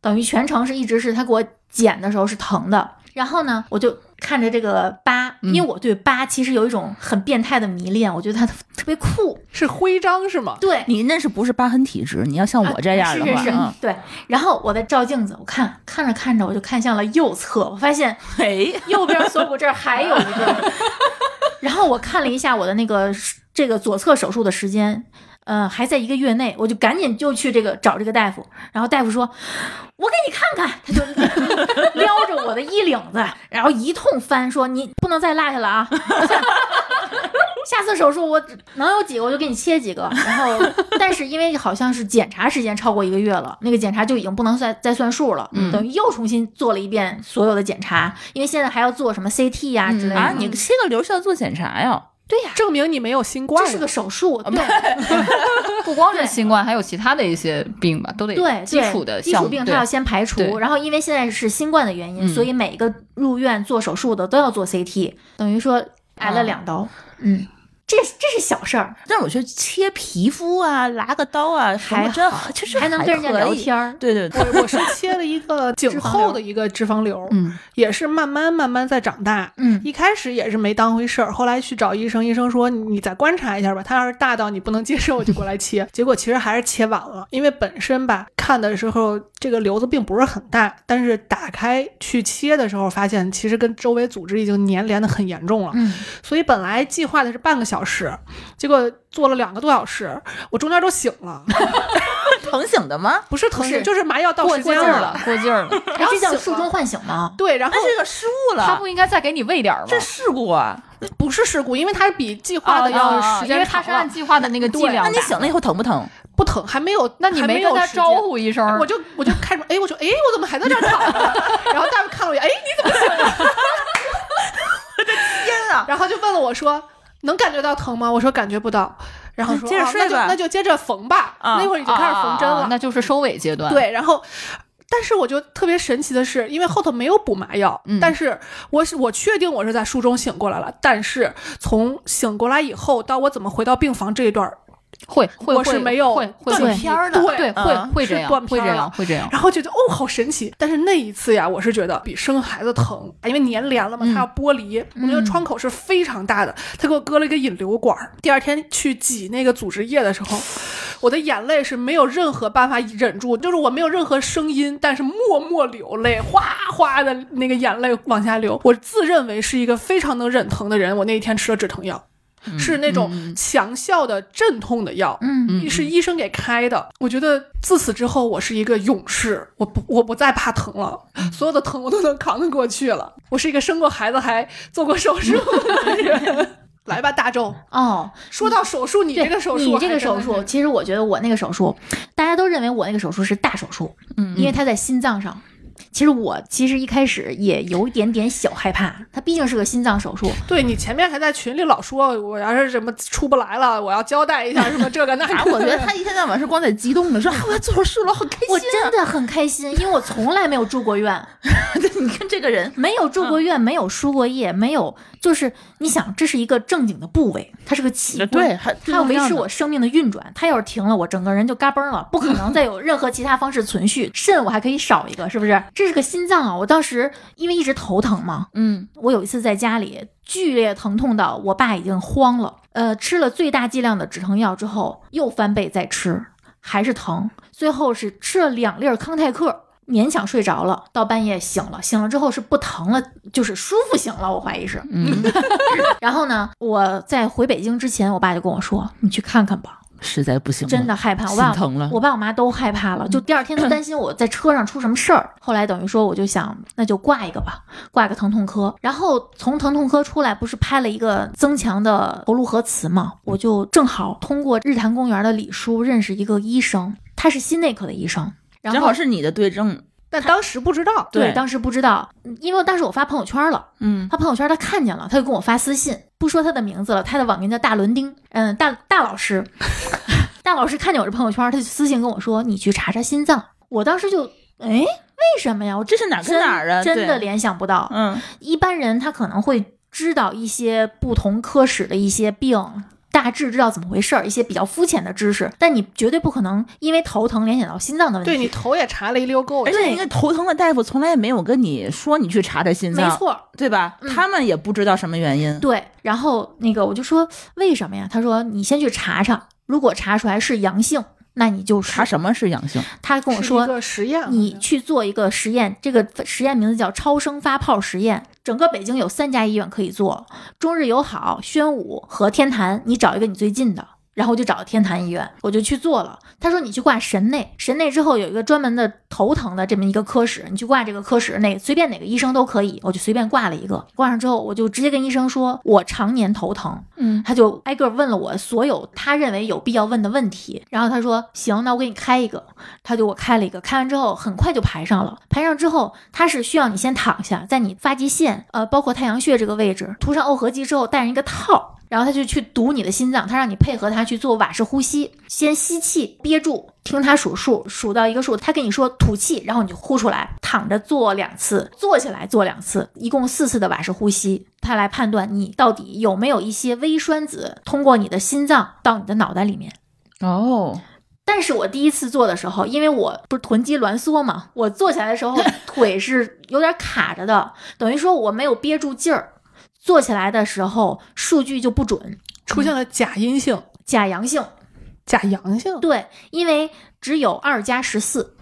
Speaker 3: 等于全程是一直是他给我剪的时候是疼的。然后呢，我就看着这个疤，因
Speaker 4: 嗯
Speaker 3: 为我对疤其实有一种很变态的迷恋，我觉得它特别酷。
Speaker 2: 是徽章是吗？
Speaker 3: 对，
Speaker 5: 你那是不是疤痕体质？你要像我这样的话，
Speaker 3: 啊是是是
Speaker 5: 嗯，
Speaker 3: 对。然后我在照镜子，我看看着看着，我就看向了右侧，我发现
Speaker 5: 哎，
Speaker 3: 右边锁骨这儿还有一个。然后我看了一下我的那个这个左侧手术的时间，呃，还在一个月内，我就赶紧就去这个找这个大夫，然后大夫说，我给你看看，他就 撩着我的衣领子，然后一通翻，说你不能再落下了啊。下次手术我只能有几个我就给你切几个，然后但是因为好像是检查时间超过一个月了，那个检查就已经不能算再算数了，
Speaker 4: 嗯
Speaker 3: 等于又重新做了一遍所有的检查，因为现在还要做什么 CT 呀、之类的。
Speaker 5: 啊，你切个瘤是要做检查呀？
Speaker 3: 对呀、
Speaker 2: 证明你没有新冠
Speaker 3: 这
Speaker 2: 呀，
Speaker 3: 是个手术，对
Speaker 4: 不光是新冠，还有其他的一些病吧，都得
Speaker 3: 对，
Speaker 4: 基
Speaker 3: 对
Speaker 4: 础的
Speaker 3: 基
Speaker 4: 项
Speaker 3: 础
Speaker 4: 目
Speaker 3: 病它
Speaker 4: 对
Speaker 3: 要先排除。
Speaker 4: 对
Speaker 3: 然后因为现在是新冠的原因，
Speaker 4: 嗯
Speaker 3: 所以每个入院做手术的都要做 CT，等于说挨了两刀。嗯，这这是小事儿，
Speaker 5: 但是我觉得切皮肤啊、拉个刀啊，什么
Speaker 3: 还
Speaker 5: 这
Speaker 3: 好
Speaker 5: 其实
Speaker 3: 还能跟人家
Speaker 5: 可
Speaker 3: 聊
Speaker 5: 以。
Speaker 3: 天儿。
Speaker 5: 对对 对，
Speaker 2: 我我是切了一个 颈后的一个脂肪瘤，
Speaker 4: 嗯，
Speaker 2: 也是慢慢慢慢在长大。
Speaker 3: 嗯，
Speaker 2: 一开始也是没当回事儿，后来去找医生，医生说你你再观察一下吧，他要是大到你不能接受，我就过来切。 结果其实还是切晚了，因为本身吧看的时候这个瘤子并不是很大，但是打开去切的时候发现其实跟周围组织已经粘连的很严重了。
Speaker 3: 嗯，
Speaker 2: 所以本来计划的是半个小时，结果做了两个多小时，我中间都醒了，
Speaker 5: 疼醒的吗？
Speaker 2: 不是疼
Speaker 3: 不
Speaker 2: 醒，
Speaker 3: 是
Speaker 2: 就是麻药到
Speaker 4: 过
Speaker 2: 时
Speaker 4: 过
Speaker 2: 间
Speaker 4: 劲儿了，过劲儿了，
Speaker 3: 哎，这叫
Speaker 2: 醒
Speaker 3: 术
Speaker 2: 了
Speaker 3: 中唤醒吗？
Speaker 2: 对，然后
Speaker 5: 哎那这个失误
Speaker 4: 他
Speaker 5: 了，
Speaker 4: 不应该再给你喂点儿吗
Speaker 5: 这？事故啊！
Speaker 2: 不是事故，因为它比计划的
Speaker 4: 啊
Speaker 2: 要
Speaker 4: 啊
Speaker 2: 时
Speaker 4: 因为
Speaker 2: 间
Speaker 4: 他
Speaker 2: 长
Speaker 4: 是按
Speaker 2: 了，
Speaker 4: 计划的那 个剂
Speaker 2: 对
Speaker 4: 量
Speaker 5: 那
Speaker 4: 打的，
Speaker 5: 你醒了以后疼不 疼？
Speaker 2: 不疼，还没有，那
Speaker 4: 那你
Speaker 2: 还
Speaker 4: 没
Speaker 2: 没
Speaker 4: 跟
Speaker 2: 有
Speaker 4: 他
Speaker 2: 时
Speaker 4: 招
Speaker 2: 间
Speaker 4: 呼一声儿，
Speaker 2: 我就我就开始，哎，我说，哎，我怎么还在这儿躺着？ 然后大夫看了我一眼，哎，你怎么醒 了？我的天
Speaker 5: 啊！
Speaker 2: 然后就问了我说，能感觉到疼吗？我说感觉不到。然
Speaker 4: 哎
Speaker 2: 后说，
Speaker 5: 接着
Speaker 2: 哦
Speaker 5: 睡
Speaker 2: 那
Speaker 5: 吧
Speaker 2: 就那就接着缝吧。
Speaker 5: 啊
Speaker 2: 那会儿已经开始缝针
Speaker 4: 啊啊啊
Speaker 2: 了。
Speaker 4: 那就是收尾阶段。，
Speaker 2: 对，然后。但是我就特别神奇的是，因为后头没有补麻药，
Speaker 4: 嗯
Speaker 2: 但是我是我确定我是在书中醒过来了，但是从醒过来以后到我怎么回到病房这一段儿，
Speaker 4: 会会
Speaker 2: 我是
Speaker 4: 会
Speaker 2: 没有
Speaker 4: 会会
Speaker 2: 断
Speaker 4: 会
Speaker 5: 片儿的
Speaker 2: 对
Speaker 4: 对
Speaker 5: 嗯
Speaker 4: 会会这
Speaker 2: 是
Speaker 4: 样
Speaker 2: 断
Speaker 4: 会
Speaker 2: 片
Speaker 4: 这
Speaker 2: 儿
Speaker 4: 样
Speaker 2: 了
Speaker 4: 会这样。
Speaker 2: 然后就觉得哦，好神奇。但是那一次呀，我是觉得比生孩子疼，哎因为粘连了嘛，
Speaker 4: 嗯
Speaker 2: 它要剥离，我觉得窗口是非常大的。他给我割了一个引流管儿，第二天去挤那个组织液的时候，我的眼泪是没有任何办法忍住，就是我没有任何声音，但是默默流泪，哗哗的那个眼泪往下流。我自认为是一个非常能忍疼的人，我那一天吃了止疼药，
Speaker 4: 嗯
Speaker 2: 是那种强效的镇痛的药，
Speaker 3: 嗯，
Speaker 4: 嗯
Speaker 2: 是医生给开的。我觉得自此之后，我是一个勇士，我不我不再怕疼了，所有的疼我都能扛得过去了。我是一个生过孩子还做过手术的人。来吧，大众，
Speaker 3: 哦，
Speaker 2: 说到手术，你
Speaker 3: 对
Speaker 2: 这个手术，
Speaker 3: 你这个手术，，其实我觉得我那个手术，大家都认为我那个手术是大手术，
Speaker 5: 嗯
Speaker 3: 因为它在心脏上。其实我其实一开始也有一点点小害怕，它毕竟是个心脏手术，
Speaker 2: 对你前面还在群里老说，我要是什么出不来了，我要交代一下什么这个那
Speaker 5: 啊，
Speaker 2: 个。
Speaker 5: 我觉得他一天到晚是光在激动的，说啊我要做手术了，好开
Speaker 3: 我
Speaker 5: 心
Speaker 3: 真的很开心，因为我从来没有住过 院，嗯
Speaker 5: 啊！对，你看这个人，
Speaker 3: 没有住过院，没有输过液，没有，就是你想，这是一个正经的部位，它是个器官，
Speaker 5: 对，，还
Speaker 3: 它要维持
Speaker 5: 我。
Speaker 3: 我生命的运转，它要是停了，我整个人就嘎嘣了，不可能再有任何其他方式存续。肾我还可以少一个，是不是？这是个心脏啊！我当时因为一直头疼嘛，
Speaker 5: 嗯，
Speaker 3: 我有一次在家里剧烈疼痛到我爸已经慌了，呃，吃了最大剂量的止疼药之后，又翻倍再吃，还是疼，最后是吃了两粒儿康泰克。勉强睡着了，到半夜醒了，醒了之后是不疼了，就是舒服醒了，我怀疑是。
Speaker 5: 嗯，
Speaker 3: 然后呢，我在回北京之前，我爸就跟我说：“你去看看吧。”
Speaker 5: 实在不行了，
Speaker 3: 真的害怕，我爸
Speaker 5: 心疼了
Speaker 3: 我爸我妈都害怕了，就第二天都担心我在车上出什么事儿。后来等于说，我就想，那就挂一个吧，挂个疼痛科。然后从疼痛科出来，不是拍了一个增强的头颅核磁嘛？我就正好通过日坛公园的李叔认识一个医生，他是心内科的医生。然
Speaker 5: 正
Speaker 3: 后
Speaker 5: 好是你的对症。
Speaker 2: 但当时不知道，
Speaker 5: 对
Speaker 3: 对，当时不知道，因为当时我发朋友圈了，
Speaker 5: 嗯，
Speaker 3: 他朋友圈他看见了，他就跟我发私信，不说他的名字了，他的网名叫大伦丁，嗯，大大老 师，大老师看见我这朋友圈，他就私信跟我说，你去查查心脏。我当时就，哎，为什么呀？我
Speaker 5: 这是哪跟
Speaker 3: 真
Speaker 5: 哪儿啊？
Speaker 3: 真的
Speaker 5: 对，
Speaker 3: 联想不到，
Speaker 5: 嗯，
Speaker 3: 一般人他可能会知道一些不同科室的一些病。大致知道怎么回事儿，一些比较肤浅的知识，但你绝对不可能因为头疼联想到心脏的问题。
Speaker 2: 对你头也查了一溜沟
Speaker 5: 而，且那个头疼的大夫从来也没有跟你说你去查查心
Speaker 3: 没
Speaker 5: 脏，，
Speaker 3: 错，
Speaker 5: 对吧？
Speaker 3: 嗯
Speaker 5: 他们也不知道什么原因。
Speaker 3: 对，然后那个我就说为什么呀？他说你先去查查，如果查出来是阳性，那你就是
Speaker 5: 查什么是阳性？
Speaker 3: 他跟我
Speaker 2: 是一
Speaker 3: 说，
Speaker 2: 个实验，
Speaker 3: 你去做一个实验，这个实验名字叫超声发泡实验。整个北京有三家医院可以做，中日友好、宣武和天坛，你找一个你最近的。然后我就找了天坛医院，我就去做了。他说你去挂神内，神内之后有一个专门的头疼的这么一个科室，你去挂这个科室，哪随便哪个医生都可以。我就随便挂了一个，挂上之后我就直接跟医生说，我常年头疼，
Speaker 2: 嗯，
Speaker 3: 他就挨个问了我所有他认为有必要问的问题，然后他说行，那我给你开一个，他就给我开了一个，开完之后很快就排上了，排上之后他是需要你先躺下，在你发际线，呃，包括太阳穴这个位置，涂上耦合剂之后戴上一个套。然后他就去堵你的心脏，他让你配合他去做瓦式呼吸，先吸气憋住，听他数数，数到一个数，他跟你说吐气，然后你就呼出来，躺着做两次，坐起来做两次，一共四次的瓦式呼吸，他来判断你到底有没有一些微栓子通过你的心脏到你的脑袋里面。
Speaker 5: 哦，
Speaker 3: 但是我第一次做的时候，因为我不是臀肌挛缩嘛，我坐起来的时 候腿是有点卡着的，等于说我没有憋住劲儿，坐起来的时候数据就不准，
Speaker 2: 出现了假阴性、
Speaker 3: 假阳性。
Speaker 2: 假阳性，
Speaker 3: 对，因为只有二加十四，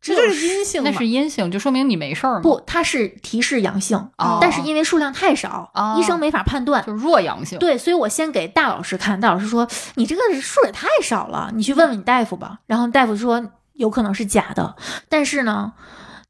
Speaker 2: 这
Speaker 3: 只
Speaker 2: 就
Speaker 3: 有
Speaker 2: 是阴性嘛
Speaker 4: 那是阴性，就说明你没事儿嘛。
Speaker 3: 嗯不，它是提示阳性，
Speaker 4: 哦
Speaker 3: 但是因为数量太少，
Speaker 4: 哦
Speaker 3: 医生没法判断。
Speaker 4: 就弱阳性。
Speaker 3: 对，所以我先给大老师看，大老师说你这个数也太少了，你去问问你大夫吧。然后大夫说有可能是假的，但是呢，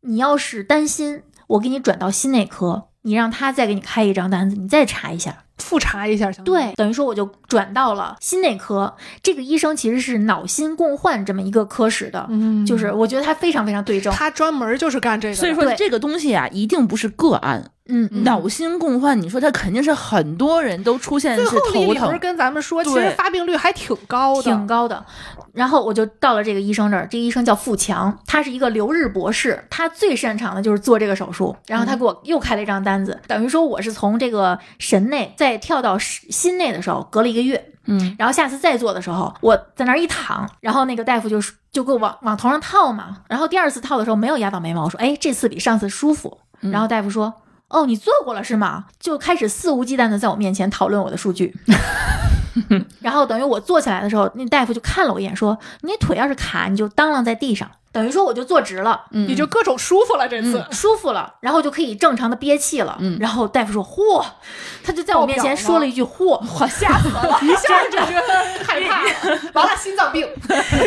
Speaker 3: 你要是担心，我给你转到心内科，你让他再给你开一张单子，你再查一下。
Speaker 2: 复查一下，相当于
Speaker 3: 对，，等于说我就转到了心内科，这个医生其实是脑心共患这么一个科室的，
Speaker 2: 嗯，
Speaker 3: 就是我觉得他非常非常对症。
Speaker 2: 他专门就是干这个的，
Speaker 5: 所以说
Speaker 3: 对
Speaker 5: 这个东西啊，一定不是个案，
Speaker 3: 嗯，嗯
Speaker 5: 脑心共患，你说它肯定是很多人都出现
Speaker 2: 最
Speaker 5: 是
Speaker 2: 后李
Speaker 5: 头
Speaker 2: 李不是
Speaker 5: 疼，
Speaker 2: 跟咱们说，其实
Speaker 5: 对
Speaker 2: 发病率还挺高的，
Speaker 3: 挺高的。然后我就到了这个医生这儿，这个医生叫付强，他是一个留日博士，他最擅长的就是做这个手术。然后他给我又开了一张单子，等于说我是从这个神内再跳到神心内的时候隔了一个月，
Speaker 5: 嗯，
Speaker 3: 然后下次再做的时候，我在那儿一躺，然后那个大夫就是就给我往往头上套嘛，然后第二次套的时候没有压到眉毛，我说哎这次比上次舒服，
Speaker 5: 嗯
Speaker 3: 然后大夫说。哦，你做过了是吗？就开始肆无忌惮的在我面前讨论我的数据，然后等于我坐起来的时候，那大夫就看了我一眼，说：“你腿要是卡，你就当啷在地上。”等于说我就坐直了，
Speaker 4: 嗯
Speaker 2: 你就各种舒服了这次。
Speaker 3: 舒服了，然后就可以正常的憋气了。
Speaker 5: 嗯
Speaker 3: 然后大夫说：“嚯！”他就在我面前说了一句：“嚯！”我吓死了，
Speaker 2: 一下就 觉得害怕了，完了心脏病，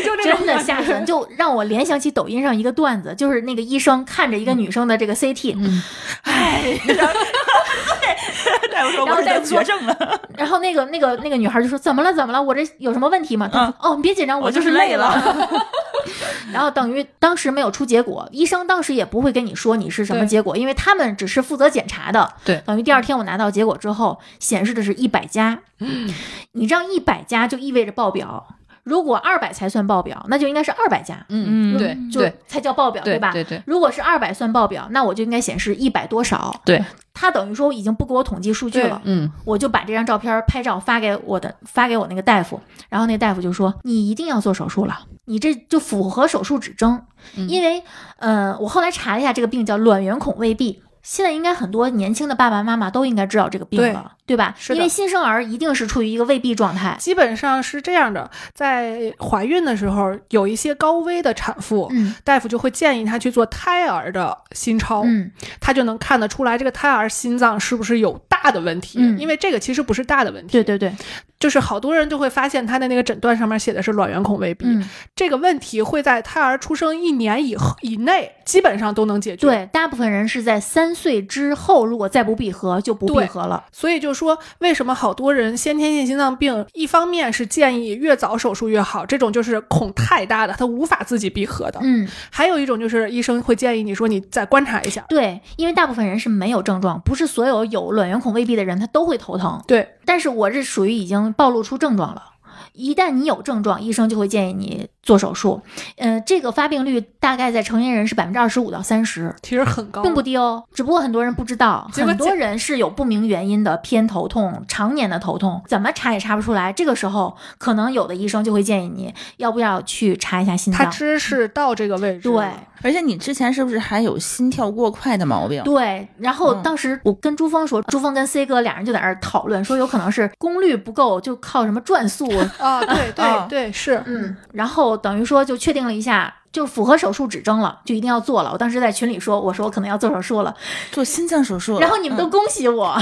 Speaker 2: 就这种
Speaker 3: 真的吓人，就让我联想起抖音上一个段子，就是那个医生看着一个女生的这个 CT，、
Speaker 5: 大夫
Speaker 3: 然后
Speaker 5: 说我是
Speaker 3: 大
Speaker 5: 得
Speaker 3: 夫
Speaker 5: 绝症了，
Speaker 3: 然后那个那个那个女孩就说：“怎么了？怎么了？我这有什么问题吗？”他说：“哦，你别紧张，
Speaker 5: 嗯我
Speaker 3: 就
Speaker 5: 就是是
Speaker 3: 累
Speaker 5: 累
Speaker 3: 了。
Speaker 5: 了
Speaker 3: 然后等于当时没有出结果，医生当时也不会跟你说你是什么结果，因为他们只是负责检查的。
Speaker 4: 对
Speaker 3: 等于第二天我拿到结果之后，显示的是一百加。
Speaker 4: 嗯
Speaker 3: 你这样一百加就意味着爆表，如果二百才算爆表，那就应该是二百加，
Speaker 4: 嗯
Speaker 5: 嗯
Speaker 4: 对
Speaker 3: 就
Speaker 4: 对
Speaker 3: 才叫爆表，
Speaker 4: 对
Speaker 3: 吧？
Speaker 4: 对对
Speaker 3: 如果是二百算爆表，那我就应该显示一百多少。
Speaker 4: 对，
Speaker 3: 他等于说已经不给我统计数据了，
Speaker 4: 嗯，
Speaker 3: 我就把这张照片拍照发给我的，发给我那个大夫，然后那大夫就说：“你一定要做手术了，你这就符合手术指征，因为，呃，我后来查了一下，这个病叫卵圆孔未闭。”现在应该很多年轻的爸爸妈妈都应该知道这个病了，对吧？
Speaker 2: 是的
Speaker 3: 因为新生儿一定是处于一个未闭状态，
Speaker 2: 基本上是这样的，在怀孕的时候，有一些高危的产妇，
Speaker 3: 嗯
Speaker 2: 大夫就会建议她去做胎儿的心超，
Speaker 3: 嗯
Speaker 2: 她就能看得出来这个胎儿心脏是不是有大的问题。
Speaker 3: 嗯
Speaker 2: 因为这个其实不是大的问题，
Speaker 3: 对对对，
Speaker 2: 就是好多人就会发现他的那个诊断上面写的是卵圆孔未闭，
Speaker 3: 嗯，
Speaker 2: 这个问题会在胎儿出生一年以后以内基本上都能解决。
Speaker 3: 对，大部分人是在三岁之后，如果再不闭合就不闭
Speaker 2: 对
Speaker 3: 合了，
Speaker 2: 所以就说，为什么好多人先天性心脏病，一方面是建议越早手术越好，这种就是孔太大的，他无法自己闭合的；
Speaker 3: 嗯，
Speaker 2: 还有一种就是医生会建议你说你再观察一下。
Speaker 3: 对，因为大部分人是没有症状，不是所有有卵圆孔未闭的人他都会头疼。
Speaker 2: 对，
Speaker 3: 但是我是属于已经暴露出症状了。一旦你有症状，医生就会建议你做手术。呃，这个发病率大概在成年人是百分之二十五到三十，
Speaker 2: 其实很高，
Speaker 3: 并不低哦。只不过很多人不知道，
Speaker 2: 结果
Speaker 3: 很多人是有不明原因的偏头痛，常年的头痛，怎么查也查不出来。这个时候，可能有的医生就会建议你要不要去查一下心
Speaker 2: 他
Speaker 3: 脏。
Speaker 2: 知识到这个位置
Speaker 3: 嗯对
Speaker 2: 了，
Speaker 5: 而且你之前是不是还有心跳过快的毛病？
Speaker 3: 对，然后
Speaker 5: 嗯
Speaker 3: 当时我跟朱峰说，朱峰跟 C 哥俩人就在那儿讨论， 说有可能是功率不够，就靠什么转速
Speaker 2: 啊，对对
Speaker 5: 啊
Speaker 2: 对，是，
Speaker 3: 嗯，然后后等于说就确定了一下，就符合手术指征了，就一定要做了。我当时在群里说，我说我可能要做手术了，
Speaker 5: 做心脏手术，
Speaker 3: 然后你们都
Speaker 5: 嗯
Speaker 3: 恭喜我。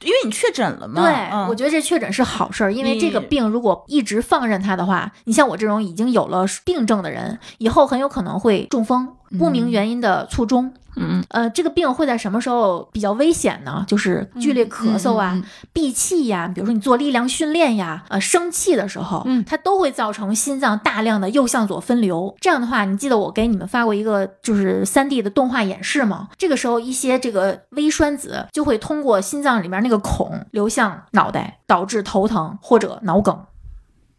Speaker 5: 因为你确诊了嘛，
Speaker 3: 对，
Speaker 5: 嗯
Speaker 3: 我觉得这确诊是好事儿，因为这个
Speaker 5: 你
Speaker 3: 病如果一直放任它的话，你像我这种已经有了病症的人，以后很有可能会中风，不明原因的卒中。
Speaker 5: 嗯，
Speaker 3: 呃，这个病会在什么时候比较危险呢？就是剧烈咳嗽啊、
Speaker 4: 嗯嗯
Speaker 3: 闭气呀、比如说你做力量训练呀、呃生气的时候，
Speaker 2: 嗯
Speaker 3: 它都会造成心脏大量的右向左分流。这样的话，你记得我给你们发过一个就是三 D 的动画演示吗？这个时候一些这个微栓子就会通过心脏里面那个孔流向脑袋，导致头疼或者脑梗。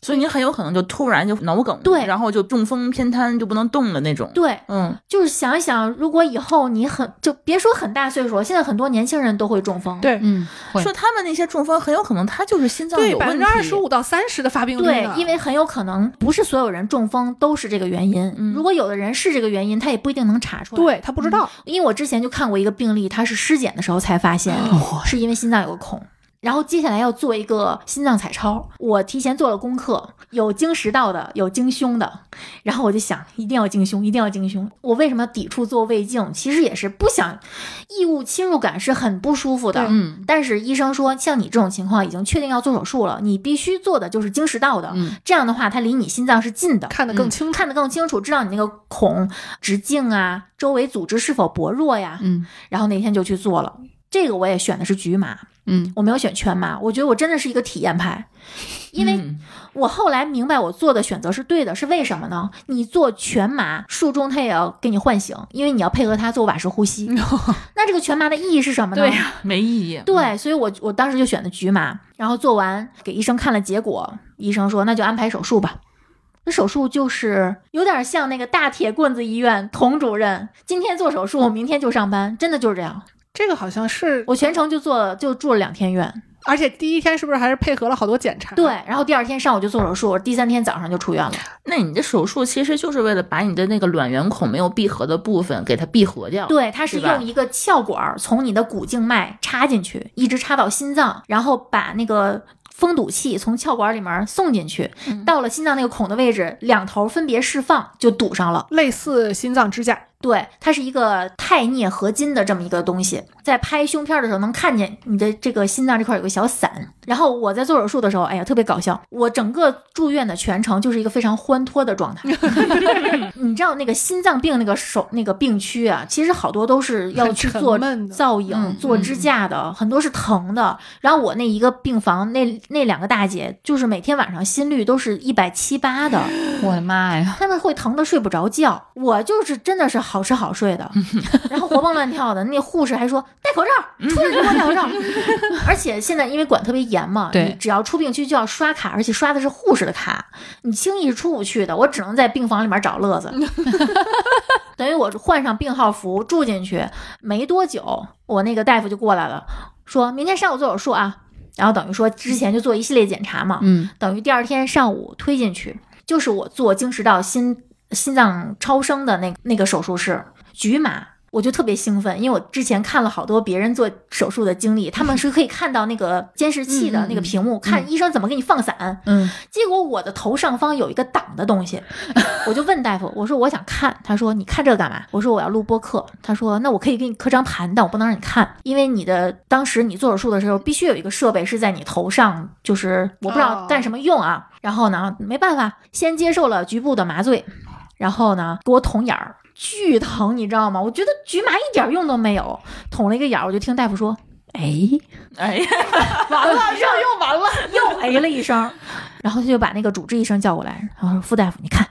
Speaker 5: 所以你很有可能就突然就脑梗，
Speaker 3: 对
Speaker 5: 然后就中风偏瘫就不能动了那种，，
Speaker 3: 对，
Speaker 5: 嗯，
Speaker 3: 就是想一想，如果以后你很就别说很大岁数了，现在很多年轻人都会中风。
Speaker 2: 对
Speaker 4: 嗯，会
Speaker 5: 说他们那些中风很有可能他就是心脏
Speaker 2: 对，
Speaker 5: 有
Speaker 2: 百
Speaker 5: 问
Speaker 2: 分
Speaker 5: 题，
Speaker 2: 之二十五到三十的发病率
Speaker 3: 对
Speaker 2: 呢，
Speaker 3: 因为很有可能不是所有人中风都是这个原因。
Speaker 5: 嗯
Speaker 3: 如果有的人是这个原因，他也不一定能查出来。，
Speaker 2: 对他不知道，
Speaker 3: 因为我之前就看过一个病例，他是尸检的时候才发现，是因为心脏有个孔。然后接下来要做一个心脏彩超，我提前做了功课，有经食道的，有经胸的，然后我就想一定要经胸，一定要经胸。我为什么抵触做胃镜？其实也是不想，异物侵入感是很不舒服的。
Speaker 2: 对
Speaker 4: 嗯
Speaker 3: 但是医生说，像你这种情况已经确定要做手术了，你必须做的就是经食道的，
Speaker 4: 嗯
Speaker 3: 这样的话它离你心脏是近的，
Speaker 2: 看得更清楚。
Speaker 3: 嗯看得更清楚，知道你那个孔直径啊，周围组织是否薄弱呀。
Speaker 4: 嗯
Speaker 3: 然后那天就去做了，这个我也选的是局麻，
Speaker 4: 嗯
Speaker 3: 我没有选全麻，我觉得我真的是一个体验派。因为
Speaker 5: 嗯
Speaker 3: 我后来明白我做的选择是对的，是为什么呢？你做全麻，术中它也要给你唤醒，因为你要配合它做瓦式呼吸。那这个全麻的意义是什么呢？
Speaker 4: 哦对
Speaker 5: 没意义，
Speaker 3: 对，所以我我当时就选的局麻，然后做完给医生看了结果，医生说那就安排手术吧。那手术就是有点像那个大铁棍子医院童主任，今天做手术，明天就上班，真的就是这样。
Speaker 2: 这个好像是，
Speaker 3: 我全程就做就住了两天院，
Speaker 2: 而且第一天是不是还是配合了好多检查？
Speaker 3: 对，，然后第二天上午就做手术，第三天早上就出院了。
Speaker 5: 那你的手术其实就是为了把你的那个卵圆孔没有闭合的部分给它闭合掉，，
Speaker 3: 对，它是
Speaker 5: 对吧
Speaker 3: 用一个鞘管儿从你的股静脉插进去，一直插到心脏，然后把那个封堵器从鞘管里面送进去，
Speaker 5: 嗯
Speaker 3: 到了心脏那个孔的位置，两头分别释放就堵上了。
Speaker 2: 类似心脏支架，
Speaker 3: 对，它是一个钛镍合金的这么一个东西，在拍胸片的时候能看见你的这个心脏这块有个小伞。然后我在做手术的时候，哎呀，特别搞笑，我整个住院的全程就是一个非常欢脱的 状态。你知道那个心脏病那个手那个病区啊，其实好多都是要
Speaker 2: 很
Speaker 3: 去
Speaker 2: 沉
Speaker 3: 做
Speaker 2: 闷的
Speaker 3: 造影、
Speaker 4: 嗯
Speaker 3: 做
Speaker 4: 嗯
Speaker 3: 支架的，很多是疼的。然后我那一个病房那那两个大姐，就是每天晚上心率都是一百七八的。
Speaker 4: 我的妈呀！
Speaker 3: 他们会疼的睡不着觉，我就是真的是好吃好睡的，然后活蹦乱跳的。那护士还说戴口罩，出来给我戴口罩。 而且现在因为管特别严嘛，
Speaker 4: 对
Speaker 3: 你只要出病区就要刷卡，而且刷的是护士的卡，你轻易是出不去的。我只能在病房里面找乐子， 等于我换上病号服住进去没多久，我那个大夫就过来了，说明天上午做手术啊。然后等于说之前就做一系列检查嘛，
Speaker 4: 嗯
Speaker 3: 等于第二天上午推进去，就是我做经食道心心脏超声的那那个手术室，局麻。我就特别兴奋，因为我之前看了好多别人做手术的经历，他们是可以看到那个监视器的那个屏幕，看医生怎么给你放散。
Speaker 4: 嗯，
Speaker 3: 结果我的头上方有一个挡的东西， 我就问大夫，我说我想看，他说你看这个干嘛？我说我要录播课，他说那我可以给你刻张盘，但我不能让你看，因为你的当时你做手术的时候必须有一个设备是在你头上，就是我不知道
Speaker 2: 哦
Speaker 3: 干什么用啊。然后呢，没办法，先接受了局部的麻醉，然后呢给我捅眼儿，巨疼，你知道吗？我觉得局麻一点用都没有，捅了一个眼儿，我就听大夫说，哎。
Speaker 5: 哎呀，
Speaker 3: 完了，又又完了， 又哎了一声，然后他就把那个主治医生叫过来，然后说：“傅大夫，你看，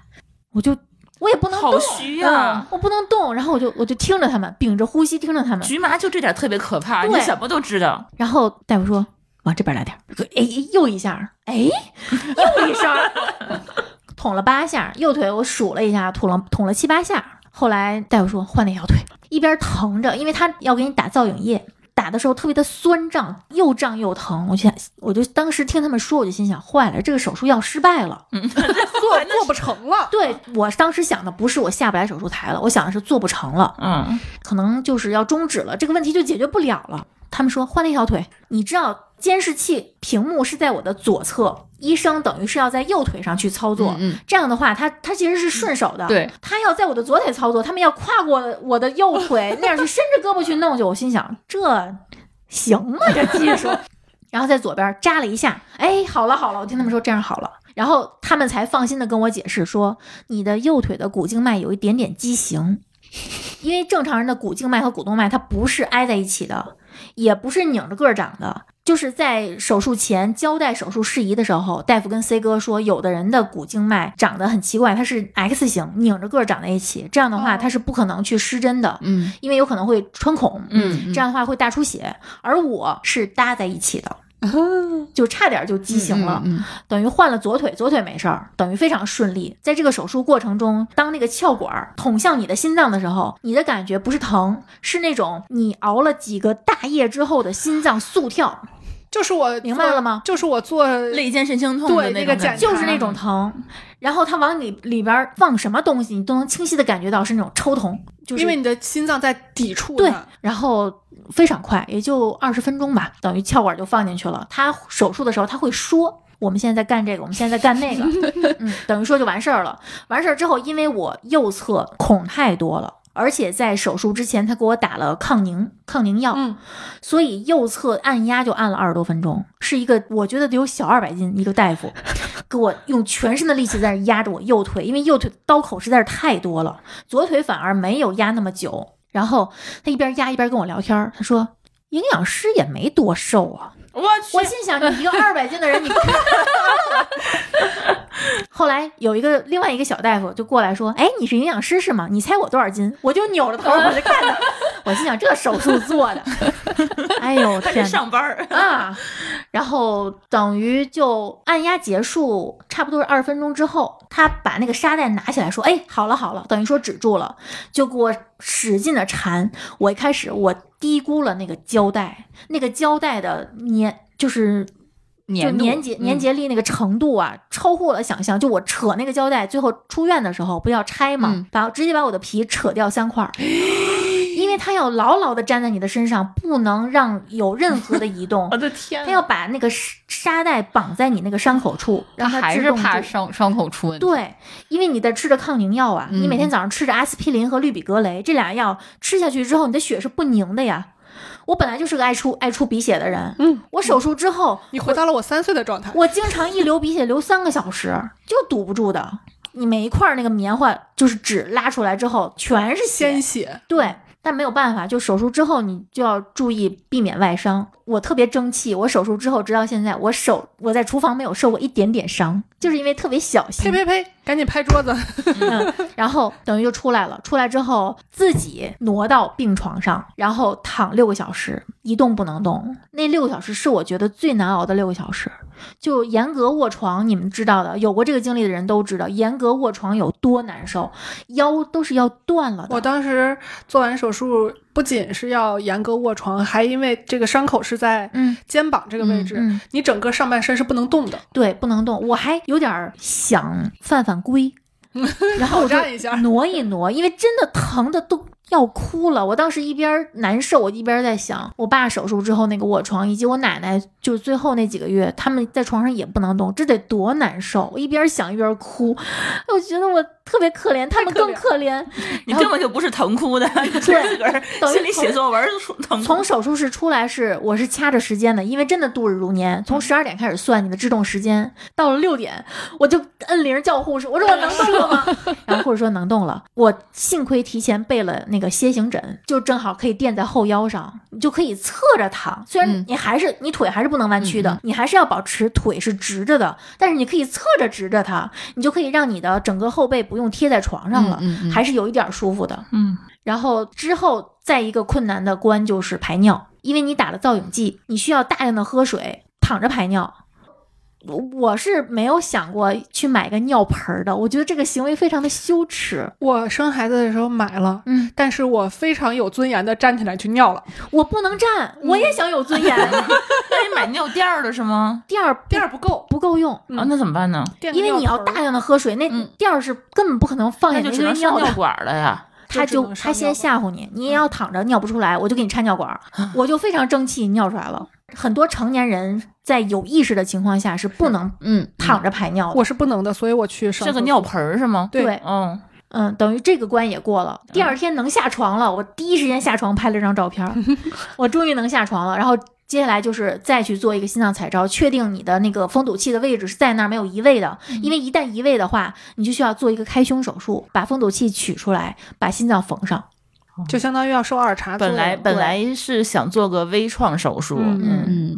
Speaker 3: 我就我也不能动
Speaker 5: 好，虚呀、
Speaker 3: 嗯我不能动，然后我就我就听着他们，屏着呼吸听着他们，
Speaker 5: 局麻就这点特别可怕，
Speaker 3: 对
Speaker 5: 你什么都知道，
Speaker 3: 然后大夫说往这边来点儿，哎，又一下，哎，又一声， 捅了八下，右腿我数了一下，捅了捅了七八下。后来大夫说换那条腿，一边疼着，因为他要给你打造影液，打的时候特别的酸胀，又胀又疼。我就想，我就当时听他们说，我就心想，坏了，这个手术要失败了。
Speaker 2: 做做不成了。
Speaker 3: 对我当时想的不是我下不来手术台了，我想的是做不成了。
Speaker 5: 嗯，
Speaker 3: 可能就是要终止了，这个问题就解决不了了。他们说换那条腿，你知道监视器屏幕是在我的左侧，医生等于是要在右腿上去操作。
Speaker 4: 嗯
Speaker 3: 这样的话，他他其实是顺手的，
Speaker 4: 对，
Speaker 3: 他要在我的左腿操作，他们要跨过我的右 腿那样去伸着胳膊去弄去，我心想这行吗？这技术？ 然后在左边扎了一下，哎，好了好了，我听他们说这样好了，然后他们才放心的跟我解释说，你的右腿的股静脉有一点点畸形，因为正常人的股静脉和股动脉它不是挨在一起的，也不是拧着个儿长的。就是在手术前交代手术事宜的时候，大夫跟 C 哥说，有的人的股静脉长得很奇怪，它是 X 型，拧着个儿长在一起，这样的话
Speaker 2: 哦
Speaker 3: 它是不可能去施针的，
Speaker 4: 嗯
Speaker 3: 因为有可能会穿孔。
Speaker 4: 嗯，
Speaker 3: 这样的话会大出血，而我是搭在一起的，就差点就畸形了，
Speaker 4: 啊嗯
Speaker 3: 等于换了左腿，左腿没事儿，等于非常顺利。在这个手术过程中，当那个鞘管儿捅向你的心脏的时候，你的感觉不是疼，是那种你熬了几个大夜之后的心脏速跳，
Speaker 2: 就是我
Speaker 3: 明白了吗？
Speaker 2: 就是我做
Speaker 5: 肋间神经痛
Speaker 2: 对
Speaker 5: 的
Speaker 2: 那
Speaker 5: 种
Speaker 2: 个检
Speaker 5: 感觉，
Speaker 3: 就是那种
Speaker 4: 啊
Speaker 3: 疼。然后他往你里边儿放什么东西，你都能清晰的感觉到是那种抽痛，就是
Speaker 2: 因为你的心脏在抵触
Speaker 3: 对
Speaker 2: 它，
Speaker 3: 然后非常快，也就二十分钟吧，等于鞘管就放进去了。他手术的时候他会说。我们现在在干这个，我们现在在干那个，嗯，等于说就完事儿了。完事儿之后，因为我右侧孔太多了，而且在手术之前他给我打了抗凝抗凝药，
Speaker 2: 嗯，
Speaker 3: 所以右侧按压就按了二十多分钟，是一个我觉得得有小二百斤一个大夫，给我用全身的力气在那压着我右腿，因为右腿刀口实在是太多了，左腿反而没有压那么久。然后他一边压一边跟我聊天儿，他说。营养师也没多瘦啊，
Speaker 5: 我去
Speaker 3: 我，心想 你一个二百斤的人，你。 后来有一个另外一个小大夫就过来说：“哎，你是营养师是吗？你猜我多少斤？”我就扭着头我就看他， 我心想这手术做的， 哎呦
Speaker 5: 他是
Speaker 3: 天哪！
Speaker 5: 上 班儿，
Speaker 3: 啊，然后等于就按压结束，差不多是二十分钟之后，他把那个沙袋拿起来说：“哎，好了好了。”等于说止住了，就给我使劲的缠。我一开始我低估了那个胶带，那个胶带的粘就是。就
Speaker 4: 粘度嗯
Speaker 3: 粘结粘结力那个程度啊，超乎我的想象。就我扯那个胶带，最后出院的时候不要拆嘛，
Speaker 4: 嗯
Speaker 3: 把直接把我的皮扯掉三 块儿，因为它要牢牢的粘在你的身上，不能让有任何的移 动。
Speaker 4: 哦
Speaker 5: 我的
Speaker 4: 嗯
Speaker 5: 天
Speaker 3: 他要把那个沙沙袋绑在你那个伤口处，让它
Speaker 4: 还
Speaker 3: 制
Speaker 4: 是
Speaker 3: 动
Speaker 4: 怕
Speaker 3: 住
Speaker 4: 伤伤口出问题。
Speaker 3: 对，因为你在吃着抗凝药啊，你每天
Speaker 4: 嗯
Speaker 3: 早上吃着阿司匹林和氯吡格雷这俩药，吃下去之后你的血是不凝的呀。我本来就是个爱出爱出鼻血的人，
Speaker 2: 嗯，
Speaker 3: 我手术之后，
Speaker 2: 你回到了我三岁的状态。
Speaker 3: 我经常一流鼻血流三个小时，就堵不住的。你每一块儿那个棉花就是纸拉出来之后全是血，
Speaker 2: 鲜血，
Speaker 3: 对，但没有办法，就手术之后你就要注意避免外伤。我特别争气，我手术之后直到现在，我手我在厨房没有受过一点点伤，就是因为特别小
Speaker 2: 呸
Speaker 3: 心。嗯
Speaker 2: 呸呸！赶紧拍桌子。
Speaker 3: 然后等于就出来了，出来之后自己挪到病床上，然后躺六个小时，一动不能动。那六个小时是我觉得最难熬的六个小时。就严格卧床，你们知道的，有过这个经历的人都知道，严格卧床有多难受，腰都是要断了的。
Speaker 2: 我当时做完手术，不仅是要严格卧床，还因为这个伤口是在
Speaker 3: 嗯
Speaker 2: 肩膀这个位置，
Speaker 3: 嗯。
Speaker 2: 你整个上半身是不能动的。
Speaker 3: 对，不能动。我还有点儿想犯犯 规，然后我就
Speaker 2: 挑战一下
Speaker 3: 挪一挪，因为真的疼的都要哭了。我当时一边儿难受，我一边儿在想，我爸手术之后那个卧床，以及我奶奶就是最后那几个月，他们在床上也不能动，这得多难受！我一边儿想一边儿哭， 我觉得我特别可怜，他们
Speaker 2: 可
Speaker 3: 更
Speaker 2: 怜
Speaker 3: 可怜。
Speaker 5: 你根本就不是疼哭的， 你是自个儿
Speaker 3: 等于
Speaker 5: 心里
Speaker 3: 从
Speaker 5: 写作文儿疼哭
Speaker 3: 从手术室出来是我是掐着时间的，因为真的度日如年。从十二点开始算你的制动时间，到了六点我就摁铃叫护士，我说我能动了吗？然后护士说能动了。我幸亏提前备了那个楔形枕，就正好可以垫在后腰上，你就可以侧着躺。虽然
Speaker 4: 嗯
Speaker 3: 你还是你腿还是不能弯曲的，你还是要保持腿是直着的，但是你可以侧着直着它，你就可以让你的整个后背不用贴在床上了，
Speaker 4: 嗯嗯嗯
Speaker 3: 还是有一点儿舒服的。
Speaker 5: 嗯，
Speaker 3: 然后之后再一个困难的关就是排尿，因为你打了造影剂，你需要大量的喝水，躺着排尿。我我是没有想过去买个尿盆儿的，我觉得这个行为非常的羞耻。
Speaker 2: 我生孩子的时候买了，
Speaker 3: 嗯，
Speaker 2: 但是我非常有尊严的站起来去尿了。
Speaker 3: 我不能站，
Speaker 5: 嗯
Speaker 3: 我也想有尊严。
Speaker 5: 那你买尿垫儿的是吗？
Speaker 3: 第二
Speaker 2: 垫儿不够，
Speaker 3: 不够用，
Speaker 2: 嗯
Speaker 5: 啊，那怎么办呢？
Speaker 2: 垫个
Speaker 3: 因为你
Speaker 2: 尿
Speaker 3: 要
Speaker 2: 盆儿
Speaker 3: 大量的喝水，那
Speaker 5: 嗯
Speaker 3: 垫儿是根本不可能放下
Speaker 5: 哎那
Speaker 3: 那
Speaker 5: 就只
Speaker 3: 堆
Speaker 5: 能上
Speaker 3: 尿
Speaker 5: 尿
Speaker 3: 的。
Speaker 5: 管儿了呀。
Speaker 3: 他
Speaker 2: 就
Speaker 3: 就
Speaker 2: 只能上嗯
Speaker 3: 他先
Speaker 2: 尿
Speaker 3: 吓唬你，你也要躺着尿不出来，我就给你插尿管儿， 我就非常争气尿出来了。很多成年人在有意识的情况下是不能嗯躺着排尿的
Speaker 2: 我，是不能的，所以我去上
Speaker 5: 是个
Speaker 2: 厕
Speaker 5: 尿
Speaker 2: 所
Speaker 5: 盆儿是吗？
Speaker 2: 对嗯
Speaker 3: 对
Speaker 5: 嗯，
Speaker 3: 嗯，等于这个关也过了。第二天能下床了，我第一时间下床拍了张 照片儿，我终于能下床了。然后接下来就是再去做一个心脏彩超，确定你的那个封堵器的位置是在那儿没有移位的，
Speaker 2: 嗯
Speaker 3: 因为一旦移位的话，你就需要做一个开胸手术，把封堵器取出来，把心脏缝上。
Speaker 2: 就相当于要受二茬作
Speaker 5: 本
Speaker 2: 用。
Speaker 5: 来
Speaker 2: 对
Speaker 5: 本来是想做个微创手术，
Speaker 2: 嗯
Speaker 5: 嗯
Speaker 4: 嗯，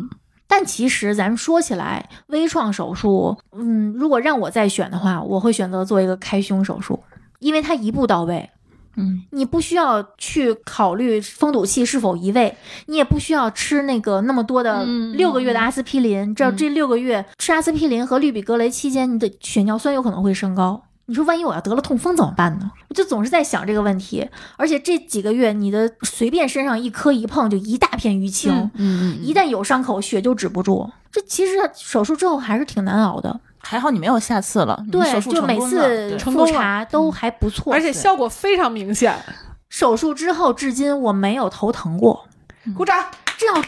Speaker 3: 但其实咱们说起来，微创手术，嗯，如果让我再选的话，我会选择做一个开胸手术，因为它一步到位。
Speaker 5: 嗯，
Speaker 3: 你不需要去考虑封堵器是否移位，你也不需要吃那个那么多的
Speaker 4: 嗯
Speaker 3: 六个月的阿司匹林。你知道
Speaker 5: 嗯
Speaker 3: 这六个月吃阿司匹林和氯吡格雷期间，你的血尿酸有可能会升高。你说万一我要得了痛风怎么办呢？我就总是在想这个问题，而且这几个月你的随便身上一磕一碰就一大片淤青，
Speaker 2: 嗯
Speaker 4: 嗯嗯，
Speaker 3: 一旦有伤口，血就止不住。这其实手术之后还是挺难熬的，
Speaker 5: 还好你没有下次了，你嗯手
Speaker 3: 对，
Speaker 5: 术
Speaker 3: 就
Speaker 5: 成
Speaker 3: 每
Speaker 5: 功了
Speaker 3: 次
Speaker 5: 对
Speaker 2: 成功
Speaker 3: 复
Speaker 2: 了
Speaker 3: 查都还不错，
Speaker 2: 而且效果非常明显，
Speaker 3: 手术之后至今我没有头疼过，
Speaker 2: 鼓掌。
Speaker 3: 这要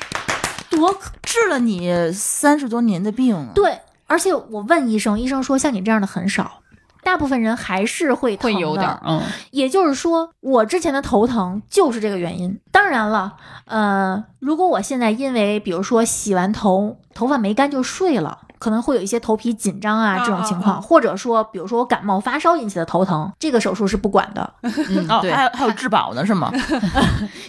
Speaker 3: 多可
Speaker 5: 治了你三十多年的病啊，
Speaker 3: 对。而且我问医生，医生说像你这样的很少，大部分人还是会疼
Speaker 4: 会
Speaker 3: 的。
Speaker 4: 有点儿，嗯，
Speaker 3: 也就是说，我之前的头疼就是这个原因。当然了，呃，如果我现在因为比如说洗完头，头发没干就睡了，可能会有一些头皮紧张啊
Speaker 2: 啊
Speaker 3: 这种情况，
Speaker 2: 啊啊
Speaker 3: 或者说比如说我感冒发烧引起的头疼，这个手术是不管的。
Speaker 4: 嗯
Speaker 5: 哦，
Speaker 4: 对，
Speaker 5: 还有还有质保呢是吗？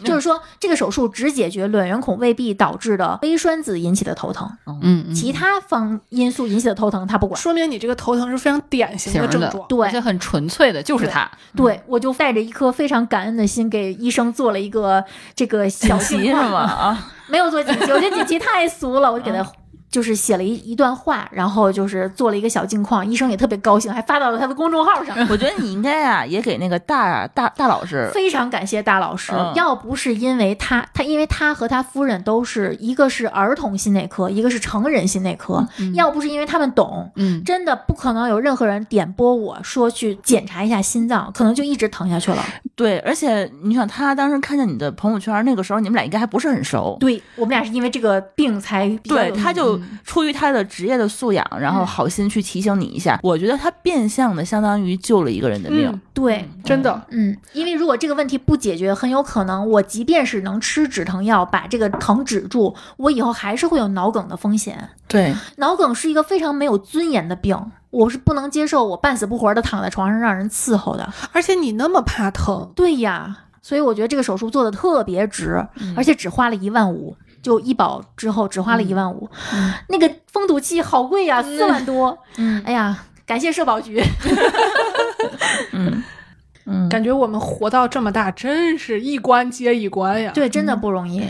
Speaker 3: 就是说，这个手术只解决卵圆孔未闭导致的微栓子引起的头疼，
Speaker 4: 嗯，嗯
Speaker 3: 其他方因素引起的头疼它不管。
Speaker 2: 说明你这个头疼是非常典型的
Speaker 4: 型
Speaker 2: 症
Speaker 4: 的
Speaker 2: 状。
Speaker 3: 对
Speaker 4: 而且很纯粹的，就是
Speaker 3: 对
Speaker 4: 它，
Speaker 3: 对，我就带着一颗非常感恩的心给医生做了一个这个小
Speaker 5: 急
Speaker 3: 计
Speaker 5: 是
Speaker 3: 划
Speaker 5: 吗？啊，
Speaker 3: 没有做锦旗，我觉得锦旗太俗了，我就给
Speaker 5: 嗯
Speaker 3: 他就是写了一一段话，然后就是做了一个小镜框，医生也特别高兴，还发到了他的公众号上。
Speaker 5: 我觉得你应该啊，也给那个大大大老师
Speaker 3: 非常感谢大老师，
Speaker 5: 嗯
Speaker 3: 要不是因为他，他因为他和他夫人都是一个是儿童心内科，一个是成人心内科，
Speaker 5: 嗯
Speaker 3: 要不是因为他们懂，
Speaker 4: 嗯，
Speaker 3: 真的不可能有任何人点拨我说去检查一下心脏，可能就一直疼下去了。
Speaker 5: 对，而且你想，他当时看见你的朋友圈，那个时候你们俩应该还不是很熟。
Speaker 3: 对我们俩是因为这个病才比较
Speaker 5: 对，
Speaker 3: 有
Speaker 5: 他就出于他的职业的素养，然后
Speaker 3: 嗯
Speaker 5: 好心去提醒你一下。我觉得他变相的相当于救了一个人的命
Speaker 2: 嗯。
Speaker 3: 对。
Speaker 2: 真的，
Speaker 3: 嗯，因为如果这个问题不解决，很有可能我即便是能吃止疼药把这个疼止住，我以后还是会有脑梗的风险。
Speaker 5: 对，
Speaker 3: 脑梗是一个非常没有尊严的病，我是不能接受我半死不活的躺在床上让人伺候的。
Speaker 2: 而且你那么怕疼，
Speaker 3: 对呀，所以我觉得这个手术做的特别值，
Speaker 5: 嗯
Speaker 3: 而且只花了一万五。就医保之后只花了一万五、那个封堵器好贵呀、四万多。
Speaker 5: 嗯
Speaker 3: 哎呀，感谢社保局。
Speaker 5: 嗯嗯，
Speaker 2: 感觉我们活到这么大，真是一关接一关呀。，
Speaker 3: 对，真的不容易，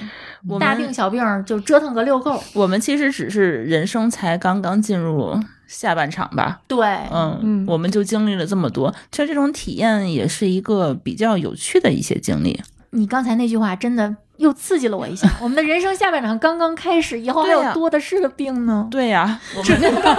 Speaker 5: 我
Speaker 3: 大
Speaker 5: 们
Speaker 3: 病小病儿就折腾个遛够。
Speaker 5: 我们其实只是人生才刚刚进入下半场吧。
Speaker 3: 对，
Speaker 5: 嗯
Speaker 2: 嗯
Speaker 5: 我们就经历了这么多，其实这种体验也是一个比较有趣的一些经历。
Speaker 3: 你刚才那句话真的又刺激了我一 下。我们的人生下半场刚刚开始，以后还
Speaker 5: 对呀
Speaker 3: 有多的是的病呢。
Speaker 5: 对呀、我们哎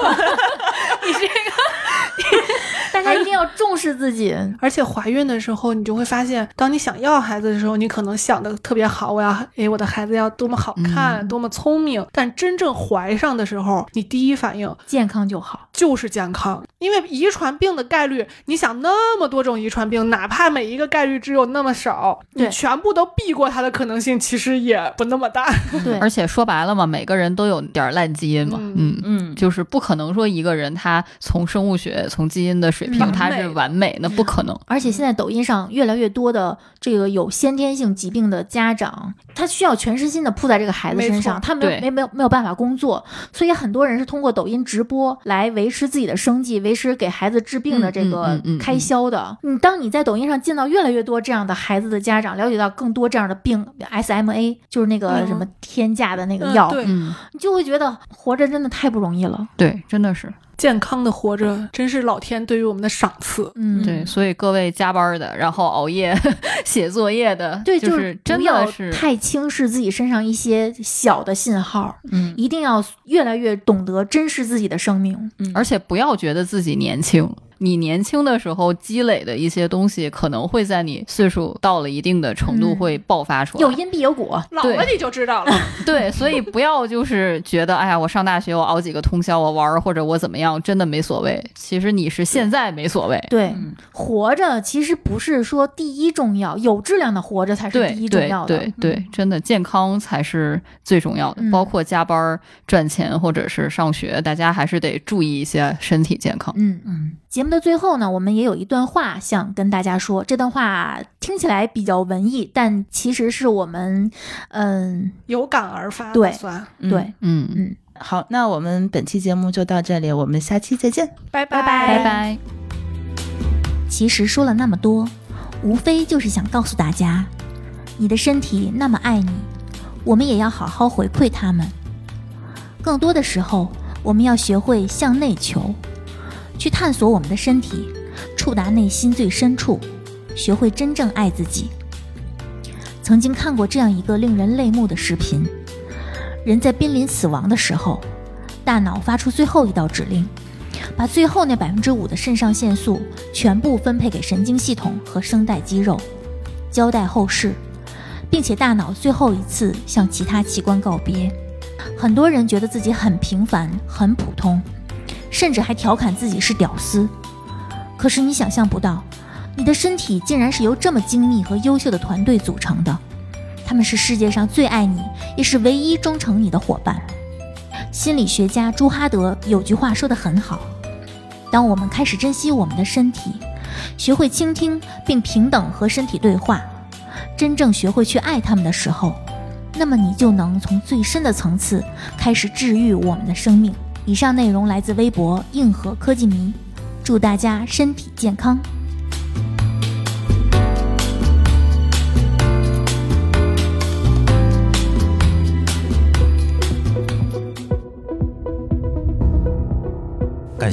Speaker 3: 大家一定要重视自己。
Speaker 2: 而且怀孕的时候，你就会发现，当你想要孩子的时候，你可能想的特别好，我要诶，我的孩子要多么好看，
Speaker 3: 嗯
Speaker 2: 多么聪明。但真正怀上的时候，你第一反应
Speaker 3: 健康就 好，
Speaker 2: 就是健康，因为遗传病的概率，你想那么多种遗传病，哪怕每一个概率只有那么少，
Speaker 3: 对
Speaker 2: 你全部都避过它的可能性其实也不那么大。
Speaker 3: 对
Speaker 4: 而，且说白了嘛，每个人都有点儿烂基因嘛，
Speaker 2: 嗯
Speaker 4: 嗯。
Speaker 5: 嗯，
Speaker 4: 就是不可能说一个人他从生物学、从基因的水平
Speaker 3: 嗯
Speaker 4: 他是完美，那不可能。
Speaker 3: 而且现在抖音上越来越多的这个有先天性疾病的家长，他需要全身心的扑在这个孩子身上，
Speaker 2: 没
Speaker 3: 他没有
Speaker 4: 对
Speaker 3: 没没有没有办法工作，所以很多人是通过抖音直播来维持自己的生计，维持给孩子治病的这
Speaker 4: 嗯
Speaker 3: 个
Speaker 4: 嗯嗯嗯
Speaker 3: 开销的。你当你在抖音上见到越来越多这样的孩子的家长，了解到更多这样的病，SMA 就是那个
Speaker 2: 嗯
Speaker 3: 什么天价的那个
Speaker 2: 嗯
Speaker 3: 药，
Speaker 2: 对，
Speaker 4: 嗯，
Speaker 3: 你就会觉得活着真的太不容易了。
Speaker 4: 对，真的是
Speaker 2: 健康的活着，真是老天对于我们的赏赐。
Speaker 3: 嗯，
Speaker 4: 对。所以各位加班的，然后熬夜 写作业的，
Speaker 3: 对，
Speaker 4: 就是真
Speaker 3: 不
Speaker 4: 的
Speaker 3: 要
Speaker 4: 是
Speaker 3: 太轻视自己身上一些小的信号，
Speaker 5: 嗯
Speaker 3: 一定要越来越懂得珍视自己的生命。
Speaker 4: 而且不要觉得自己年轻，你年轻的时候积累的一些东西，可能会在你岁数到了一定的程度
Speaker 3: 嗯
Speaker 4: 会爆发出来。
Speaker 3: 有因必有果，
Speaker 2: 老了
Speaker 4: 对
Speaker 2: 你就知道了。
Speaker 4: 对，所以不要就是觉得，哎呀，我上大学我熬几个通宵，我玩儿或者我怎么样，真的没所谓。其实你是现在没所谓，
Speaker 3: 对，活着其实不是说第一重要，有质量的活着才是
Speaker 4: 对
Speaker 3: 第一重
Speaker 4: 对
Speaker 3: 要的。
Speaker 4: 对对，真的健康才是最重要的。
Speaker 3: 嗯
Speaker 4: 包括加班儿、赚钱或者是上学，大家还是得注意一些身体健康。
Speaker 3: 嗯，
Speaker 5: 嗯，
Speaker 3: 节目的最后呢，我们也有一段话想跟大家说。这段话听起来比较文艺，但其实是我们，嗯，
Speaker 2: 有感而发，
Speaker 3: 对
Speaker 2: 算，
Speaker 5: 嗯
Speaker 3: 对，，
Speaker 4: 嗯，
Speaker 5: 好，那我们本期节目就到这里，我们下期再见。
Speaker 2: 拜拜
Speaker 3: 拜
Speaker 4: 拜拜。
Speaker 3: 其实说了那么多，无非就是想告诉大家，你的身体那么爱你，我们也要好好回馈他们。更多的时候，我们要学会向内求，去探索我们的身体，触达内心最深处，学会真正爱自己。曾经看过这样一个令人泪目的视频：人在濒临死亡的时候，大脑发出最后一道指令，把最后那百分之五的肾上腺素全部分配给神经系统和声带肌肉，交代后事，并且大脑最后一次向其他器官告别。很多人觉得自己很平凡、很普通，甚至还调侃自己是屌丝。可是你想象不到，你的身体竟然是由这么精密和优秀的团队组成的，他们是世界上最爱你，也是唯一忠诚你的伙伴。心理学家朱哈德有句话说得很好：当我们开始珍惜我们的身体，学会倾听并平等和身体对话，真正学会去爱他们的时候，那么你就能从最深的层次开始治愈我们的生命。以上内容来自微博硬核科技迷，祝大家身体健康。
Speaker 1: 感